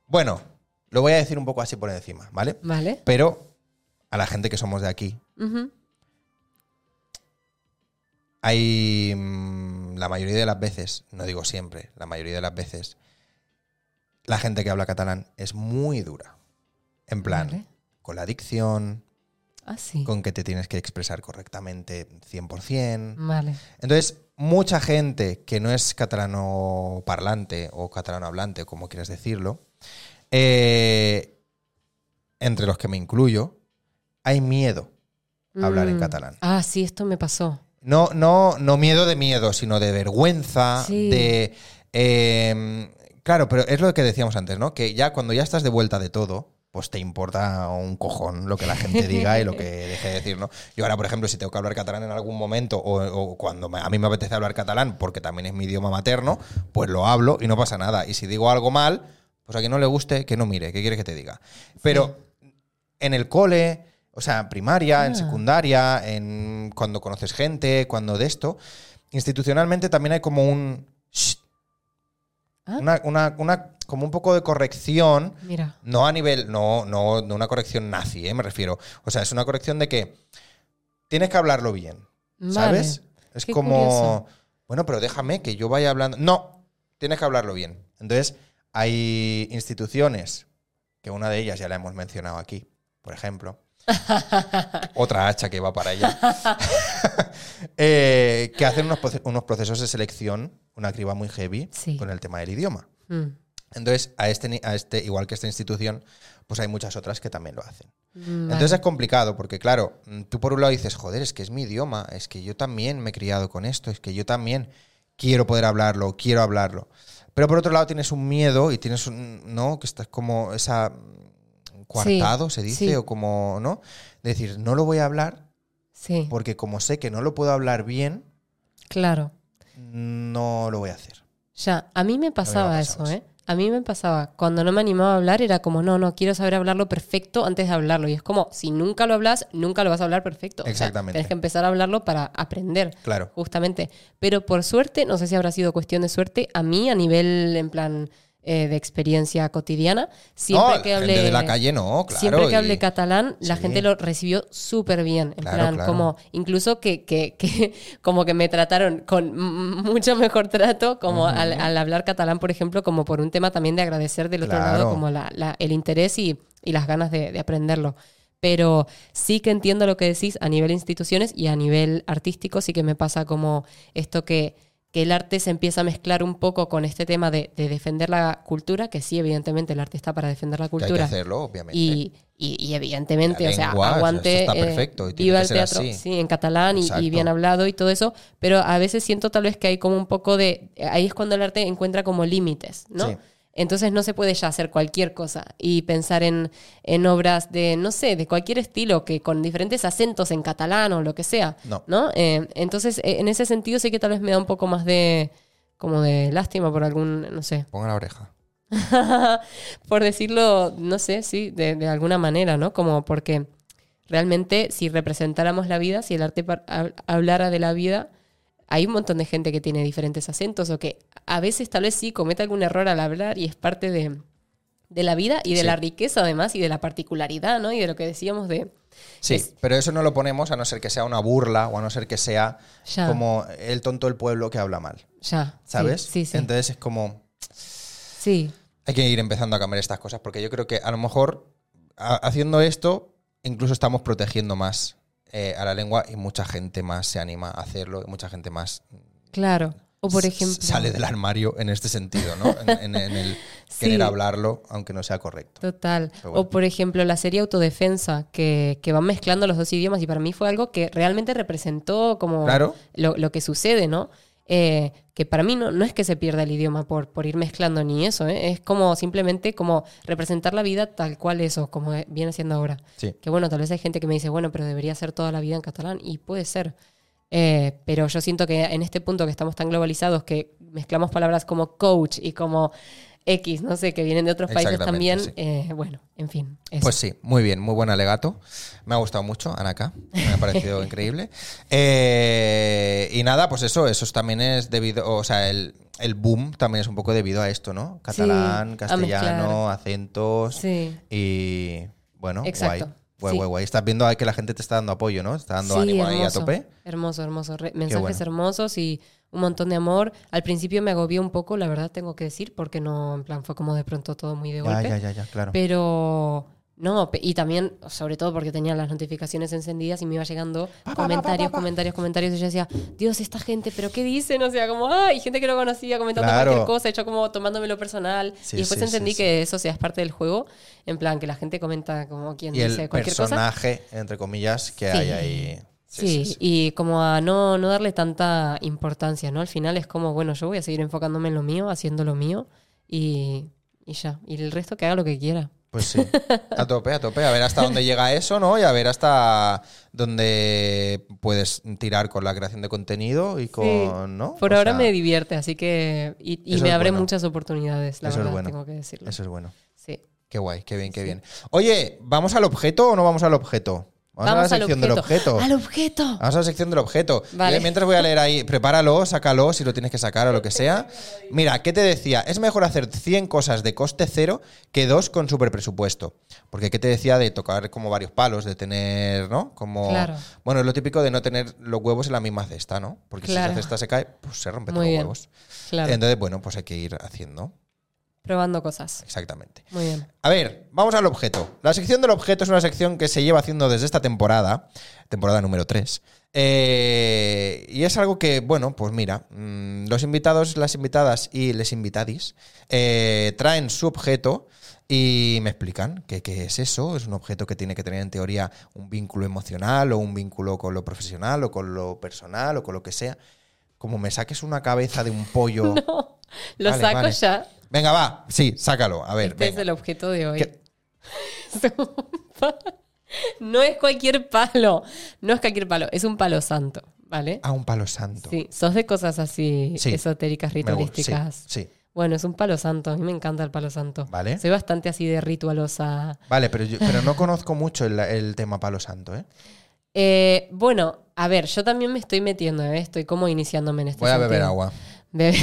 A: bueno, lo voy a decir un poco así por encima, ¿vale?
B: ¿Vale?
A: Pero a la gente que somos de aquí,
B: Ujú.
A: hay mm, la mayoría de las veces, no digo siempre, la mayoría de las veces, la gente que habla catalán es muy dura. En plan,
B: Vale.
A: con la dicción,
B: Ah, sí.
A: con que te tienes que expresar correctamente 100%.
B: Vale.
A: Entonces, mucha gente que no es catalano parlante o catalano hablante, como quieras decirlo, eh, entre los que me incluyo, hay miedo a hablar en
B: Mm.
A: catalán.
B: Ah, sí, esto me pasó.
A: No, no, no miedo de miedo, sino de vergüenza,
B: Sí.
A: de. eh, claro, pero es lo que decíamos antes, ¿no? Que ya cuando ya estás de vuelta de todo, pues te importa un cojón lo que la gente diga y lo que deje de decir, ¿no? Yo ahora, por ejemplo, si tengo que hablar catalán en algún momento o, o cuando me- a mí me apetece hablar catalán, porque también es mi idioma materno, pues lo hablo y no pasa nada. Y si digo algo mal, pues a quien no le guste, que no mire, ¿qué quieres que te diga? Pero en el cole, o sea, en primaria, en
B: Ah.
A: secundaria, en cuando conoces gente, cuando de esto, institucionalmente también hay como un... shh,
B: Ah.
A: Una, una- una- como un poco de corrección,
B: Mira.
A: no a nivel, no, no, no una corrección nazi, ¿eh? me refiero. O sea, es una corrección de que tienes que hablarlo bien, ¿sabes? Es
B: Qué
A: como,
B: curioso.
A: bueno, pero déjame que yo vaya hablando. No, tienes que hablarlo bien. Entonces, hay instituciones, que una de ellas ya la hemos mencionado aquí, por
B: (laughs)
A: ejemplo. Otra hacha que va para allá. Eh, que hacen unos, proce- unos procesos de selección, una criba muy heavy
B: Sí.
A: con el tema del idioma.
B: Vale. Mm.
A: Entonces, a este, ni- a este, igual que esta institución, pues hay muchas otras que también lo hacen.
B: Mm,
A: Entonces es
B: vale.
A: complicado, porque claro, mm, tú por un lado dices, joder, es que es mi idioma, es que yo también me he criado con esto, es que yo también quiero poder hablarlo, quiero hablarlo. Pero por otro lado tienes un miedo y tienes un, ¿no? Que estás como esa mm, coartado, se dice,
B: sí.
A: o como, ¿no? De decir, no lo voy a hablar
B: Sí,
A: porque como sé que no lo puedo hablar bien,
B: claro.
A: no lo voy a hacer.
B: Ya, a mí me pasaba eso,
A: pasado
B: ¿eh? A mí me pasaba. Cuando no me animaba a hablar era como, no, no, quiero saber hablarlo perfecto antes de hablarlo. Y es como, si nunca lo hablas, nunca lo vas a hablar perfecto. O sea,
A: Exactamente.
B: tienes que empezar a hablarlo para aprender,
A: Claro.
B: justamente. Pero por suerte, no sé si habrá sido cuestión de suerte, a mí a nivel, en plan, eh, de experiencia cotidiana, siempre
A: No,
B: que
A: la
B: hablé...
A: gente de la calle no, claro.
B: Siempre que
A: y-
B: hablé catalán, la
A: Sí.
B: gente lo recibió súper bien. En
A: Claro,
B: plan,
A: claro.
B: como incluso que, que- que- (laughs) como que me trataron con m- mucho mejor trato, como al, al hablar catalán, por ejemplo, como por un tema también de agradecer del otro
A: Claro.
B: lado, como la- la- el interés y, y las ganas de, de aprenderlo. Pero sí que entiendo lo que decís a nivel instituciones y a nivel artístico, sí que me pasa como esto que, que el arte se empieza a mezclar un poco con este tema de, de defender la cultura, que sí, evidentemente el arte está para defender la
A: que
B: cultura.
A: hay que hacerlo, obviamente.
B: Y, y- y evidentemente,
A: La
B: o sea,
A: lengua, o sea,
B: aguante.
A: eso está
B: eh,
A: perfecto y tiene
B: viva
A: que
B: el
A: ser
B: teatro,
A: así.
B: sí, en catalán y- y,
A: Exacto.
B: bien hablado y todo eso. Pero a veces siento tal vez que hay como un poco de. Ahí es cuando el arte encuentra como límites, ¿no?
A: Sí.
B: Entonces no se puede ya hacer cualquier cosa y pensar en, en obras de, no sé, de cualquier estilo, que con diferentes acentos en catalán o lo que sea,
A: No.
B: Eh, entonces, eh, en ese sentido sé que tal vez me da un poco más de, como de lástima por algún, no sé,
A: Ponga la oreja.
B: por decirlo, no sé, sí, de, de alguna manera, ¿no? Como porque realmente si representáramos la vida, si el arte par- hab- hablara de la vida, hay un montón de gente que tiene diferentes acentos o que a veces tal vez sí comete algún error al hablar y es parte de, de la vida y de
A: Sí.
B: la riqueza además y de la particularidad, ¿no? Y de lo que decíamos de...
A: Sí,
B: Es-
A: pero eso no lo ponemos a no ser que sea una burla o a no ser que sea
B: Ya.
A: como el tonto del pueblo que habla mal,
B: Ya, sí,
A: ¿sabes?
B: Sí, sí.
A: Entonces es como
B: sí.
A: hay que ir empezando a cambiar estas cosas porque yo creo que a lo mejor a- haciendo esto incluso estamos protegiendo más eh, a la lengua y mucha gente más se anima a hacerlo y mucha gente más
B: claro. O por
A: s-
B: ejemplo...
A: sale del armario en este sentido, ¿no? En, en- en el
B: (laughs) Sí.
A: querer hablarlo aunque no sea correcto.
B: Total.
A: Pero bueno.
B: O por ejemplo, la serie Autodefensa, que, que van mezclando los dos idiomas y para mí fue algo que realmente representó como
A: Claro.
B: lo, lo que sucede, ¿no? Eh, que para mí no, no es que se pierda el idioma por, por ir mezclando ni eso, ¿eh? es como simplemente como representar la vida tal cual eso, como eh, viene siendo ahora.
A: Sí.
B: Que bueno, tal vez hay gente que me dice, bueno, pero debería ser toda la vida en catalán y puede ser. Eh, pero yo siento que en este punto que estamos tan globalizados que mezclamos palabras como coach y como X, no sé, que vienen de otros países
A: Exactamente,
B: también.
A: sí.
B: eh, bueno, en fin. eso.
A: Pues sí, muy bien, muy buen alegato. Me ha gustado mucho, Anaka. Me ha
B: (laughs)
A: parecido increíble. Eh, y nada, pues eso, eso también es debido, o sea, el, el boom también es un poco debido a esto, ¿no? Catalán,
B: a
A: castellano, acentos
B: Sí.
A: y bueno,
B: Exacto,
A: guay. Guay,
B: sí.
A: guay, guay. Estás viendo que la gente te está dando apoyo, ¿no? Está dando
B: Sí,
A: ánimo ahí a
B: hermoso,
A: tope.
B: Hermoso, hermoso. Re- mensajes
A: bueno.
B: hermosos y un montón de amor. Al principio me agobió un poco, la verdad tengo que decir, porque no, en plan, fue como de pronto todo muy de
A: Ya,
B: golpe.
A: ya, ya, ya, claro.
B: Pero no, pe- y también, sobre todo porque tenía las notificaciones encendidas y me iba llegando comentarios, comentarios, comentarios. Y yo decía, Dios, esta gente, ¿pero qué dicen? O sea, como, ay, gente que no conocía comentando
A: Claro.
B: cualquier cosa, yo como tomándomelo personal.
A: Sí,
B: y después
A: sí,
B: entendí
A: sí,
B: que eso, o sea, es parte del juego. En plan, que la gente comenta como quien
A: Y
B: dice
A: el
B: cualquier cosa.
A: personaje, entre comillas, que
B: Sí.
A: hay ahí.
B: Sí, y como a no, no darle tanta importancia, ¿no? Al final es como, bueno, yo voy a seguir enfocándome en lo mío, haciendo lo mío y, y ya. Y el resto que haga lo que quiera.
A: Pues sí, a tope, a tope, a ver hasta dónde llega eso, ¿no? Y a ver hasta dónde puedes tirar con la creación de contenido y con,
B: Sí.
A: ¿no?
B: Por
A: O
B: ahora
A: sea,
B: me divierte, así que. Y, y
A: Eso
B: me
A: es
B: abre
A: bueno.
B: muchas oportunidades, la
A: Eso es
B: verdad,
A: bueno.
B: tengo que decirlo.
A: Eso es bueno.
B: Sí.
A: Qué guay, qué bien, qué
B: Sí.
A: bien. Oye, ¿vamos al objeto o no vamos al objeto?
B: Vamos,
A: a la
B: al
A: sección
B: objeto. Ah,
A: del objeto.
B: Al objeto.
A: Vamos a la sección del objeto.
B: Vale.
A: Yo mientras voy a leer ahí, prepáralo, sácalo si lo tienes que sacar o lo que sea. Mira, ¿qué te decía? Es mejor hacer 100 cosas de coste cero que dos con super presupuesto. Porque ¿qué te decía de tocar como varios palos, de tener, ¿no? Como,
B: Claro.
A: Bueno, es lo típico de no tener los huevos en la misma cesta, ¿no? Porque si
B: Claro.
A: esa cesta se cae, pues se rompen
B: Muy
A: los
B: bien.
A: huevos.
B: Claro.
A: Entonces, bueno, pues hay que ir haciendo.
B: Probando cosas.
A: Exactamente.
B: Muy bien.
A: A ver, vamos al objeto. La sección del objeto es una sección que se lleva haciendo desde esta temporada, temporada número 3. y es algo que, bueno, pues mira, mm, los invitados, las invitadas y les invitadis eh, traen su objeto y me explican que- qué es eso. Es un objeto que tiene que tener en teoría un vínculo emocional o un vínculo con lo profesional o con lo personal o con lo que sea. Como me saques una cabeza de un pollo.
B: (laughs) No, lo
A: Vale,
B: saco
A: vale.
B: ya.
A: Venga, va, sí, sácalo. A ver,
B: Este es
A: venga.
B: el objeto de hoy.
A: ¿Qué?
B: Es un pa- (laughs) no es cualquier palo. No es cualquier palo. Es un palo santo, ¿vale?
A: A un palo santo.
B: Sí, sos de cosas así
A: Sí.
B: esotéricas,
A: Me gu-
B: ritualísticas.
A: Sí, sí.
B: Bueno, es un palo santo. A mí me encanta el palo santo.
A: Vale.
B: Soy bastante así de ritualosa.
A: Vale, pero, yo- pero no conozco mucho el, el tema palo santo, ¿eh?
B: Eh, bueno, a ver, yo también me estoy metiendo, ¿eh? estoy como iniciándome en este
A: Voy a
B: sentido.
A: beber agua.
B: (laughs) Bebe-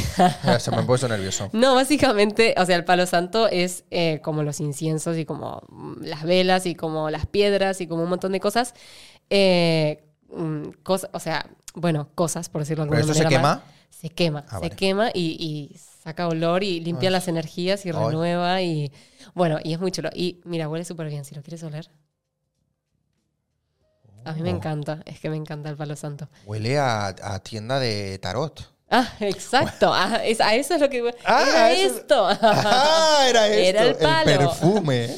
A: Ya Se me ha puesto nervioso.
B: No, básicamente, o sea, el palo santo es eh, como los inciensos y como mm, las velas y como las piedras y como un montón de cosas. Eh, mm, cos- o sea, bueno, cosas, por decirlo de
A: ¿Pero
B: alguna
A: esto se
B: manera más.
A: quema?
B: Se quema,
A: Ah,
B: se
A: vale.
B: quema y, y saca olor y limpia las energías y
A: Ay.
B: renueva y... Bueno, y es muy chulo. Y mira, huele súper bien, si lo quieres oler. A mí me
A: Oh.
B: encanta, es que me encanta el palo santo.
A: Huele a, a tienda de tarot.
B: Ah, exacto, ah, es- a eso es lo que...
A: Ah,
B: era
A: eso-
B: esto.
A: ¡Ah! Era esto.
B: (laughs) Era el palo.
A: perfume.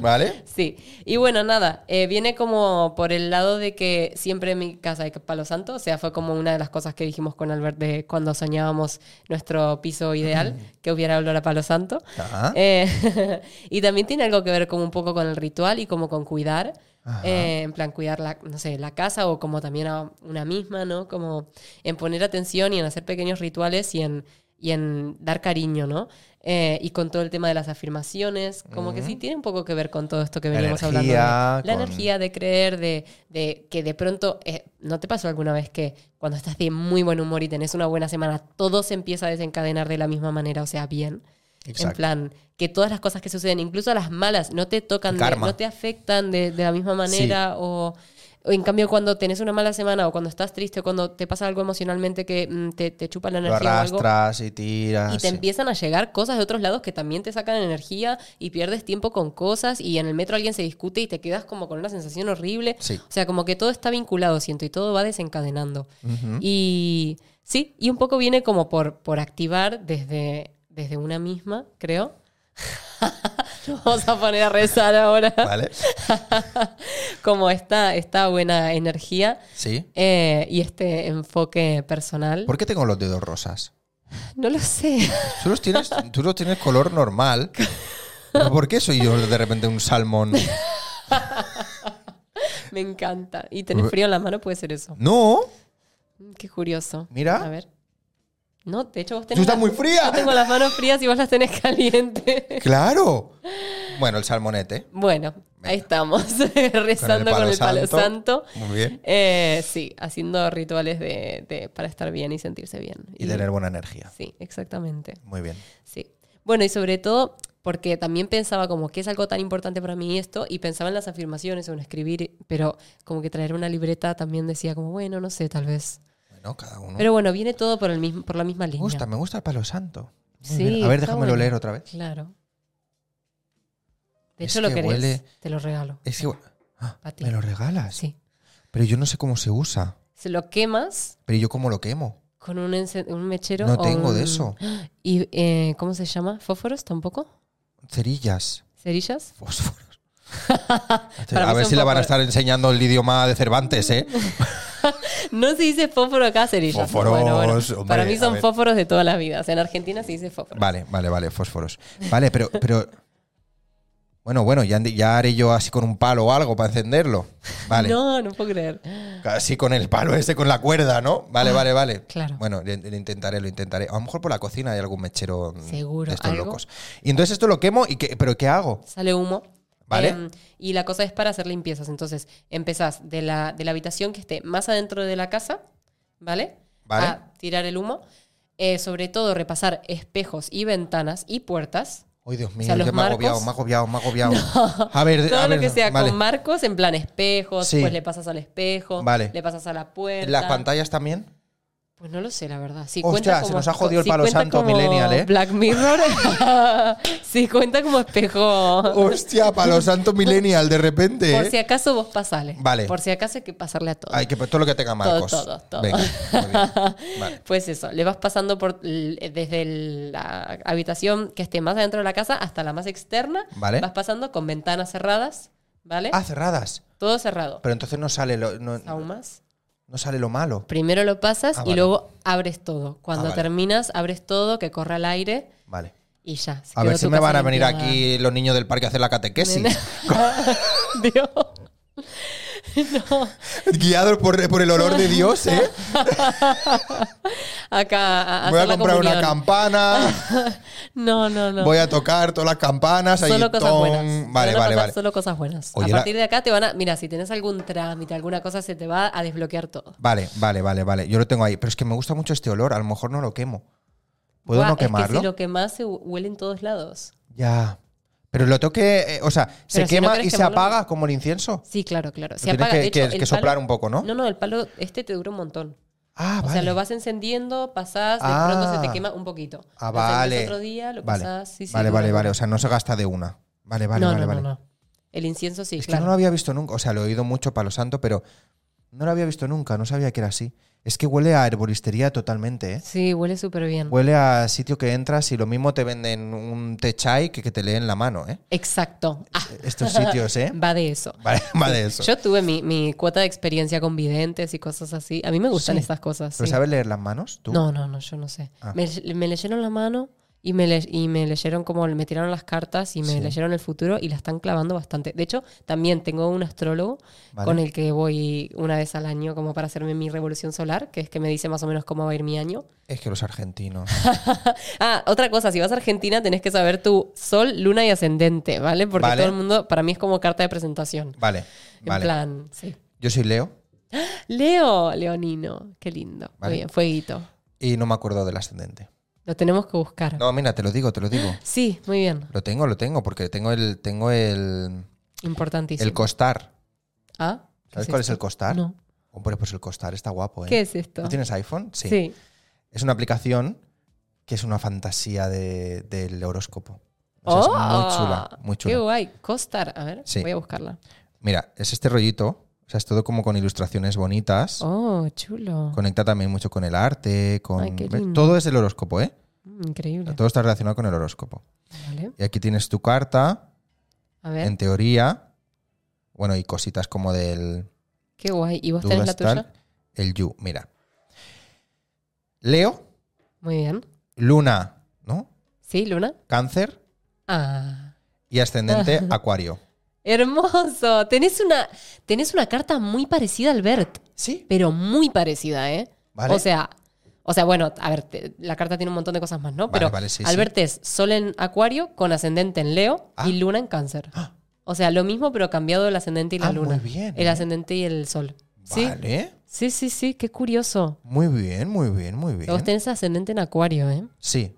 A: ¿Vale?
B: (laughs) Sí, y bueno, nada, eh, viene como por el lado de que siempre en mi casa hay palo santo, o sea, fue como una de las cosas que dijimos con Albert de cuando soñábamos nuestro piso ideal,
A: Mm.
B: que hubiera olor a palo santo.
A: Ajá.
B: Eh, (laughs) y también tiene algo que ver como un poco con el ritual y como con cuidar,
A: Ajá.
B: eh, en plan cuidar la, no sé, la casa o como también a una misma, ¿no? Como en poner atención y en hacer pequeños rituales y en, y en dar cariño, ¿no? Eh, y con todo el tema de las afirmaciones, como que sí tiene un poco que ver con todo esto que
A: La
B: venimos
A: energía,
B: hablando. de- la
A: con-
B: energía de creer, de, de que de pronto, eh, ¿no te pasó alguna vez que cuando estás de muy buen humor y tenés una buena semana, todo se empieza a desencadenar de la misma manera, o sea, bien?
A: ah,
B: En
A: Exacto.
B: plan, que todas las cosas que suceden, incluso las malas, no te tocan,
A: El
B: de-
A: karma.
B: no te afectan de, de la misma manera. O, o en cambio, cuando tenés una mala semana o cuando estás triste o cuando te pasa algo emocionalmente que mm, te, te chupa la
A: Lo
B: energía o algo,
A: arrastras y tiras.
B: y te
A: sí.
B: empiezan a llegar cosas de otros lados que también te sacan energía y pierdes tiempo con cosas y en el metro alguien se discute y te quedas como con una sensación horrible.
A: Sí.
B: O sea, como que todo está vinculado, siento, y todo va desencadenando.
A: Ujú.
B: Y sí, y un poco viene como por, por activar desde, desde una misma, creo. (laughs) Nos Vamos a poner a rezar ahora.
A: ¿Vale?
B: Como esta, esta buena energía (laughs)
A: Sí.
B: eh, y este enfoque personal.
A: ¿Por qué tengo los dedos rosas?
B: No lo sé. (laughs)
A: Tú los tienes, tú los tienes color normal. ¿Pero ¿Por qué soy yo de repente un
B: (laughs)
A: salmón?
B: Me encanta. Y tener frío en la mano puede ser eso.
A: No.
B: Mm, Qué curioso.
A: Mira.
B: A ver. No, de hecho vos
A: Tú
B: tenés.
A: estás
B: la-
A: muy fría.
B: Yo tengo las manos frías y vos las tenés calientes. (laughs)
A: Claro. Bueno, el salmonete.
B: Bueno, ahí estamos. (laughs) Rezando con el palo santo.
A: Muy bien.
B: Eh, sí, haciendo rituales de, de- para estar bien y sentirse bien.
A: Y tener buena energía.
B: Sí, exactamente.
A: Muy bien.
B: Sí. Bueno, y sobre todo porque también pensaba como que es algo tan importante para mí esto y pensaba en las afirmaciones o en escribir, pero como que traer una libreta también decía como, bueno, no sé, tal vez.
A: Bueno, cada uno.
B: Pero bueno, viene todo por, el mismo, por la misma
A: me
B: línea.
A: gusta, me gusta el palo santo. Muy
B: Sí,
A: bien. A ver,
B: está
A: déjamelo
B: bueno.
A: leer otra vez.
B: Claro. De
A: Es
B: hecho, lo
A: que
B: querés.
A: huele-
B: Te lo regalo.
A: Es igual. Ah,
B: Pa' ti.
A: me lo regalas.
B: Sí.
A: Pero yo no sé cómo se usa.
B: Se lo quemas
A: Pero yo cómo lo quemo.
B: con un, ence- un mechero.
A: No
B: o
A: tengo de
B: un-
A: eso.
B: (gasps) ¿Y eh, cómo se llama? ¿Fósforos tampoco?
A: Cerillas.
B: ¿Cerillas?
A: Fósforos.
B: (laughs) Para
A: a
B: mí
A: ver
B: son
A: si le van a
B: fósforos.
A: estar enseñando el idioma de Cervantes, ¿eh?
B: No se dice fósforo acá, cerillas.
A: Fósforos, hombre,
B: Para mí
A: a
B: son
A: ver.
B: fósforos de toda la vida. O sea, en Argentina se dice fósforo.
A: Vale, vale, vale, fósforos. Vale, pero. pero... Bueno, bueno, ya, ya haré yo así con un palo o algo para encenderlo. Vale.
B: No, no puedo creer.
A: Casi con el palo ese, con la cuerda, ¿no? Vale, vale, vale.
B: claro.
A: Bueno, lo lo intentaré, lo intentaré. A lo mejor por la cocina hay algún mechero mm,
B: Seguro,
A: de estos
B: algo.
A: locos. Y entonces esto lo quemo, y qué- ¿pero qué hago?
B: Sale humo.
A: Vale.
B: Em, y la cosa es para hacer limpiezas. Entonces, empezás de la, de la habitación que esté más adentro de la casa, ¿vale?
A: Vale.
B: A tirar el humo. Eh, sobre todo, repasar espejos y ventanas y puertas.
A: Ay, Dios mío,
B: sea, los
A: ya me ha agobiado,
B: marcos-
A: me ha agobiado, me ha
B: (laughs)
A: agobiado. A ver,
B: Todo
A: Eh, a ver,
B: lo que sea
A: vale.
B: con marcos, en plan espejos,
A: Sí.
B: pues le pasas al espejo,
A: Vale.
B: le pasas a la puerta.
A: ¿Las pantallas también?
B: Pues no lo sé, la verdad. Si
A: Hostia,
B: cuenta
A: se
B: como-
A: nos ha jodido el palo
B: cuenta
A: santo
B: como
A: millennial, ¿eh?
B: Black Mirror. (laughs) si cuenta como espejo.
A: Hostia, para los
B: (laughs)
A: santos millennial, de repente.
B: Por
A: ¿eh?
B: si acaso vos pasale.
A: Vale.
B: Por si acaso hay que pasarle a todo.
A: Ay, que todo lo que tenga marcos.
B: todo, todo.
A: Venga, muy
B: (laughs)
A: bien. Vale.
B: Pues eso, le vas pasando por l- desde el- la habitación que esté más adentro de la casa hasta la más externa.
A: Vale.
B: Vas pasando con ventanas cerradas, ¿vale?
A: Ah, cerradas.
B: Todo cerrado.
A: Pero entonces no sale lo, no,
B: Aún más.
A: no sale lo malo.
B: Primero lo pasas
A: Ah,
B: y
A: vale.
B: luego abres todo. Cuando
A: Ah, vale.
B: terminas, abres todo, que corra el aire
A: Vale.
B: y ya. se
A: A
B: quedó
A: ver si
B: tu
A: me
B: casa
A: van a venir
B: limpiada.
A: aquí los niños del parque a hacer la
B: (laughs)
A: (laughs) catequesis.
B: Dios.
A: Guiados por, por el olor de Dios,
B: (laughs)
A: ¿eh?
B: Acá a, a
A: Voy a
B: hacer la
A: comprar una
B: comunión.
A: campana,
B: No, (laughs) no, no.
A: voy a tocar todas las campanas. ahí,
B: solo cosas
A: ton. Vale,
B: buenas. Te van a
A: vale,
B: pasar
A: vale.
B: Solo cosas buenas.
A: Oye,
B: a
A: la-
B: partir de acá te van a. Mira, si tienes algún trámite, alguna cosa, se te va a desbloquear todo.
A: Vale, vale, vale, vale. Yo lo tengo ahí. Pero es que me gusta mucho este olor. A lo mejor no lo quemo. ¿Puedo
B: Buah,
A: no
B: Es que
A: quemarlo?
B: si lo quemás se hu- huele en todos lados.
A: Ya. Pero lo tengo que. eh, o sea, se
B: Pero si no
A: quema
B: quieres
A: y se
B: quemarlo,
A: apaga como el incienso.
B: Sí, claro, claro. Se
A: Tienes
B: apaga.
A: que-
B: de hecho,
A: que-
B: el
A: que
B: palo-
A: soplar un poco, ¿no?
B: No, no, el palo este te dura un montón.
A: Ah,
B: O
A: vale.
B: sea, lo vas encendiendo, pasás, de
A: Ah.
B: pronto se te quema un poquito.
A: Ah,
B: Lo encendés
A: vale.
B: otro día, lo
A: vale,
B: pasás. Sí, sí,
A: vale,
B: dura,
A: vale, vale.
B: dura.
A: O sea, no se gasta de una. Vale, vale,
B: no,
A: vale,
B: no,
A: vale.
B: no, no. El incienso sí,
A: Es que
B: claro.
A: no lo había visto nunca. O sea, lo he oído mucho para lo santo, pero no lo había visto nunca. No sabía que era así. Es que huele a herboristería totalmente, ¿eh?
B: Sí, huele súper bien.
A: Huele a sitio que entras y lo mismo te venden un té chai que que te leen la mano, ¿eh?
B: Exacto. Ah, (laughs)
A: Estos sitios, ¿eh?
B: va de eso.
A: Vale, (laughs) vale eso.
B: Yo tuve mi, mi cuota de experiencia con videntes y cosas así. A mí me gustan
A: Sí.
B: estas cosas.
A: ¿Pero
B: sí.
A: sabes leer las manos tú?
B: No, no, no, yo no sé.
A: Ah.
B: Me, me leyeron la mano y me, le- y me leyeron como me tiraron las cartas y me
A: Sí.
B: leyeron el futuro y la están clavando bastante. De hecho, también tengo un astrólogo
A: Vale.
B: con el que voy una vez al año como para hacerme mi revolución solar, que es que me dice más o menos cómo va a ir mi año.
A: Es que los
B: (laughs)
A: argentinos.
B: Ah, otra cosa, si vas a Argentina tenés que saber tu sol, luna y ascendente, ¿vale? Porque
A: Vale.
B: todo el mundo, para mí es como carta de presentación.
A: Vale,
B: En
A: vale.
B: plan, sí.
A: Yo soy Leo
B: Leo, Leonino, qué lindo.
A: Vale.
B: Muy bien, fueguito.
A: y no me acuerdo del ascendente.
B: Lo tenemos que buscar.
A: No, mira, te lo digo, te lo digo.
B: Sí, muy bien.
A: Lo tengo, lo tengo, porque tengo el, tengo el,
B: Importantísimo.
A: el costar.
B: Ah, ¿qué
A: ¿Sabes cuál es
B: esto?
A: el costar?
B: No.
A: Hombre, pues el costar está guapo, ¿eh?
B: ¿Qué es esto?
A: ¿Tú tienes iPhone? Sí.
B: sí.
A: Es una aplicación que es una fantasía de- del horóscopo. O sea,
B: ¡Oh!
A: es muy chula, muy
B: Qué
A: chula.
B: guay. Costar. A ver,
A: Sí.
B: voy a buscarla.
A: Mira, es este rollito, o sea, es todo como con ilustraciones bonitas.
B: Oh, chulo.
A: Conecta también mucho con el arte, con...
B: Ay, qué
A: ¿ves?
B: lindo.
A: Todo es el horóscopo, ¿eh?
B: Mm, Increíble.
A: Todo está relacionado con el horóscopo.
B: Vale.
A: Y aquí tienes tu carta,
B: A ver,
A: en teoría. Bueno, y cositas como del...
B: qué guay. ¿Y vos
A: dudas,
B: tenés la tuya?
A: tal, el you, mira. Leo,
B: Muy bien.
A: luna, ¿no?
B: ¿Sí, Luna?
A: Cáncer
B: Ah.
A: y ascendente acuario.
B: Hermoso. Tenés una, tenés una carta muy parecida al Bert,
A: Sí,
B: pero muy parecida, ¿eh?
A: Vale.
B: O sea, o sea, bueno, a ver, te- la carta tiene un montón de cosas más, ¿no?
A: Vale,
B: pero
A: vale, sí,
B: Albert es Sol en Acuario con ascendente en Leo
A: Ah.
B: y Luna en Cáncer. O sea, lo mismo, pero cambiado el ascendente y la
A: Ah, muy
B: luna.
A: bien,
B: El
A: ¿eh?
B: ascendente y el sol. Sí,
A: vale.
B: sí, sí, sí, qué curioso.
A: Muy bien, muy bien, muy
B: Vos
A: bien.
B: tenés ascendente en Acuario, ¿eh?
A: Sí,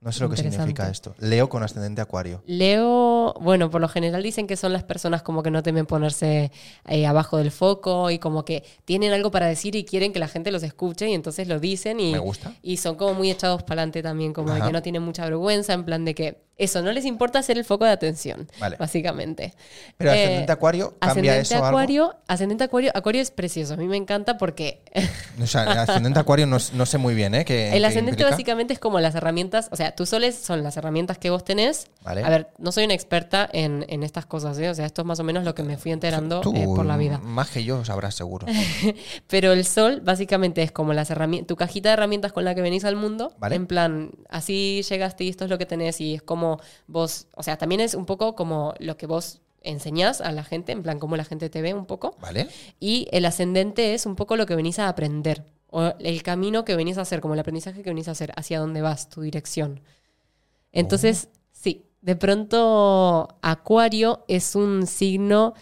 A: no sé lo que
B: Interesante.
A: significa esto. Leo con ascendente acuario.
B: Leo, bueno, por lo general dicen que son las personas como que no temen ponerse eh, abajo del foco y como que tienen algo para decir y quieren que la gente los escuche y entonces lo dicen y,
A: Me gusta.
B: y son como muy echados para adelante también, como de
A: Ajá.
B: que no tienen mucha vergüenza, en plan de que eso, no les importa ser el foco de atención,
A: Vale.
B: básicamente.
A: Pero
B: Eh,
A: ascendente acuario cambia
B: Ascendente
A: eso a algo.
B: acuario, ascendente acuario, acuario es precioso, a mí me encanta porque (laughs)
A: O sea, el ascendente acuario no, no sé muy bien, ¿eh? qué-
B: El
A: qué
B: ascendente
A: implica.
B: básicamente es como las herramientas, o sea, tus soles son las herramientas que vos tenés.
A: Vale.
B: A ver, no soy una experta en, en estas cosas, ¿eh? o sea, esto es más o menos lo que me fui enterando
A: Tú,
B: eh, por la vida.
A: Más que yo sabrás
B: (laughs)
A: seguro.
B: Pero el sol básicamente es como las herramientas, tu cajita de herramientas con la que venís al mundo.
A: Vale.
B: En plan, así llegaste y esto es lo que tenés y es como vos, o sea, también es un poco como lo que vos enseñás a la gente, en plan, cómo la gente te ve un poco.
A: ¿Vale?
B: Y el ascendente es un poco lo que venís a aprender, o el camino que venís a hacer, como el aprendizaje que venís a hacer, hacia dónde vas, tu dirección. Entonces, sí, de pronto Acuario es un signo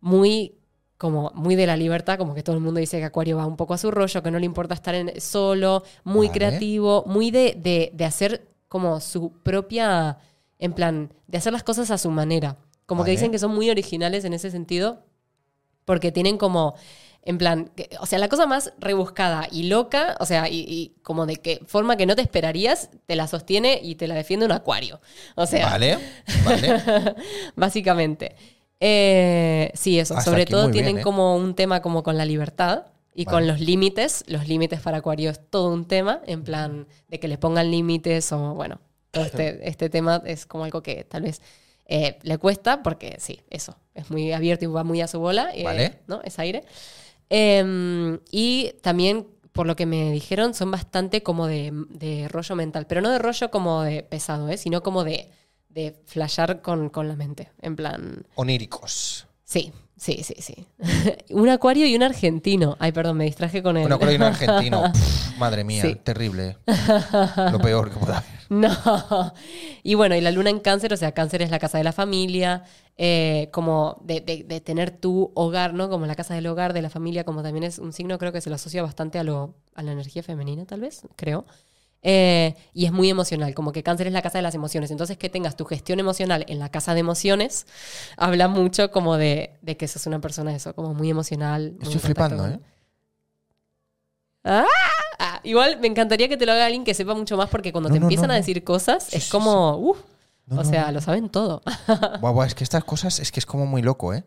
B: muy como muy de la libertad, como que todo el mundo dice que Acuario va un poco a su rollo, que no le importa estar en- solo, muy
A: Vale.
B: creativo, muy de, de- de hacer como su propia, en plan, de hacer las cosas a su manera. Como
A: Vale.
B: que dicen que son muy originales en ese sentido, porque tienen como, en plan, que- o sea, la cosa más rebuscada y loca, o sea, y, y como de que forma que no te esperarías, te la sostiene y te la defiende un Acuario. O sea,
A: Vale, vale.
B: Básicamente. Eh, sí, eso.
A: Hasta
B: Sobre
A: aquí
B: todo
A: muy bien,
B: tienen
A: ¿eh?
B: como un tema como con la libertad y
A: Vale.
B: con los límites. Los límites para Acuario es todo un tema, en plan de que les pongan límites o bueno, todo este, este tema es como algo que tal vez eh, le cuesta porque sí, eso. Es muy abierto y va muy a su bola. eh,
A: Vale.
B: ¿No? Es aire. Em, y también, por lo que me dijeron, son bastante como de, de rollo mental, pero no de rollo como de pesado, ¿eh? sino como de, de flashear con, con la mente. En plan,
A: Oníricos.
B: sí, sí, sí, sí. (laughs) un acuario y un argentino. Ay, perdón, me distraje con él.
A: Un acuario y un
B: (laughs)
A: argentino. Pff, madre mía,
B: Sí.
A: terrible. ¿eh? Lo peor que pueda haber.
B: (laughs) No. Y bueno, y la luna en cáncer, o sea, cáncer es la casa de la familia, eh, como de, de- de tener tu hogar, ¿no? Como la casa del hogar, de la familia, como también es un signo, creo que se lo asocia bastante a, lo, a la energía femenina, tal vez, creo. Eh, y es muy emocional, como que cáncer es la casa de las emociones. Entonces, que tengas tu gestión emocional en la casa de emociones, (laughs) habla mucho como de, de que sos una persona eso, como muy emocional. muy en
A: Estoy
B: contacto
A: flipando,
B: con-
A: ¿eh?
B: Ah, igual me encantaría que te lo haga alguien que sepa mucho más, porque cuando
A: No,
B: te
A: no, no,
B: empiezan
A: no.
B: a decir cosas,
A: Sí,
B: es
A: sí,
B: como, uh, uff,
A: No,
B: o
A: no,
B: sea,
A: no.
B: lo saben todo.
A: Guau, guau, es que estas cosas es que es como muy loco, ¿eh?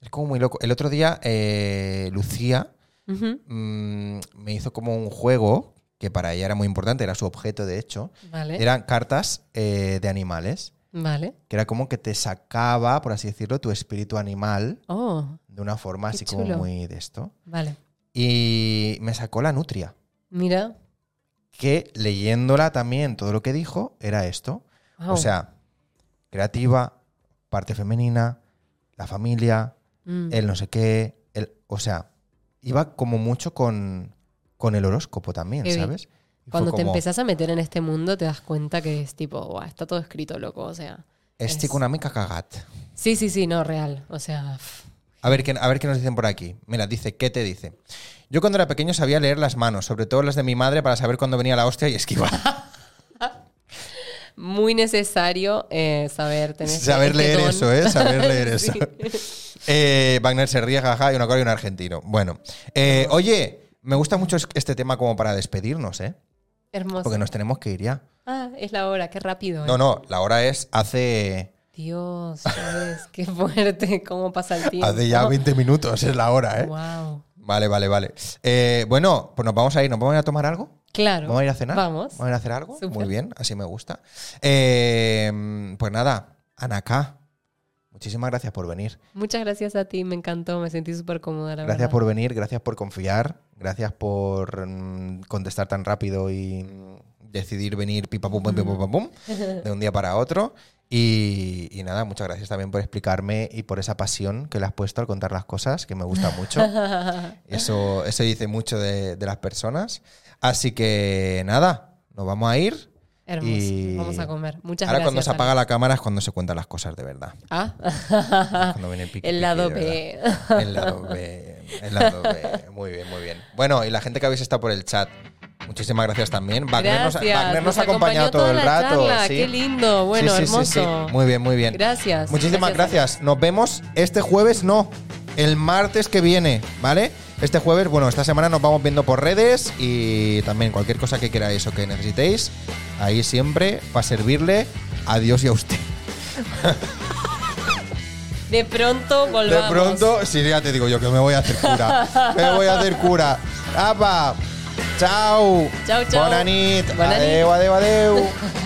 A: Es como muy loco. El otro día, eh, Lucía
B: (laughs) Ujú.
A: mm, me hizo como un juego que para ella era muy importante, era su objeto, de hecho.
B: Vale.
A: Eran cartas eh, de animales,
B: Vale.
A: que era como que te sacaba, por así decirlo, tu espíritu animal
B: Oh,
A: de una forma
B: Qué
A: así
B: chulo.
A: como muy de esto.
B: vale.
A: Y me sacó la nutria,
B: Mira.
A: que leyéndola también todo lo que dijo era esto.
B: Wow.
A: O sea, creativa, parte femenina, la familia,
B: Mm.
A: el no sé qué. El, o sea, iba como mucho con, con el horóscopo también,
B: Qué bien.
A: ¿sabes? Y fue
B: Cuando te
A: como,
B: empezás a meter en este mundo, te das cuenta que es tipo, "Buah, está todo escrito, loco. O sea.
A: Este
B: es-
A: con una mica cagat.
B: Sí, sí, sí, no, real. O sea. pff.
A: A ver, qué, a ver qué nos dicen por aquí. Mira, dice, ¿qué te dice? Yo cuando era pequeño sabía leer las manos, sobre todo las de mi madre, para saber cuándo venía la hostia y esquivar.
B: Muy necesario eh,
A: (laughs)
B: saber (laughs) tener. este-
A: Saber
B: este
A: leer
B: don.
A: eso, ¿eh? Saber
B: (laughs)
A: leer eso.
B: Sí.
A: Eh, Wagner se ríe, jaja, y un acuario y un argentino. Bueno. Eh, oye, me gusta mucho es- este tema como para despedirnos, ¿eh?
B: Hermoso.
A: Porque nos tenemos que ir ya.
B: Ah, es la hora, qué rápido. eh.
A: No, no, la hora es hace,
B: Dios, ya ves, qué fuerte, (laughs) cómo pasa el tiempo.
A: hace ya 20 minutos, es la hora, ¿eh?
B: Wow.
A: Vale, vale, vale. Eh, bueno, pues nos vamos a ir, ¿nos vamos a ir a tomar algo?
B: Claro.
A: ¿Vamos a ir a cenar?
B: Vamos.
A: ¿Vamos a ir a hacer algo?
B: Súper.
A: Muy bien, así me gusta. Eh, pues nada, Anaká, muchísimas gracias por venir.
B: Muchas gracias a ti, me encantó, me sentí súper cómoda, la
A: Gracias
B: verdad.
A: por venir, gracias por confiar, gracias por mm, contestar tan rápido y mm, decidir venir pipa pum pum pim, pum pum
B: (laughs)
A: pum de un día para otro. Y, y nada, muchas gracias también por explicarme y por esa pasión que le has puesto al contar las cosas, que me gusta
B: (laughs)
A: mucho. Eso, eso dice mucho de, de las personas. Así que nada, nos vamos a ir.
B: Hermoso.
A: Y-
B: Vamos a comer. Muchas
A: Ahora
B: gracias.
A: cuando se
B: Ale.
A: apaga la cámara es cuando se cuentan las cosas de verdad.
B: Ah.
A: Cuando viene el piqui,
B: El
A: piqui,
B: lado
A: de
B: B.
A: verdad. El lado B. El lado B. Muy bien, muy bien. Bueno, y la gente que habéis estado por el chat, muchísimas gracias también. Wagner nos,
B: Gracias.
A: Wagner nos ha
B: acompañó
A: acompañado todo
B: toda
A: el
B: la
A: rato.
B: charla,
A: sí.
B: Qué lindo. Bueno,
A: Sí, sí, sí,
B: hermoso.
A: sí. Muy bien, muy bien.
B: Gracias.
A: Muchísimas
B: gracias.
A: gracias. Nos vemos este jueves, no. El martes que viene, ¿vale? Este jueves, bueno, esta semana nos vamos viendo por redes y también cualquier cosa que queráis o que necesitéis, ahí siempre para servirle a Dios y a usted.
B: De pronto
A: De
B: volvamos.
A: pronto, sí, ya te digo yo que me voy a hacer
B: (laughs)
A: cura. me voy a hacer cura. ¡Apa! ¡Chao!
B: Chau, chau.
A: Bonanit.
B: Bona nit.
A: Adeu, adeu, adeu.